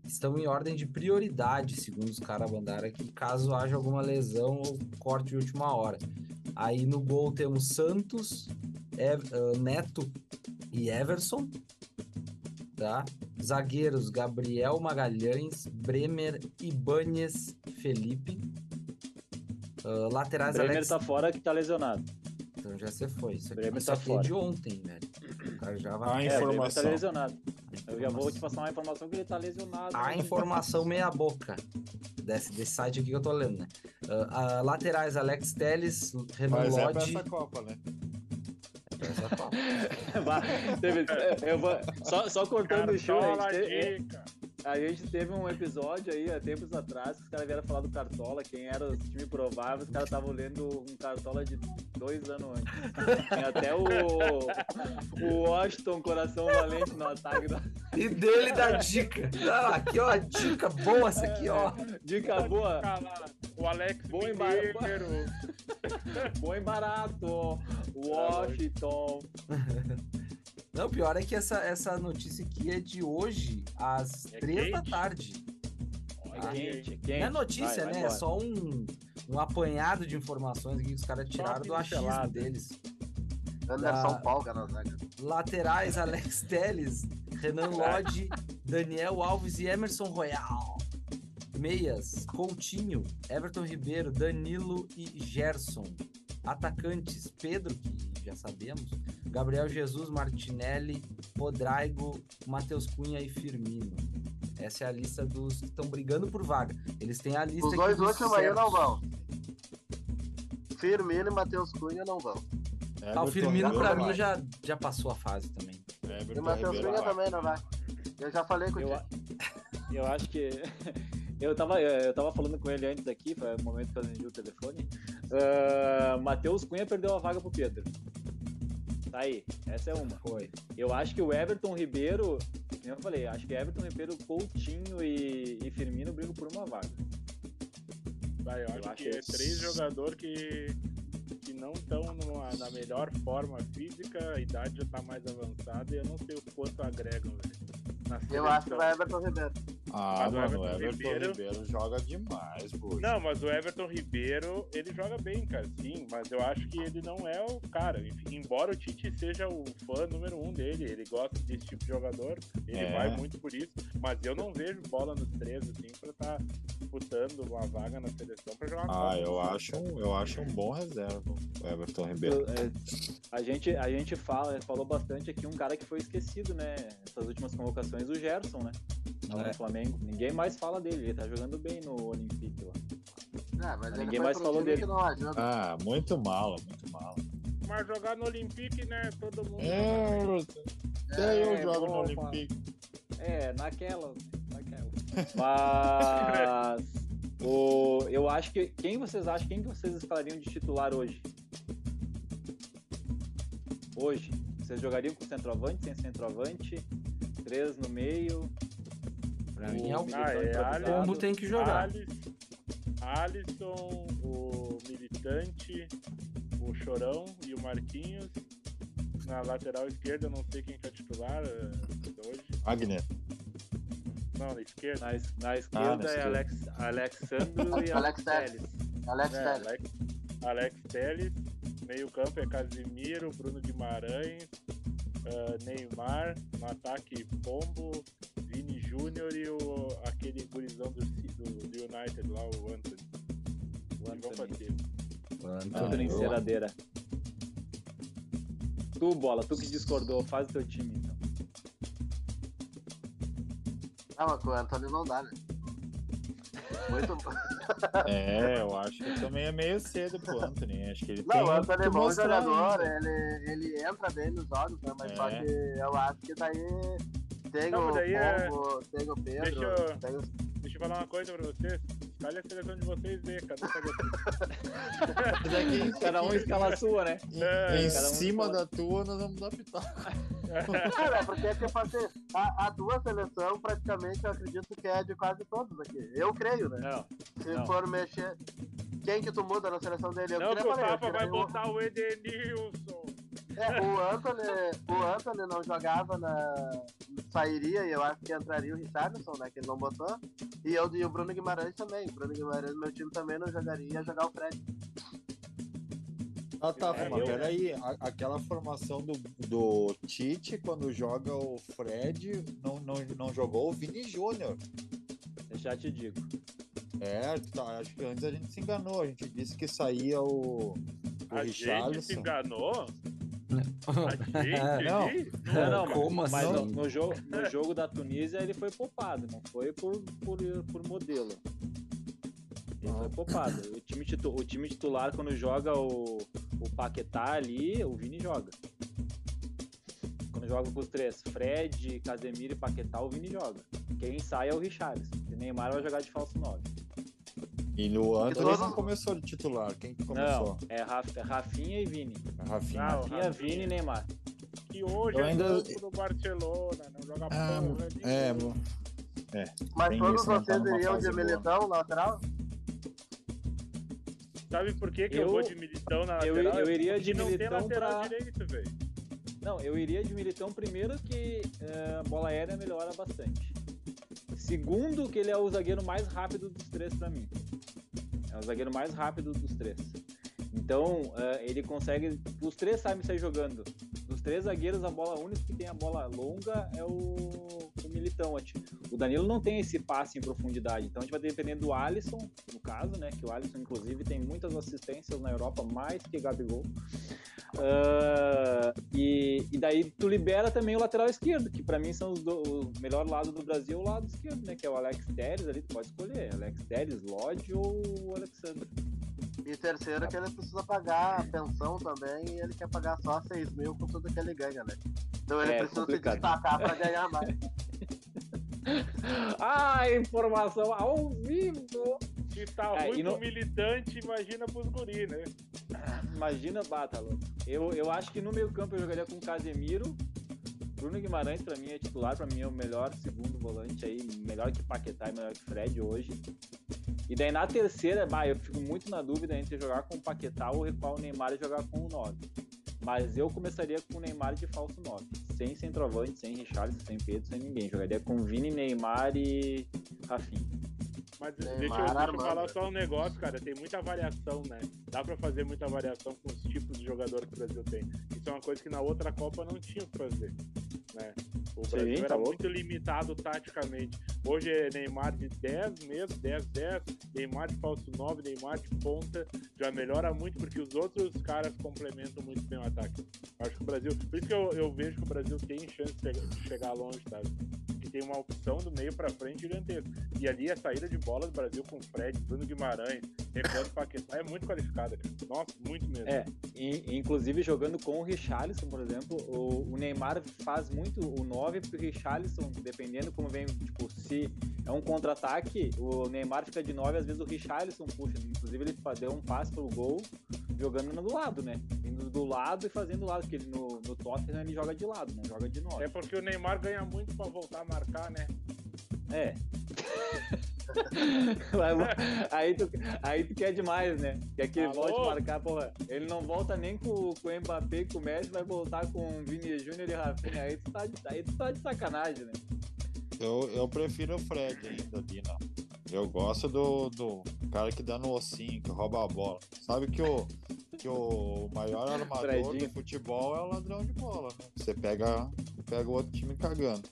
[SPEAKER 5] Estão em ordem de prioridade, segundo os caras mandaram aqui, caso haja alguma lesão ou corte de última hora. Aí no gol temos Santos, Ev- ah, Neto e Everson. Tá? Zagueiros, Gabriel Magalhães, Bremer, Ibanes, Felipe. Ah,
[SPEAKER 6] O
[SPEAKER 5] laterais,
[SPEAKER 6] Bremer
[SPEAKER 5] Alex
[SPEAKER 6] tá fora que tá lesionado.
[SPEAKER 5] então já você foi. Isso aqui,
[SPEAKER 6] Bremer
[SPEAKER 5] isso
[SPEAKER 6] tá
[SPEAKER 5] aqui é
[SPEAKER 6] fora.
[SPEAKER 5] de ontem, velho. O cara já
[SPEAKER 3] A
[SPEAKER 5] vai.
[SPEAKER 6] É, o Bremer
[SPEAKER 3] informação.
[SPEAKER 6] tá lesionado. Eu já vou te passar uma informação que ele tá lesionado. <laughs>
[SPEAKER 5] A informação meia boca desse, desse site aqui que eu tô lendo, né? Ah, ah, laterais, Alex Teles, Renan
[SPEAKER 3] Mas é pra
[SPEAKER 5] Lodge.
[SPEAKER 3] essa Copa, né?
[SPEAKER 5] Essa Copa.
[SPEAKER 6] Vai, teve- eu vou- só, só cortando o show, a
[SPEAKER 2] Cartola,
[SPEAKER 6] gente, teve,
[SPEAKER 2] dica.
[SPEAKER 6] a gente teve um episódio aí há tempos atrás que os caras vieram falar do Cartola, quem era o time provável, os caras estavam lendo um Cartola de dois anos antes. Tem até o, o Washington Coração Valente no ataque da
[SPEAKER 5] <laughs> E deu ele da dica. Ah, aqui, ó, dica boa essa aqui, ó.
[SPEAKER 6] Dica boa,
[SPEAKER 2] Cala, Tá O Alex
[SPEAKER 6] Bom
[SPEAKER 2] Mineiro,
[SPEAKER 6] embalo. bom e barato. Washington.
[SPEAKER 5] Não, pior é que essa, essa notícia aqui é de hoje, às
[SPEAKER 2] É
[SPEAKER 5] três da
[SPEAKER 2] quente?
[SPEAKER 5] tarde.
[SPEAKER 6] É quente, é quente.
[SPEAKER 5] Não é notícia,
[SPEAKER 6] Vai,
[SPEAKER 5] né?
[SPEAKER 6] vai
[SPEAKER 5] é
[SPEAKER 6] embora.
[SPEAKER 5] só um, um apanhado de informações aqui que os caras tiraram do achismo
[SPEAKER 2] pincelada.
[SPEAKER 5] deles.
[SPEAKER 4] Anderson
[SPEAKER 6] Ah.
[SPEAKER 4] né,
[SPEAKER 5] Da-
[SPEAKER 4] Polga na zaga.
[SPEAKER 5] Laterais, <laughs> Alex Teles, Renan
[SPEAKER 4] É.
[SPEAKER 5] Lodge, Daniel Alves e Emerson Royal. Meias, Coutinho, Everton Ribeiro, Danilo e Gerson. Atacantes, Pedro, que já sabemos, Gabriel Jesus, Martinelli, Podraigo, Matheus Cunha e Firmino. Essa é a lista dos que estão brigando por vaga. Eles têm a lista
[SPEAKER 4] Os
[SPEAKER 5] aqui
[SPEAKER 4] dois
[SPEAKER 5] dos
[SPEAKER 4] últimos aí
[SPEAKER 5] certos.
[SPEAKER 4] não vão. Firmino e Matheus Cunha não vão.
[SPEAKER 5] Ah, o
[SPEAKER 3] Everton
[SPEAKER 5] Firmino pra
[SPEAKER 3] Ribeiro
[SPEAKER 5] mim
[SPEAKER 3] vai.
[SPEAKER 5] já, já passou a fase também.
[SPEAKER 4] E
[SPEAKER 3] Everton
[SPEAKER 4] o Matheus
[SPEAKER 3] Ribeiro
[SPEAKER 4] Cunha
[SPEAKER 3] vai.
[SPEAKER 4] também não vai. Eu já falei com o
[SPEAKER 6] Eu,
[SPEAKER 4] Tite.
[SPEAKER 6] <laughs> eu acho que. Eu tava, eh, eu tava falando com ele antes aqui, foi o momento que eu atendi o telefone. Ah, Matheus Cunha perdeu a vaga pro Pedro. Tá aí, essa é uma.
[SPEAKER 5] Foi.
[SPEAKER 6] Eu acho que o Everton Ribeiro, que nem eu falei, acho que Everton Ribeiro, Coutinho e, e Firmino brigam por uma vaga.
[SPEAKER 2] Vai, eu, acho
[SPEAKER 6] acho
[SPEAKER 2] que é
[SPEAKER 6] isso.
[SPEAKER 2] três jogadores que, que não estão na melhor forma física, a idade já tá mais avançada e eu não sei o quanto agregam, velho. Na
[SPEAKER 4] Eu
[SPEAKER 2] seleção.
[SPEAKER 4] acho que vai Everton Ribeiro.
[SPEAKER 3] Ah,
[SPEAKER 2] Mas o
[SPEAKER 3] mano, o
[SPEAKER 2] Tá Everton
[SPEAKER 3] Everton
[SPEAKER 2] Ribeiro-
[SPEAKER 3] Ribeiro... joga demais, pô.
[SPEAKER 2] Não, mas o Everton Ribeiro, ele joga bem, cara, sim, mas eu acho que ele não é o cara. Enfim, Embora o Tite seja o fã número um dele, ele gosta desse tipo de jogador, ele
[SPEAKER 3] É.
[SPEAKER 2] vai muito por isso, mas eu não vejo bola nos três, assim, pra estar tá disputando uma vaga na seleção pra jogar uma
[SPEAKER 3] Ah,
[SPEAKER 2] Copa.
[SPEAKER 3] eu acho, um- eu acho um bom reserva o Everton Ribeiro.
[SPEAKER 6] É, A gente, a gente fala, falou bastante aqui um cara que foi esquecido, né? Essas últimas convocações, o Gerson, né? Lá
[SPEAKER 5] É.
[SPEAKER 6] no Flamengo. Ninguém mais fala dele, ele tá jogando bem no Olympique lá.
[SPEAKER 4] Ah, mas ele
[SPEAKER 6] Ninguém
[SPEAKER 4] foi
[SPEAKER 6] mais
[SPEAKER 4] pro
[SPEAKER 6] falou
[SPEAKER 4] time
[SPEAKER 6] dele.
[SPEAKER 4] que não ajuda.
[SPEAKER 3] Ah, muito mala, muito mala.
[SPEAKER 2] Mas jogar no Olympique, né, todo mundo...
[SPEAKER 3] É, Everton, até eu
[SPEAKER 6] é,
[SPEAKER 3] jogo no
[SPEAKER 6] opa.
[SPEAKER 3] Olympique.
[SPEAKER 6] É, naquela, naquela. Mas o, eu acho que. Quem vocês acham? Quem que vocês escalariam de titular hoje? Hoje. Vocês jogariam com centroavante, sem centroavante? Três no meio.
[SPEAKER 5] Pra mim é Ah, o
[SPEAKER 6] Militão
[SPEAKER 2] Ah, é,
[SPEAKER 6] improvisado.
[SPEAKER 2] Alice.
[SPEAKER 5] combo tem que jogar.
[SPEAKER 2] Alis- Alisson, o Militante, o Chorão e o Marquinhos. Na lateral esquerda, eu não sei quem que é titular eh, hoje.
[SPEAKER 3] Wagner.
[SPEAKER 2] Não, na esquerda.
[SPEAKER 6] Na, es-
[SPEAKER 5] Ah,
[SPEAKER 6] na esquerda é
[SPEAKER 3] esquerda.
[SPEAKER 6] Alex, Alexandro
[SPEAKER 4] <laughs> Alex
[SPEAKER 6] e Alex
[SPEAKER 4] Telles.
[SPEAKER 6] Telles.
[SPEAKER 4] Alex
[SPEAKER 2] É,
[SPEAKER 4] Telles.
[SPEAKER 2] Alex, Alex Telles. Meio campo é Casimiro, Bruno Guimarães, eh, Neymar. No ataque, Pombo, Vini Júnior e o, aquele gurizão do, Ci- do, do United lá, o Anthony.
[SPEAKER 6] O
[SPEAKER 2] Eles vão
[SPEAKER 6] Anthony.
[SPEAKER 2] fazer.
[SPEAKER 6] Anthony
[SPEAKER 3] Ah, eu-
[SPEAKER 6] Enceradeira. Tu, bola, tu que discordou, faz o teu time
[SPEAKER 4] <laughs>
[SPEAKER 6] então.
[SPEAKER 4] Ah, mas com o Antônio não dá, né? Muito bom.
[SPEAKER 3] É, eu acho que também é meio cedo pro Anthony. Acho que ele tem
[SPEAKER 4] Não, o Antônio é
[SPEAKER 3] que
[SPEAKER 4] bom
[SPEAKER 3] mostrar um
[SPEAKER 4] jogador,
[SPEAKER 3] ainda.
[SPEAKER 4] ele, ele entra bem nos jogos, né? Mas
[SPEAKER 3] É.
[SPEAKER 4] só que eu acho que daí tem
[SPEAKER 2] Não,
[SPEAKER 4] o
[SPEAKER 2] mas daí é-
[SPEAKER 4] Pombo, tem o Pedro,
[SPEAKER 2] Deixa eu-
[SPEAKER 4] tem os... <laughs>
[SPEAKER 2] Deixa eu falar uma coisa pra vocês. Escolhe a seleção de vocês e cada um pega a sua.
[SPEAKER 6] Cada um escala a sua, né?
[SPEAKER 2] É,
[SPEAKER 3] Em
[SPEAKER 6] cada um
[SPEAKER 3] cima
[SPEAKER 6] escolhe.
[SPEAKER 3] da tua, nós vamos dar pitaco.
[SPEAKER 4] Cara, porque é que eu passei a, a duas seleção praticamente eu acredito que é de quase todos aqui. Eu creio, né?
[SPEAKER 6] Não.
[SPEAKER 4] Se
[SPEAKER 6] não.
[SPEAKER 4] for mexer... Quem que tu muda na seleção dele? Eu
[SPEAKER 2] Não,
[SPEAKER 4] queria
[SPEAKER 2] que o
[SPEAKER 4] falar, um- eu
[SPEAKER 2] Rafa vai
[SPEAKER 4] tirei o-
[SPEAKER 2] botar o Edenilson.
[SPEAKER 4] É, o Anthony, o Anthony não jogava na. Sairia e eu acho que entraria o Richardson, né? Que ele não botou. E eu e o Bruno Guimarães também. Bruno Guimarães, meu time também não jogaria, ia jogar o Fred.
[SPEAKER 3] Ah, tá,
[SPEAKER 2] É,
[SPEAKER 3] mas
[SPEAKER 2] eu-
[SPEAKER 3] peraí. a- Aquela formação do, do Tite, quando joga o Fred, não, não, não jogou o Vini Júnior.
[SPEAKER 6] Eu já te digo.
[SPEAKER 3] É, tá, acho que antes a gente se enganou. A gente disse que saía o, o
[SPEAKER 2] A gente se
[SPEAKER 3] Richarlison.
[SPEAKER 2] enganou? A gente?
[SPEAKER 3] Não.
[SPEAKER 2] Ih,
[SPEAKER 6] Não, não, mas-
[SPEAKER 5] Como
[SPEAKER 6] mas no,
[SPEAKER 5] assim?
[SPEAKER 6] no jogo, no jogo da Tunísia ele foi poupado, não foi por, por, por modelo. Ele foi poupado. O time, titu- o time titular, quando joga o, o Paquetá ali, o Vini joga. Quando joga com os três, Fred, Casemiro e Paquetá, o Vini joga. Quem sai é o Richarlison. E o Neymar vai jogar de falso 9.
[SPEAKER 3] E no Anthony
[SPEAKER 4] todos-
[SPEAKER 3] não começou de titular. Quem que
[SPEAKER 6] Não,
[SPEAKER 3] começou?
[SPEAKER 6] é Raf- é Rafinha e Vini.
[SPEAKER 3] Rafinha.
[SPEAKER 2] Ah, o
[SPEAKER 6] Rafinha, Vini e Neymar.
[SPEAKER 2] que hoje
[SPEAKER 3] Eu
[SPEAKER 2] é
[SPEAKER 3] ainda-
[SPEAKER 2] campo do Barcelona, não joga
[SPEAKER 3] Ah,
[SPEAKER 2] porra
[SPEAKER 3] é,
[SPEAKER 2] nenhuma.
[SPEAKER 4] Mas
[SPEAKER 3] Tem
[SPEAKER 4] todos
[SPEAKER 3] isso, não tá
[SPEAKER 4] vocês
[SPEAKER 3] numa
[SPEAKER 4] iriam
[SPEAKER 3] fase
[SPEAKER 4] de
[SPEAKER 3] boa.
[SPEAKER 4] militão lateral?
[SPEAKER 2] Sabe por que, que eu,
[SPEAKER 6] Eu-
[SPEAKER 2] vou de militão na
[SPEAKER 6] eu-
[SPEAKER 2] lateral?
[SPEAKER 6] eu iria
[SPEAKER 2] Porque
[SPEAKER 6] de
[SPEAKER 2] não tem
[SPEAKER 6] militão
[SPEAKER 2] lateral
[SPEAKER 6] pra-
[SPEAKER 2] direito, velho.
[SPEAKER 6] Não, eu iria de Militão primeiro que eh, a bola aérea melhora bastante. Segundo que ele é o zagueiro mais rápido dos três pra mim. É o zagueiro mais rápido dos três. Então eh, ele consegue. Os três sabem sair jogando. Dos três zagueiros a bola única que tem a bola longa é o, o Militão. acho. O Danilo não tem esse passe em profundidade. Então a gente vai depender do Alisson, no caso, né? Que o Alisson inclusive tem muitas assistências na Europa mais que Gabigol. Ah, e E, e daí tu libera também o lateral esquerdo, que pra mim são os, do, o melhor lado do Brasil, é o lado esquerdo, né? Que é o Alex Teres ali, tu pode escolher. Alex Teres, Lodge ou o Alexandre.
[SPEAKER 4] E terceiro é que ele precisa pagar a pensão também e ele quer pagar só 6 mil com tudo que ele ganha, né? Então ele
[SPEAKER 6] É,
[SPEAKER 4] precisa
[SPEAKER 6] complicado.
[SPEAKER 4] se destacar pra ganhar mais. É
[SPEAKER 6] Ah, informação ao vivo!
[SPEAKER 2] Se tá
[SPEAKER 6] É,
[SPEAKER 2] ruim
[SPEAKER 6] e no-
[SPEAKER 2] pro militante, imagina pros guri, né?
[SPEAKER 6] Imagina, bata, louco. Eu, eu acho que no meio campo eu jogaria com Casemiro. Bruno Guimarães, pra mim, é titular. Pra mim, é o melhor segundo volante aí. Melhor que Paquetá e melhor que Fred hoje. E daí, na terceira, bah, eu fico muito na dúvida entre jogar com o Paquetá ou recuar o Neymar e jogar com o 9. Mas eu começaria com o Neymar de falso 9. Sem centroavante, sem Richarlison, sem Pedro, sem ninguém. Jogaria com Vini, Neymar e Rafinha.
[SPEAKER 2] Mas
[SPEAKER 4] Neymar
[SPEAKER 2] deixa, eu, deixa eu
[SPEAKER 4] armando.
[SPEAKER 2] falar só um negócio, cara. Tem muita variação, né? Dá pra fazer muita variação com os tipos de jogador que o Brasil tem. Isso é uma coisa que na outra Copa não tinha o que fazer. Né? O
[SPEAKER 6] Sim,
[SPEAKER 2] Brasil
[SPEAKER 6] tá
[SPEAKER 2] era
[SPEAKER 6] louco.
[SPEAKER 2] muito limitado taticamente. Hoje é Neymar de 10 mesmo, 10, 10, Neymar de falso 9, Neymar de ponta. Já melhora muito porque os outros caras complementam muito bem o ataque. Acho que o Brasil. Por isso que eu, eu vejo que o Brasil tem chance de chegar- de chegar longe, sabe? Que tem uma opção do meio pra frente gigantesca. E ali a saída de bola do Brasil com Fred, Bruno Guimarães, Record Paquetá é muito qualificada. cara. Nossa, muito mesmo.
[SPEAKER 6] É, In- Inclusive jogando com o Richarlison, por exemplo, o, o Neymar faz muito o 9, porque o Richarlison, dependendo como vem, tipo, se é um contra-ataque, o Neymar fica de 9, às vezes o Richarlison puxa. Inclusive ele fa- deu um passe pro gol jogando do lado, né? Indo do lado e fazendo do lado, porque ele no, no Tottenham ele joga de lado, não joga de 9.
[SPEAKER 2] É porque o Neymar ganha muito pra voltar a marcar, né?
[SPEAKER 6] É. Vai vo- aí, tu, aí tu quer demais, né? Quer que ele
[SPEAKER 2] Alô?
[SPEAKER 6] volte marcar, porra. Ele não volta nem com, com o Mbappé e com o Messi, vai voltar com o Vini Júnior e Rafinha. Aí tu, tá de, aí tu tá de sacanagem, né?
[SPEAKER 3] Eu, eu prefiro o Fred ainda ali, não. Eu gosto do, do cara que dá no ossinho, que rouba a bola. Sabe que o, que o maior armador
[SPEAKER 6] Fredinho.
[SPEAKER 3] do futebol é o ladrão de bola, né? Você pega, pega o outro time cagando.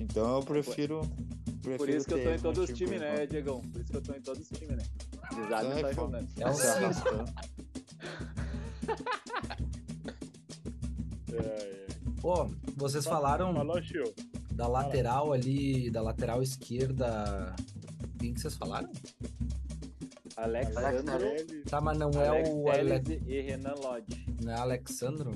[SPEAKER 3] Então eu prefiro.
[SPEAKER 6] Por
[SPEAKER 3] prefiro
[SPEAKER 6] isso que eu tô
[SPEAKER 3] ter
[SPEAKER 6] em
[SPEAKER 3] um
[SPEAKER 6] todos os
[SPEAKER 3] time
[SPEAKER 6] times, né,
[SPEAKER 3] por
[SPEAKER 6] Diegão? Por isso que eu tô em todos os times, né? Exato,
[SPEAKER 3] Sai
[SPEAKER 6] tá
[SPEAKER 3] fora.
[SPEAKER 6] jogando.
[SPEAKER 5] É um
[SPEAKER 3] Se
[SPEAKER 5] sim.
[SPEAKER 3] arrastando.
[SPEAKER 2] É, é.
[SPEAKER 5] Pô, vocês falaram
[SPEAKER 2] Falou, Chiu.
[SPEAKER 5] da lateral ali, da lateral esquerda. Quem que vocês falaram?
[SPEAKER 6] Alex
[SPEAKER 4] Alex
[SPEAKER 6] Sandro,
[SPEAKER 2] Ele-
[SPEAKER 5] Tá, mas não é
[SPEAKER 6] Alex
[SPEAKER 5] o Alex,
[SPEAKER 6] Telles e Renan Lodge.
[SPEAKER 5] não é Alexandro?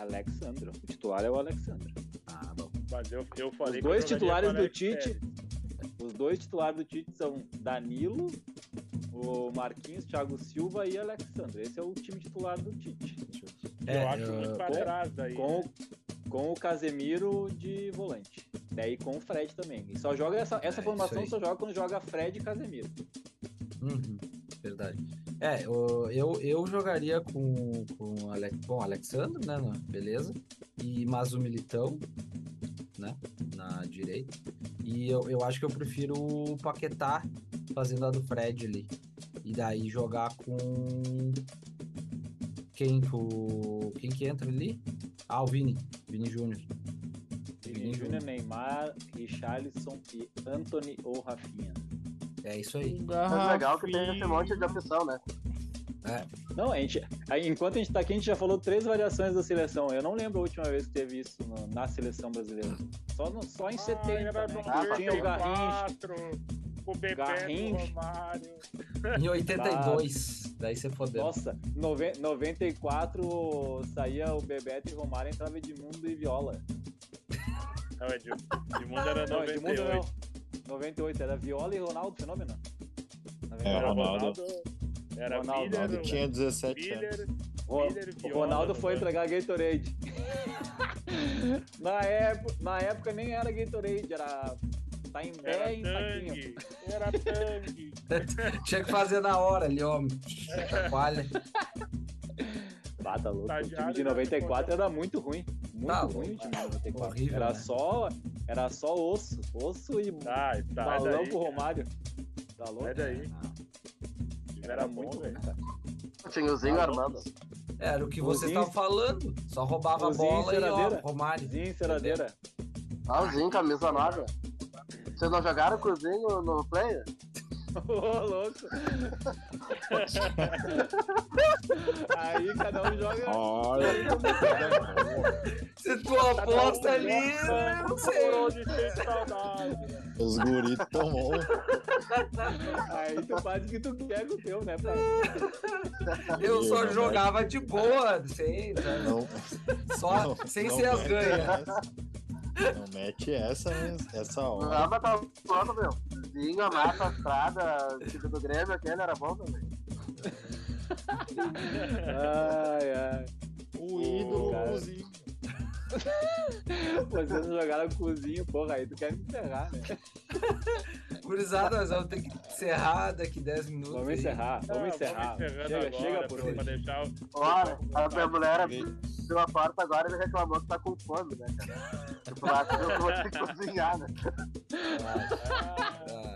[SPEAKER 6] Alexandro. O titular é o Alexandro.
[SPEAKER 5] Ah, bom.
[SPEAKER 2] Mas eu, eu falei
[SPEAKER 6] Os dois
[SPEAKER 2] que eu jogaria com
[SPEAKER 6] titulares
[SPEAKER 2] É,
[SPEAKER 6] do
[SPEAKER 2] Alex
[SPEAKER 6] Tite.
[SPEAKER 2] Telles.
[SPEAKER 6] Os dois titulares do Tite são Danilo, o Marquinhos, Thiago Silva e Alexandre. Esse é o time titular do Tite.
[SPEAKER 5] É,
[SPEAKER 2] eu acho
[SPEAKER 5] eu-
[SPEAKER 2] muito pra
[SPEAKER 6] com-
[SPEAKER 2] trás aí.
[SPEAKER 6] Com, o- com o Casemiro de volante. Daí com o Fred também. E só joga essa, essa
[SPEAKER 5] É,
[SPEAKER 6] formação
[SPEAKER 5] isso
[SPEAKER 6] só joga quando joga Fred e Casemiro.
[SPEAKER 5] Uhum, verdade. É, o- eu, eu jogaria com, com o Alex, bom, Alexandre, né? na- Beleza. E mais o Militão, né? Na direita. E eu, eu acho que eu prefiro o Paquetá fazendo a do Fred ali. E daí jogar com. Quem, com... Quem que entra ali? Ah, o Vini. Vini Júnior.
[SPEAKER 6] Vini Júnior, Neymar, Richarlison e Anthony ou Rafinha.
[SPEAKER 5] É isso aí.
[SPEAKER 2] Ah,
[SPEAKER 4] Mas legal que tem esse monte de opção, né?
[SPEAKER 6] Não, a gente, a- enquanto a gente tá aqui, a gente já falou três variações da seleção. Eu não lembro a última vez que teve isso no- na seleção brasileira. Só, no- só em
[SPEAKER 2] Ah,
[SPEAKER 6] 70,
[SPEAKER 2] era
[SPEAKER 6] né?
[SPEAKER 2] no
[SPEAKER 6] Que
[SPEAKER 4] Ah,
[SPEAKER 6] tinha o Garrincha.
[SPEAKER 2] 94, O Bebeto, o
[SPEAKER 6] Garrincha.
[SPEAKER 2] Romário.
[SPEAKER 5] Em 82. daí você fodeu.
[SPEAKER 6] Nossa, noven- 94 saía o Bebeto e Romário, entrava Edmundo e Viola.
[SPEAKER 2] Não, Edmundo Edmundo era
[SPEAKER 6] Não, Edmundo
[SPEAKER 2] 98.
[SPEAKER 6] não. 98, era Viola e Ronaldo, fenômeno.
[SPEAKER 3] É,
[SPEAKER 2] Era
[SPEAKER 3] Ronaldo.
[SPEAKER 2] Ronaldo. Era
[SPEAKER 6] Ronaldo.
[SPEAKER 2] Miller,
[SPEAKER 3] Ronaldo tinha 17 anos.
[SPEAKER 2] Miller,
[SPEAKER 6] Ro-
[SPEAKER 2] Miller,
[SPEAKER 6] O
[SPEAKER 2] Viola,
[SPEAKER 6] Ronaldo foi
[SPEAKER 2] Romário.
[SPEAKER 6] entregar Gatorade. <laughs> na, época, na época nem era Gatorade, era tá em pé
[SPEAKER 2] Era
[SPEAKER 6] em saquinho.
[SPEAKER 2] Tang. Era Tang.
[SPEAKER 5] Tinha que fazer na hora ali, ó. Chacoalha.
[SPEAKER 6] Ah, tá louco. O time
[SPEAKER 2] Estagiário,
[SPEAKER 6] de
[SPEAKER 2] né?
[SPEAKER 6] 94 era muito ruim. Muito
[SPEAKER 5] Tá
[SPEAKER 6] ruim o
[SPEAKER 5] louco,
[SPEAKER 6] time de 94.
[SPEAKER 5] Horrível,
[SPEAKER 6] era,
[SPEAKER 5] né?
[SPEAKER 6] só, era só osso. Osso e
[SPEAKER 2] Tá, tá.
[SPEAKER 6] balão
[SPEAKER 2] daí,
[SPEAKER 6] pro Romário. Tá louco?
[SPEAKER 2] Sai daí. Era muito
[SPEAKER 6] bom,
[SPEAKER 2] velho.
[SPEAKER 4] Tinha o Zinho
[SPEAKER 2] Tá
[SPEAKER 4] Armando.
[SPEAKER 5] Era o que você
[SPEAKER 6] Os
[SPEAKER 5] estava falando. Só roubava a
[SPEAKER 6] Os
[SPEAKER 5] bola e ó,
[SPEAKER 6] enceradeira.
[SPEAKER 5] Romário.
[SPEAKER 6] Zinho, seradeira.
[SPEAKER 4] Ah, o Zinho, camisa nova. Vocês não jogaram com o Zinho no player?
[SPEAKER 6] <laughs> Ô,
[SPEAKER 5] <laughs>
[SPEAKER 6] louco. Aí cada um joga.
[SPEAKER 3] Olha,
[SPEAKER 5] tipo, a aposta ali, eu não
[SPEAKER 2] Por
[SPEAKER 5] sei.
[SPEAKER 2] onde tem saudade.
[SPEAKER 3] Os guris tomou. um.
[SPEAKER 6] Aí tu faz o que tu quer com o teu, né, pai?
[SPEAKER 5] Eu só
[SPEAKER 3] Não,
[SPEAKER 5] jogava de boa, sem,
[SPEAKER 3] Não,
[SPEAKER 5] só,
[SPEAKER 3] não,
[SPEAKER 5] sem
[SPEAKER 3] não
[SPEAKER 5] ser as
[SPEAKER 3] mete
[SPEAKER 5] ganhas.
[SPEAKER 3] essa. Não mete essa, né? Essa hora.
[SPEAKER 4] Não, mas tá louco, meu. Vinho, massa, estrada, tipo do Grêmio, aquele era bom também.
[SPEAKER 6] Ai, ai.
[SPEAKER 3] O
[SPEAKER 6] ídolo,
[SPEAKER 3] ídolo,
[SPEAKER 6] cara.
[SPEAKER 3] cozinho.
[SPEAKER 6] Vocês não jogaram cozinho, porra, aí tu quer me encerrar, né?
[SPEAKER 5] Gurizada, nós vamos ter que encerrar daqui 10 minutos.
[SPEAKER 6] Vamos
[SPEAKER 5] aí.
[SPEAKER 6] encerrar,
[SPEAKER 2] Ah,
[SPEAKER 6] vamos encerrar.
[SPEAKER 2] encerrando
[SPEAKER 6] Chega,
[SPEAKER 2] agora,
[SPEAKER 6] chega por
[SPEAKER 2] pra-
[SPEAKER 6] hoje.
[SPEAKER 2] pra deixar o-
[SPEAKER 4] Olha, a minha mulher abriu a porta agora e me reclamou que tá com fome, né, cara? Tipo, lá, eu vou ter que cozinhar, né?
[SPEAKER 2] Ah,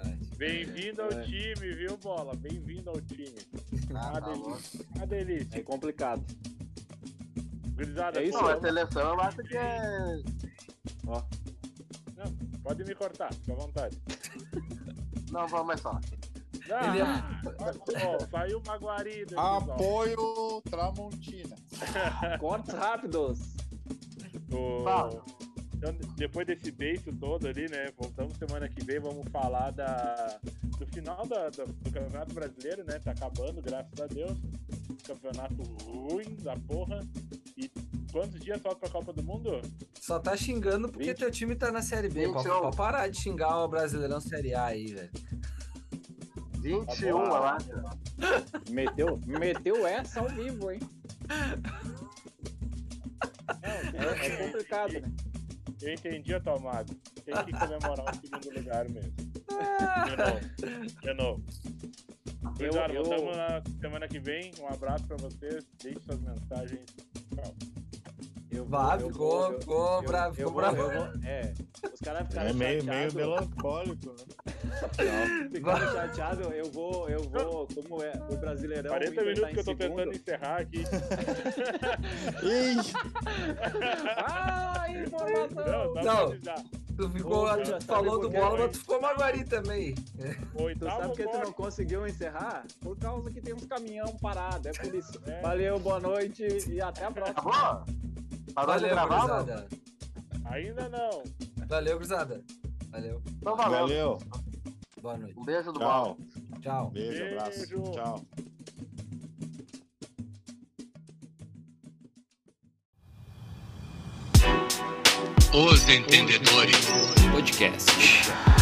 [SPEAKER 5] Ai,
[SPEAKER 2] Bem-vindo ao
[SPEAKER 6] É.
[SPEAKER 2] time, viu, Bola? Bem-vindo ao time.
[SPEAKER 4] Ah,
[SPEAKER 2] Uma
[SPEAKER 4] tá louco.
[SPEAKER 2] delícia. Uma delícia.
[SPEAKER 6] É complicado.
[SPEAKER 2] Gurizada,
[SPEAKER 6] É isso,
[SPEAKER 4] Não,
[SPEAKER 2] pô,
[SPEAKER 4] a seleção eu acho que é.
[SPEAKER 6] Ó,
[SPEAKER 2] pode me cortar, fica à vontade.
[SPEAKER 4] Não, vamos mais só.
[SPEAKER 5] Ele é-
[SPEAKER 2] Ah, ó, saiu uma guarida.
[SPEAKER 3] Ah,
[SPEAKER 2] pessoal.
[SPEAKER 3] Apoio Tramontina.
[SPEAKER 6] cortes rápidos.
[SPEAKER 2] O-
[SPEAKER 4] Fala.
[SPEAKER 2] Então, depois desse beijo todo ali, né? Voltamos semana que vem, vamos falar da, do final da- da- do Campeonato Brasileiro, né? Tá acabando, graças a Deus. Campeonato ruim da porra. E quantos dias falta pra Copa do Mundo?
[SPEAKER 5] Só tá xingando porque
[SPEAKER 6] Vinte.
[SPEAKER 5] teu time tá na Série B. Pode,
[SPEAKER 4] 21.
[SPEAKER 5] pode parar de xingar o Brasileirão Série A aí, velho.
[SPEAKER 4] 21, eu acho.
[SPEAKER 6] Meteu, meteu essa ao vivo, hein? É, é complicado, né?
[SPEAKER 2] Eu entendi a tua mágoa. Tem que comemorar o segundo lugar mesmo. De novo. De novo. Cuidado,
[SPEAKER 6] eu-
[SPEAKER 2] voltamos na semana que vem. Um abraço pra vocês. Deixe suas mensagens. Tchau.
[SPEAKER 6] Eu vou-
[SPEAKER 5] Vá,
[SPEAKER 6] eu
[SPEAKER 5] ficou,
[SPEAKER 6] vou- eu-
[SPEAKER 5] ficou
[SPEAKER 6] eu-
[SPEAKER 5] bravo,
[SPEAKER 6] eu
[SPEAKER 5] ficou
[SPEAKER 6] vou-
[SPEAKER 5] bravo.
[SPEAKER 6] eu vou- É, os caras ficaram
[SPEAKER 3] É meio, meio
[SPEAKER 6] chateados.
[SPEAKER 3] melancólico, né?
[SPEAKER 6] Ficaram chateados, eu vou, eu vou, como é, o Brasileirão...
[SPEAKER 2] 40
[SPEAKER 6] o Inter
[SPEAKER 2] minutos
[SPEAKER 6] tá em
[SPEAKER 2] que eu tô
[SPEAKER 6] segundo.
[SPEAKER 2] tentando encerrar aqui.
[SPEAKER 3] Ih,
[SPEAKER 6] <laughs> Ah,
[SPEAKER 2] Não,
[SPEAKER 6] informação!
[SPEAKER 2] dá
[SPEAKER 5] Não.
[SPEAKER 2] pra avisar.
[SPEAKER 5] Tu ficou,
[SPEAKER 6] Ô,
[SPEAKER 5] tu
[SPEAKER 6] já sabe
[SPEAKER 5] falou do
[SPEAKER 6] por quê,
[SPEAKER 5] bola,
[SPEAKER 6] né?
[SPEAKER 5] mas tu ficou maguari também.
[SPEAKER 6] Tu sabe
[SPEAKER 2] Oitavo
[SPEAKER 6] por que tu não
[SPEAKER 2] corte.
[SPEAKER 6] conseguiu encerrar? Por causa que tem uns caminhão parado, é por isso.
[SPEAKER 2] É.
[SPEAKER 6] Valeu, boa noite e até a próxima.
[SPEAKER 4] Acabou? Parou de
[SPEAKER 5] Valeu,
[SPEAKER 4] gravar, mano?
[SPEAKER 5] gurizada.
[SPEAKER 2] Ainda não.
[SPEAKER 5] Valeu, gurizada. Valeu.
[SPEAKER 4] Então valeu.
[SPEAKER 3] valeu.
[SPEAKER 5] Boa noite.
[SPEAKER 4] Um beijo do mal.
[SPEAKER 3] Tchau.
[SPEAKER 5] Tchau.
[SPEAKER 3] Beijo,
[SPEAKER 2] Beijo.
[SPEAKER 3] abraço. Tchau.
[SPEAKER 1] Os Entendedores Podcast.